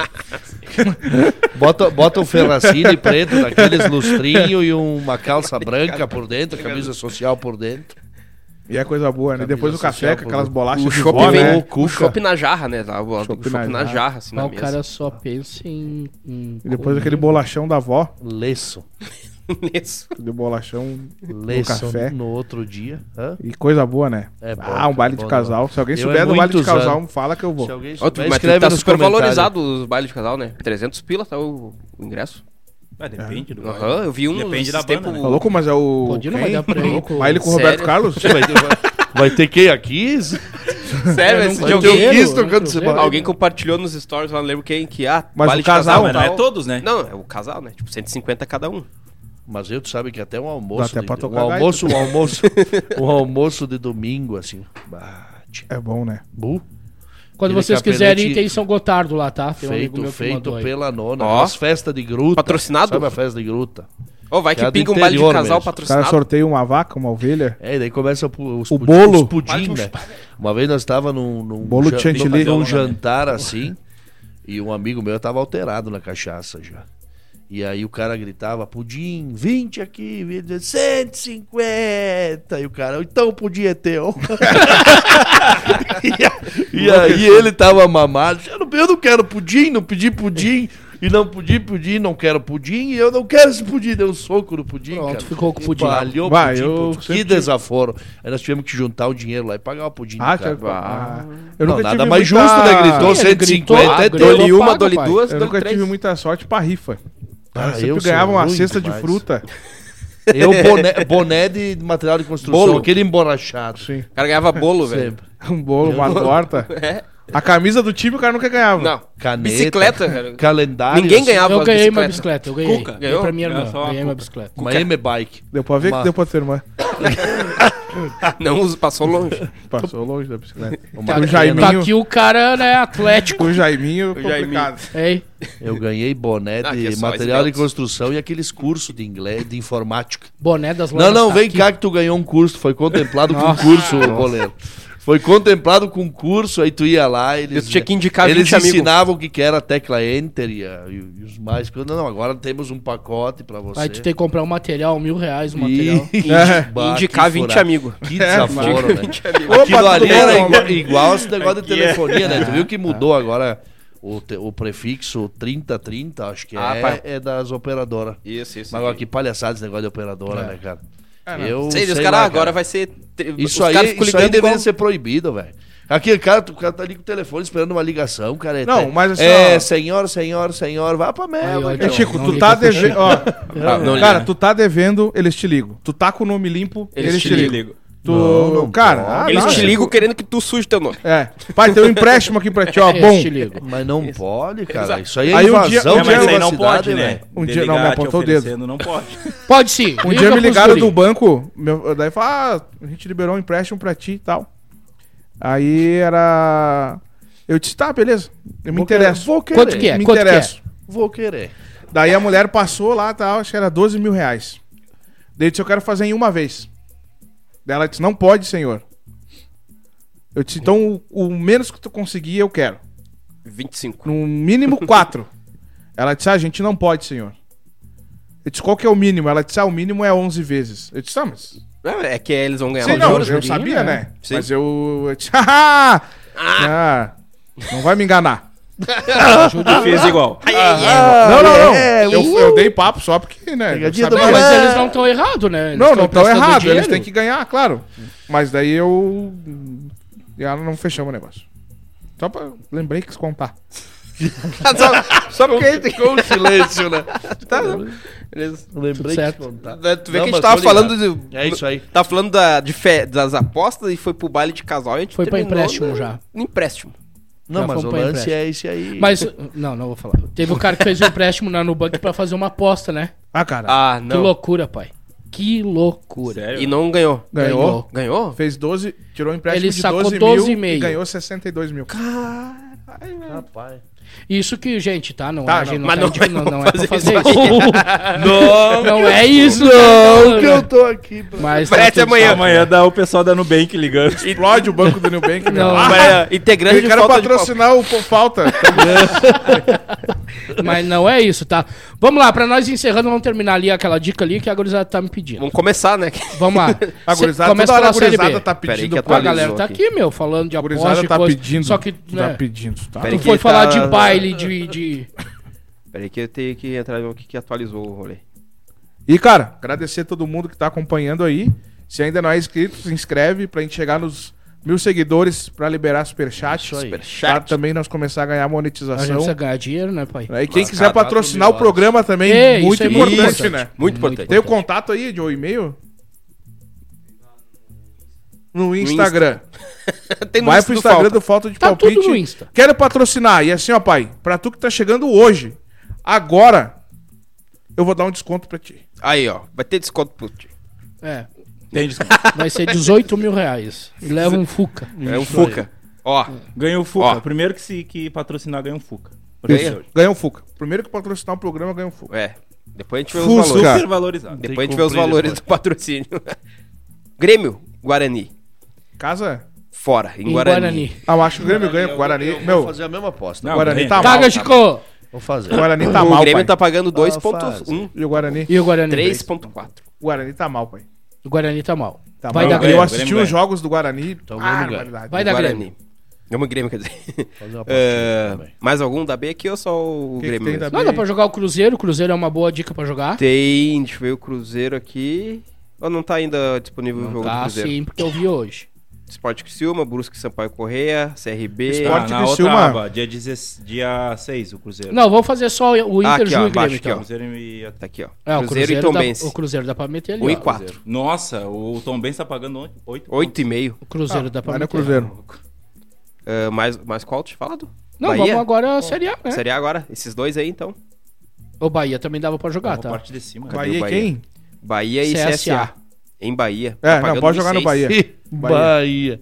E: Bota, bota um ferracine preto, daqueles lustrinhos e uma calça branca por dentro, camisa social por dentro.
A: E é coisa boa, né?
E: Camisa
A: Depois o café
E: social,
A: com aquelas
E: pô.
A: bolachas
B: O
A: de
B: chopp
A: vó,
B: vem.
A: né?
B: o chopp na jarra, né? Lá, o
A: Chopp
B: chopp na,
A: na
B: jarra, assim, na
D: Mas Ah, o
B: mesa.
D: cara só pensa em. em
A: E depois
D: comer.
A: aquele bolachão da avó.
E: Leço.
B: Isso.
A: Aquele bolachão no
E: Leço
A: café.
E: no outro dia. Hã?
A: E coisa boa, né?
E: É bom,
A: ah, um baile
E: bom,
A: de casal. Se alguém
E: Eu
A: souber
E: é
A: do baile de
E: muitos
A: casal,
E: anos.
A: fala que eu vou.
E: Se alguém
B: Ó, tu,
E: souber,
B: mas tu
E: escreve
B: tá
E: nos
B: super
E: comentários.
B: valorizado os bailes de casal, né? 300 pila tá o, o ingresso.
C: Ah, depende do
B: Aham,
C: baile.
B: eu vi um
C: Depende
B: esses
C: da banda,
B: tempos-
A: Tá louco, mas é o.
D: Pode ir numa
A: quem?
D: ideia pra
A: Tá
D: ele
A: louco?
D: com-
A: Baile com o
B: Sério?
A: Roberto Carlos?
E: Vai ter, vai- vai ter quem aqui?
B: Sério,
D: É,
B: esse
D: num
B: dia
E: eu
B: alguém,
D: cruzeiro,
E: quis
D: num
E: tocando esse
D: cruzeiro.
B: alguém compartilhou nos stories, lá não lembro quem, que ah,
A: Mas
B: baile
A: o casal,
B: de
C: Mas não
B: casal
C: é todos, né?
B: Não, é o casal, né? Tipo, 150 cada um.
E: Mas eu, tu sabe que até um almoço.
A: Dá até
E: de-
A: pra
E: um
A: tocar
E: almoço, um almoço, um almoço de domingo, assim. Bate.
A: É bom, né?
E: Bu.
D: Quando
E: aquele
D: vocês quiserem,
E: capelete-
D: tem em São Gotardo lá, tá? Tem um amigo
E: Feito,
D: meu que
E: feito
D: mandou aí.
E: pela nona.
B: Ó.
E: As festas de gruta.
B: Patrocinado?
E: Sabe a festa de gruta?
B: Ó, vai
E: Que
B: que,
E: é do
B: pinga um baile de
E: interior
B: casal
E: mesmo.
A: Os caras
B: patrocinado.
A: sorteiam uma vaca, uma ovelha.
E: É, e daí começa o pu- os
A: O
E: pudi-
A: bolo.
E: os pudim, né? Uma vez nós estava num, num,
A: um Bolo de
E: jan-
A: chantilly.
E: num
C: Né?
E: jantar assim, e um amigo meu estava alterado na cachaça já. E aí o cara gritava, pudim, 20 aqui, 20, 150. E o cara, então o pudim é teu. e, a- e aí ele tava mamado, eu não, eu não quero pudim, não pedi pudim. E não pudim, pudim, não quero pudim, e eu não quero esse pudim. Deu um soco no pudim,
D: Pronto,
E: cara.
D: ficou com o pudim.
E: Espalhou
A: Vai,
E: pudim,
A: eu
E: pudim.
A: sempre
E: Que
A: tive-
E: desaforo. Aí nós tivemos que juntar o dinheiro lá e pagar o pudim. do
A: Ah,
E: cara.
A: tinha que pagar. Eu
E: Não,
A: nunca
E: nada
A: tive
E: mais
A: muita-
E: justo, né? Gritou
D: Ele gritou,
E: 150, é
D: ah,
E: doido.
B: Dole
D: Eu
B: uma,
D: pago,
B: dole
D: pai.
B: duas,
A: Eu
B: dole
A: nunca tive
B: três.
A: muita sorte pra rifa.
E: Ah,
A: eu sempre
E: eu sou
A: ganhava uma
E: ruim
A: cesta de
E: demais.
A: fruta.
E: Eu, boné, boné de material de construção,
B: Bolo.
E: aquele emborrachado.
A: Sim.
B: O cara ganhava bolo, velho.
E: Sempre.
A: Um bolo, uma torta.
B: É.
A: A camisa do time o cara nunca ganhava.
B: Não.
E: Caneta.
B: Bicicleta, cara.
E: Calendário. assim.
B: Ninguém ganhava
D: Eu
B: as
D: ganhei uma
B: bicicletas.
D: bicicleta, eu ganhei.
C: Cuca,
D: Ganhei
B: ganhou?
D: pra minha
C: Não,
D: irmã.
C: só uma
D: Ganhei uma
C: cuca.
D: bicicleta.
E: Uma M-Bike.
A: Deu pra ver
E: Uma-
A: que deu pra tua irmã.
B: Não, os- passou longe.
A: Passou longe da bicicleta.
E: Uma
A: Com o
E: grana.
D: Tá
A: Jaiminho.
D: aqui o cara, né, atlético.
A: Com o Jaiminho, complicado.
D: Ei,
E: Eu ganhei boné
B: Ah, que é
E: de
B: só
E: material de
B: esbeltos.
E: construção e aqueles cursos de inglês, de informática.
D: boné das
E: Não,
D: lojas.
E: não,
D: tá
E: vem
D: aqui.
E: cá que tu ganhou um curso. Foi contemplado com um curso, goleiro. Foi contemplado com um curso, aí tu ia lá. Eles,
B: Eu tinha que indicar
E: Eles
B: 20 amigos.
E: ensinavam o que, que era a tecla Enter e, a- e os mais. Não, não, agora temos um pacote pra você.
D: Aí tu tem que comprar um material, mil reais o
E: E-
D: material.
E: indi-
A: É.
E: bah,
B: Indicar
E: que
B: 20
E: furada.
B: amigos.
E: Que desaforo, né?
A: Opa,
E: Aquilo ali é
A: tudo bom,
E: era
B: né?
A: irmão?
E: igual, igual esse negócio
B: é.
E: de telefonia, né? Tu viu que mudou agora o, te- o prefixo 3030, acho que
B: Ah,
E: é,
B: pá.
E: é das operadoras.
B: Isso, isso.
E: Mas agora que palhaçada esse negócio de operadora, né, cara? Eu
B: É. Sei, os
E: sei
B: caras
E: lá,
B: agora
E: cara.
B: vai ser. tri-
E: Isso
B: os
E: aí,
B: caras ficam
E: isso aí
B: ligando
E: deveria
B: igual-
E: ser proibido, velho. Aqui, cara, tu- o cara tá ali com o telefone esperando uma ligação, cara. é-
A: Não, mas assim, ó.
E: É, senhor, senhor, senhor, vá pra merda.
D: Aí, ó,
A: É,
E: cara.
D: Não,
A: Chico,
D: não
A: tu
D: liga
A: tá
D: pro Chico.
A: devendo. Ó,
B: não liga.
A: cara, tu tá devendo, eles te ligam. Tu tá com o nome limpo, eles, te ligam. Tu,
E: Não, não
A: cara,
E: pode.
A: ah,
B: Eles
A: não,
B: te
A: é.
B: ligam querendo que tu suje teu nome.
A: É. Pai, tem um empréstimo aqui pra ti, ó.
D: Esse
A: Bom.
D: te ligo.
E: Mas não pode, cara.
B: Exato.
E: Isso aí é
A: Aí um
E: invasão
A: dia-
E: de
A: um
C: É, mas isso aí não
E: privacidade,
C: pode,
E: velho.
C: né?
A: Um
C: De
A: dia- não, me
C: ligar te
A: apontou o dedo.
C: oferecendo, Não pode.
D: Pode sim.
A: Um
D: liga
A: dia me
D: pros
A: ligaram
D: guri.
A: do banco, meu- daí falaram, ah, a gente liberou um empréstimo pra ti e tal. Aí era. Eu disse, tá, beleza. Eu me
E: Vou
A: interesso.
E: querer, vou querer.
D: Quanto que é?
A: Me
D: Quanto que é?
A: interesso.
E: Vou querer.
A: Daí a mulher passou lá e tal, acho que era 12 mil reais. Daí eu disse, eu quero fazer em uma vez. Daí ela disse, não pode, senhor. Eu disse, então o, o menos que tu conseguir, eu quero.
B: 25.
A: No mínimo quatro. Ela disse, ah, a gente não pode, senhor. Eu disse, qual que é o mínimo? Ela disse, ah, o mínimo é 11 vezes. Eu disse, ah, mas...
B: Não, é que eles vão ganhar
A: Sim,
B: os
A: não,
B: juros,
A: eu
B: né?
A: sabia, né?
B: Sim.
A: Mas eu... eu disse, ah, ah, não vai me enganar.
C: Júlio fez igual.
E: Ah,
A: não, não, não.
E: é,
A: eu,
E: uh.
A: eu dei papo só porque, né? eu
E: Pegadinha do
A: sabia.
D: Não, mas
E: Ah.
D: eles não estão errados, né? Eles
A: Não, não estão
D: prestando
A: errado.
D: dinheiro.
A: Eles têm que ganhar, claro. Mas daí eu. E ela não fechamos o negócio. Só pra. Lembrei que se contar.
B: só, só porque ele tem
E: Ficou um silêncio, né?
B: Tá, não. Beleza.
E: Não lembrei de
D: certo.
E: contar.
B: Tu vê
E: Não,
B: que a
E: mas
B: gente tava
E: tô ligado.
B: falando de.
E: É isso aí.
B: Tava falando da, de fe- das apostas e foi pro baile de casal e a gente
D: Foi pra
B: terminou
D: empréstimo
B: no-
D: já.
B: no empréstimo.
E: Não,
D: Já
E: mas o
D: acompanha o
E: lance é esse aí.
D: Mas, não, não vou falar. Teve um cara que fez um empréstimo na Nubank pra fazer uma aposta, né?
A: Ah, cara.
E: Tá.
B: Ah,
D: Que loucura, pai. Que loucura.
C: Sério?
B: E não ganhou.
A: ganhou.
D: ganhou.
B: Ganhou?
A: Ah, Fez 12. Tirou um empréstimo
D: Ele
A: de
D: sacou
A: 12
D: 12,5
A: mil e ganhou 62 mil.
E: Rapaz.
D: Isso que, gente, tá? Não,
A: Tá,
D: a
A: não,
D: gente não,
B: mas
D: tá
B: não
D: indicando-
B: é-
D: não
B: não
D: é
B: fazer
D: pra fazer
B: isso
D: isso.
C: Não!
D: Não é isso.
E: Não,
D: Não,
E: que eu tô aqui. Pra...
D: Mas tá
B: Brete
D: tudo
B: amanhã.
D: certo.
C: Amanhã dá o pessoal da Nubank ligando.
A: Explode o banco do Nubank. meu.
D: Não,
A: Ah,
B: Mas, é, integrante
A: eu
B: de
A: quero
B: falta de pau.
A: patrocinar o Pô Falta.
D: Mas não é isso, tá? Vamos lá, pra nós encerrando, vamos terminar ali aquela dica ali que a gurizada tá me pedindo.
B: Vamos começar, né?
D: Vamos lá.
A: A
D: Cê-
A: gurizada,
D: Começa
A: toda hora
D: pela
A: a
D: Série
A: gurizada
D: B.
A: tá
B: Peraí
A: pedindo
B: que
D: A
A: coisa.
B: atualizou.
D: galera tá
B: aqui.
D: aqui, meu, falando de
A: A
D: aposta
A: gurizada
D: e
A: tá
D: coisa.
A: pedindo.
D: Só que,
A: Tá
D: né,
A: pedindo, tá?
B: Peraí.
D: tu
B: que
D: foi
B: ele
D: falar
B: tá-
D: de baile, de... de...
B: Peraí que eu tenho que entrar e ver o que, que atualizou o rolê.
A: E, cara, agradecer a todo mundo que tá acompanhando aí. Se ainda não é inscrito, se inscreve pra gente chegar nos mil seguidores pra liberar superchat.
E: aí.
A: Pra também nós começar a ganhar
D: A gente precisa
A: monetização.
D: ganhar dinheiro, né, pai?
A: Né? E quem
E: Mas
A: quiser
E: cadastro
A: patrocinar
E: mil
A: o programa também,
D: É, isso
A: muito
D: é
A: importante,
B: Isso,
A: né?
B: Muito importante.
A: Tem o contato aí, de um e-mail? No Instagram.
B: Tem no
A: Vai
B: Insta
A: pro
B: do
A: Instagram
B: Falta.
A: do Falta de
D: Tá tudo
A: Palpite.
D: no Insta.
A: Quero patrocinar. E assim, ó, pai, pra tu que tá chegando hoje, agora, eu vou dar um desconto pra ti.
B: Aí, ó. Vai ter desconto pro ti.
D: É,
C: Entende?
D: vai ser 18 mil reais. E leva um Fuca.
B: É um Fuca. Ó,
C: Ganha o Fuca.
B: Ó.
C: Primeiro que, se, que patrocinar ganha um Fuca. Por
B: Ganha.
C: isso.
A: Ganha o Fuca. Primeiro que patrocinar o programa, ganha o Fuca.
B: é. Depois a gente vê
A: Fusca.
B: os valores.
C: Super valorizado.
B: Depois a
E: que
B: gente vê os
E: cumprir
B: valores
E: depois.
B: do patrocínio. Grêmio, Guarani.
A: Casa?
B: Fora, em,
D: Em
B: Guarani.
D: um Guarani.
A: Ah, eu acho que o Grêmio ganha. o Guarani.
E: Eu
A: meu,
E: Vou fazer a mesma aposta.
C: Não,
A: o Guarani
C: ganha.
A: tá mal.
D: Paga, Chico!
E: Vou fazer.
A: O Guarani tá
B: o
A: mal,
B: Grêmio
A: pai.
B: tá pagando 2.1,
E: fase.
A: E o Guarani?
D: E o Guarani?
B: 3.4.
A: O Guarani tá mal, pai.
D: O Guarani tá mal.
A: Tá
D: vai
A: mal.
D: dar
A: eu
D: Grêmio.
A: assisti
C: Grêmio
A: os
C: ganha.
A: jogos do Guarani. Ah,
E: o Grêmio ganha.
A: barbaridade.
D: Vai dar Grêmio.
B: Guarani. Vamos Grêmio, quer dizer.
A: Tá
E: Fazer uma
B: Eh,
E: aposta.
B: mais algum da B aqui ou só o
A: O né, que que
B: Grêmio?
A: tem
B: mesmo?
A: da
D: Não,
A: B
D: dá
A: aí?
D: pra jogar o Cruzeiro. O Cruzeiro é uma boa dica pra jogar.
B: Tem, deixa eu ver o Cruzeiro aqui. Ou não tá ainda disponível
A: um
B: o jogo do
D: Tá
B: Cruzeiro?
D: sim, porque eu vi hoje.
B: Sport Criciúma, Brusque Sampaio Correia, CRB.
A: Sport
C: Ah, na outra
A: Criciúma.
C: aba, dia, 16, dia 6, o Cruzeiro. Tá,
D: Não, vamos fazer só o
B: Ah,
D: Inter,
B: aqui, ó,
D: Ju e Grêmio,
B: embaixo aqui,
D: então.
B: ó.
C: Cruzeiro e até
B: Tá aqui, ó.
D: É, o
B: Cruzeiro, e
D: Cruzeiro,
B: Tombense.
D: dá, o Cruzeiro dá pra meter ali.
B: 1 e
D: ó.
B: 4.
C: Nossa, o Tom Ben tá pagando 8.
B: 8,5.
D: O Cruzeiro dá pra
A: Vai
D: meter.
A: no é
C: tá
A: Cruzeiro.
B: Ah, mais, mais qual tinha falado?
D: Não,
B: Bahia?
D: vamos agora a Série A, né?
B: Seria agora. Esses dois aí, então.
D: O Bahia também dava pra
A: Ah,
D: jogar, tá?
C: parte de cima.
B: Vai.
A: Bahia
B: o
A: e
B: Bahia?
A: quem?
B: Bahia e
D: CSA.
B: CSA. Em Bahia.
A: É, não,
B: pagando
A: pode jogar no
B: 1.600.
A: Bahia.
E: Ih, Bahia.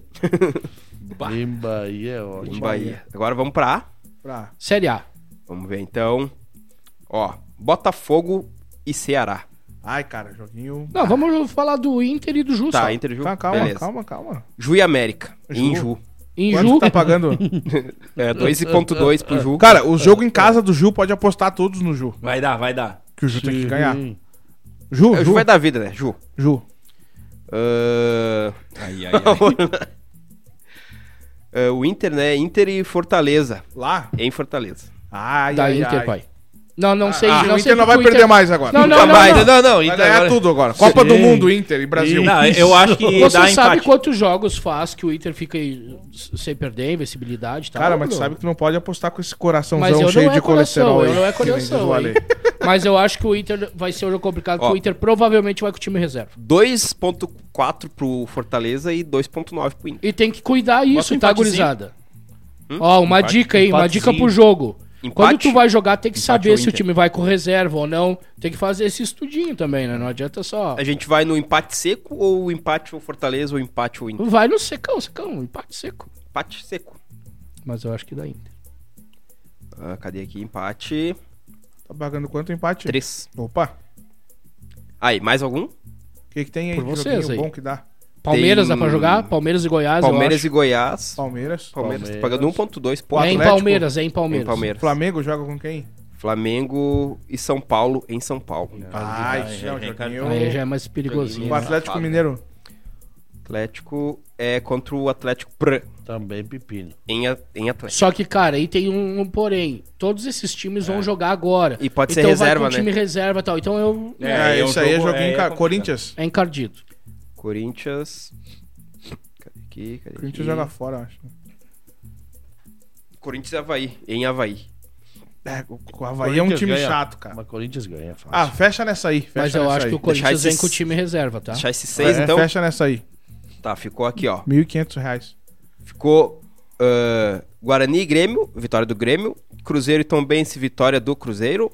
C: Bah.
E: Em Bahia é ótimo.
B: Em Bahia. Agora vamos pra A.
A: Pra-
D: Série A.
B: Vamos ver, então. Ó, Botafogo e Ceará.
A: Ai, cara, joguinho.
D: Não, vamos falar do Inter e do Ju.
B: Tá,
D: só.
B: Inter e Ju.
A: Tá, calma,
B: Beleza.
A: calma, calma.
B: Ju e América.
A: Ju.
B: Em Ju.
D: Em
A: Quanto
D: Ju,
A: tá pagando?
B: É, 2.2 pro Ju.
A: Cara, o jogo em casa do Ju pode apostar todos no Ju.
C: Vai dar, vai dar.
A: Que o Ju tem que ganhar. Ju,
B: É, o Ju
A: Ju,
B: vai dar vida, né? Ju.
A: Ju.
B: Ah,
C: Ai, ai, ai.
B: ah, o Inter, né? Inter e Fortaleza.
A: Lá?
B: Em Fortaleza.
A: Ai,
D: da
A: ai,
D: Inter,
A: ai.
D: pai. Não, não sei.
A: Ah,
D: não
A: o
D: sei
A: Inter não
D: porque
A: vai
D: o
A: perder
D: Inter-
A: mais agora.
D: Não, não,
E: Nunca
D: não.
E: mais.
D: não.
E: Não, não,
A: Vai
E: Inter
A: ganhar
E: agora-
A: tudo agora. Copa do
E: Sim.
A: Mundo, Inter e Brasil.
C: Não, eu acho que
D: Você
C: dá
D: sabe
C: empate.
D: quantos jogos faz que o Inter fica aí sem perder a invencibilidade e tal?
A: Cara, mas tu
D: Bruno?
A: sabe que tu não pode apostar com esse
D: Mas
A: coraçãozão
D: eu não
A: cheio
D: é
A: de
D: coração,
A: colesterol aí.
D: eu não é
A: que nem
D: coração,
A: diz o Ale.
D: hein? Mas eu acho que o Inter vai ser um jogo complicado, porque
B: Ó.
D: o Inter provavelmente vai com o time reserva.
B: 2.4 pro Fortaleza e 2.9 pro Inter.
D: E tem que cuidar isso,
C: um
D: tá,
C: empatezinho. Hum?
D: gurizada? Ó, uma dica aí, uma dica
E: empatezinho.
D: pro jogo.
B: Empate?
D: Quando tu vai jogar, tem que
C: Empate
D: saber
C: ou
D: se o
C: Inter?
D: time vai com reserva ou não. Tem que fazer esse estudinho também, né? Não adianta só.
B: A gente vai no empate seco ou empate ou Fortaleza ou empate ou Inter?
D: Vai no secão, secão, empate seco.
B: Empate seco.
D: Mas eu acho que dá Inter.
B: Ah, cadê aqui? Empate
A: Tá pagando quanto o empate?
B: 3.
A: Opa,
B: Aí, mais algum?
A: o que, que tem aí
D: Por
A: de
D: vocês
A: joguinho
D: aí.
A: bom que dá?
D: Palmeiras dá pra jogar? Palmeiras e Goiás,
B: Palmeiras
D: eu
B: e Goiás.
A: Palmeiras.
B: Palmeiras tá
E: Palmeiras.
B: pagando 1.2 pro
D: acho. É em
B: Atlético.
D: Palmeiras, é em Palmeiras.
B: Em Palmeiras.
A: Flamengo joga com quem?
B: Flamengo e São Paulo em São Paulo.
A: Ai, isso é um
C: aí,
A: joguinho.
D: Aí já é mais perigosinho.
A: O Atlético
B: Safado.
A: Mineiro.
B: Atlético é contra o Atlético Pr
E: Também pepino.
B: em, a- em Atlético.
D: Só que, cara, aí tem um, um porém. Todos esses times vão jogar agora.
B: É. E pode ser
D: então
B: reserva,
D: vai com o time
B: né?
D: reserva e tal. Então eu... É,
A: É,
C: é um
A: isso aí é
C: jogo-
A: joguinho.
C: é
A: cara.
C: complicado.
A: Corinthians.
D: encardido.
B: Corinthians. Cadê aqui? Cadê aqui?
A: Corinthians joga fora, eu acho.
B: Corinthians e Havaí. Em Havaí.
A: É, o- o Havaí é um time
E: ganha.
A: chato,
D: Tá.
A: cara.
E: Mas Corinthians ganha fácil.
A: Ah, fecha nessa aí. Fecha
D: Mas eu
A: nessa
D: acho
A: aí.
D: que o
B: Deixar
D: Corinthians vem
B: esses-
D: com o time reserva, tá?
B: Deixar esses seis,
A: É,
B: então.
A: Fecha nessa aí.
B: Tá, ficou aqui, ó.
A: 1.500 reais.
B: Ficou ah, Guarani e Grêmio, vitória do Grêmio. Cruzeiro e Tombense, vitória do Cruzeiro.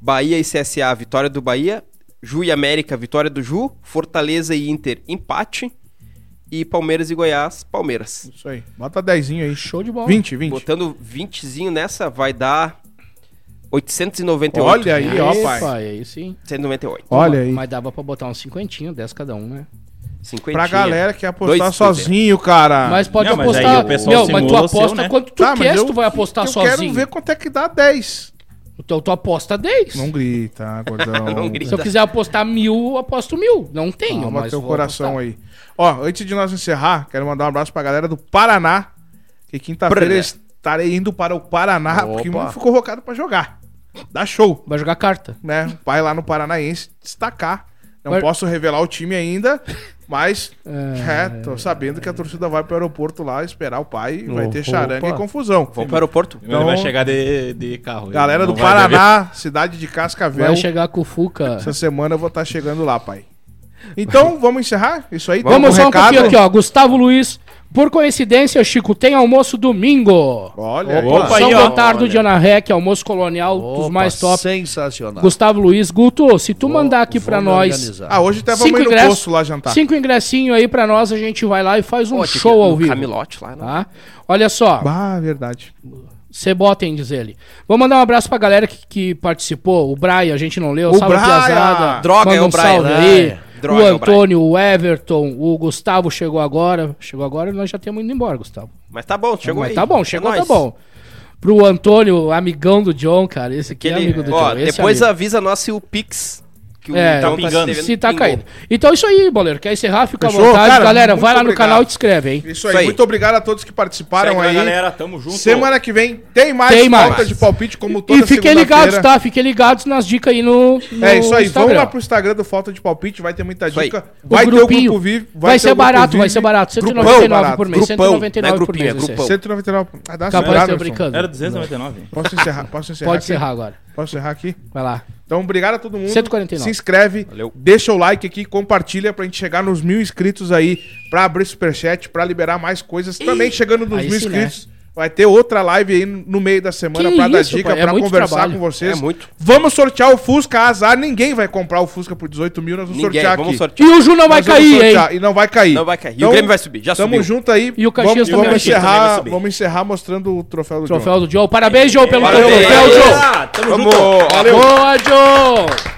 B: Bahia e CSA, vitória do Bahia. Ju e América, vitória do Ju. Fortaleza e Inter, empate. E Palmeiras e Goiás, Palmeiras.
A: Isso aí. Bota 10 aí.
D: Show de bola.
A: 20, 20.
B: Botando 20zinho nessa, vai dar 898.
A: Olha aí, ó,
D: Epa,
A: pai.
D: aí sim.
B: 198.
A: Olha aí.
D: Mas dava pra botar uns cinquentinhos, 10 cada um, né?
B: 50.
A: Pra galera que apostar
B: Dois
A: sozinho, cara.
D: Mas pode
C: Não, mas aí
D: apostar.
C: o pessoal
D: meu, mas tu
C: simula o seu,
D: aposta
C: né?
D: quanto tu
A: Ah. Tá, mas
D: quer, se
A: eu-
D: tu vai apostar
A: eu
D: sozinho.
A: quero ver quanto é que dá 10.
D: Então tu aposta 10.
A: Não grita, gordão.
B: Não grita.
D: Se eu quiser apostar mil, eu aposto mil. Não tenho,
A: Calma
D: mas
A: teu
D: vou
A: coração
D: apostar.
A: aí. Ó, antes de nós encerrar, quero mandar um abraço pra galera do Paraná. Que quinta-feira
B: Paraná.
A: estarei indo para o Paraná,
E: Opa.
A: porque muito ficou rocado pra jogar. Dá show,
D: Vai jogar carta.
A: né? Vai lá no Paranaense destacar. Não
D: Mas-
A: posso revelar o time ainda, mas é, tô sabendo que a torcida vai pro aeroporto lá esperar o pai e vai ter
E: Opa.
A: charangue e confusão.
B: Vamos pro aeroporto.
C: Ele vai chegar de, de carro.
A: Então, Galera
C: Ele
A: do
C: não vai beber.
A: Paraná, cidade de
D: Vai
A: Cascavel,
D: chegar com o Fuca.
A: essa semana eu vou estar chegando lá, pai. Então, vamos encerrar? Isso aí, tem
D: Vamos
A: algum
D: só um pouquinho aqui, ó. Gustavo Luiz. Por coincidência, Chico, tem almoço domingo.
A: Olha,
E: Opa,
A: aí, ó.
E: aí,
D: São
E: ó.
D: Gotardo de Anarrec, almoço colonial um dos
E: Opa, é
D: mais top.
E: Sensacional.
D: Gustavo Luiz, Guto, se tu
E: Vou-
D: mandar aqui
E: vou
D: pra
E: me
D: nós
E: organizar.
A: Ah, hoje até
D: Cinco
A: vamos ir no
D: ingressos.
A: poço lá
E: tá?
A: jantar.
D: cinco ingressinhos aí pra nós, a gente vai lá e faz um
B: Pô, tinha
D: show
B: que-
D: ao
B: no
D: vivo.
B: Camilote lá, né?
D: Tá? Olha só.
A: Ah, verdade.
D: Você botem, diz ele. Vou mandar um abraço pra galera que, que participou. O Brian, a gente não leu.
A: O
D: salve,
A: Brian!
D: Piazada.
B: Droga,
D: Manda
B: é o
D: um
B: Brian.
D: salve
E: Brian.
D: aí.
B: Droga,
D: o
B: é o
D: Antônio, o Everton, o Gustavo chegou agora. Chegou agora, nós já temos ido embora, Gustavo.
B: Mas tá bom, chegou
D: Mas
B: aí.
D: tá bom,
B: É
D: chegou, tá
B: nóis.
D: bom. Pro Antônio, amigão do John, cara. Esse
B: Que
D: aqui é
B: ele-
D: amigo do
B: ó,
D: John. Esse
B: depois
D: amigo.
B: avisa nós se o Pix que o
D: É,
B: Então
C: tá
B: se
C: pingando.
B: devendo
D: Se tá
B: pingou.
D: caindo. Então é isso aí, boleiro. Quer encerrar? Fica
A: Fechou?
D: à vontade.
A: Cara,
D: galera,
A: muito
D: vai lá no
A: obrigado.
D: canal e te inscreve, hein?
A: Isso aí.
B: Isso aí.
A: Muito obrigado a todos que participaram
C: Segue lá,
A: aí.
C: galera, tamo junto.
A: Semana que vem tem mais
D: Tem mais.
A: de palpite, como toda
D: E fiquem
A: segunda-feira.
D: ligados, tá? Fiquem ligados nas dicas aí no, no
A: É isso aí,
D: Instagram.
A: vamos lá pro Instagram do Falta de Palpite, vai ter muita
B: Isso aí.
A: dica.
D: O
A: Vai ter o
D: grupinho.
A: grupo vivo.
D: Vai,
A: ter
D: ser
A: o grupo
D: barato, vai
A: vive.
D: ser barato.
A: Grupão
D: 199
A: barato.
D: por mês.
B: Grupão, não
D: 199
B: é
D: por
B: grupinho,
D: mês.
B: é
D: vai ser.
A: 199. Ah, dá uma
D: Capaz de
A: segurada,
D: ser
A: Anderson.
D: brincando.
C: Era 299.
A: Posso encerrar? Posso encerrar?
D: Pode
A: aqui?
D: encerrar agora.
A: Posso encerrar aqui?
D: Vai lá.
A: Então, obrigado a todo mundo.
D: 149.
A: Se inscreve,
B: Valeu.
A: deixa o like aqui, compartilha pra gente chegar nos mil inscritos aí, pra abrir superchat, pra liberar mais coisas. Também chegando nos
D: aí
A: mil
D: sim, né?
A: inscritos, vai ter outra live aí no meio da semana
D: Que
A: pra dar
D: isso,
A: dica,
D: pai, é
A: pra
D: muito
A: conversar
D: trabalho.
A: com vocês.
B: É muito.
A: Vamos sortear o Fusca, azar, ninguém vai comprar o Fusca por 18 mil, nós vamos
B: Ninguém,
A: sortear
B: vamos
A: aqui.
D: E
B: sortear.
D: o Ju não vai
A: Nós vamos
D: cair, hein?
A: sortear E não vai cair. Então,
B: Não vai cair. E o Grêmio vai subir, já
A: Tamo
B: subiu.
A: junto aí.
D: E o Caxias
A: vamos,
D: também
A: vamos
D: vai subir.
C: Também vai
A: encerrar,
C: subir.
A: vamos encerrar mostrando o troféu do
D: Troféu do Joe. Parabéns, Joe, pelo
B: Parabéns.
D: troféu, Joe.
C: Ah, tamo
B: Vamos,
C: junto.
B: valeu.
D: Boa, Joe.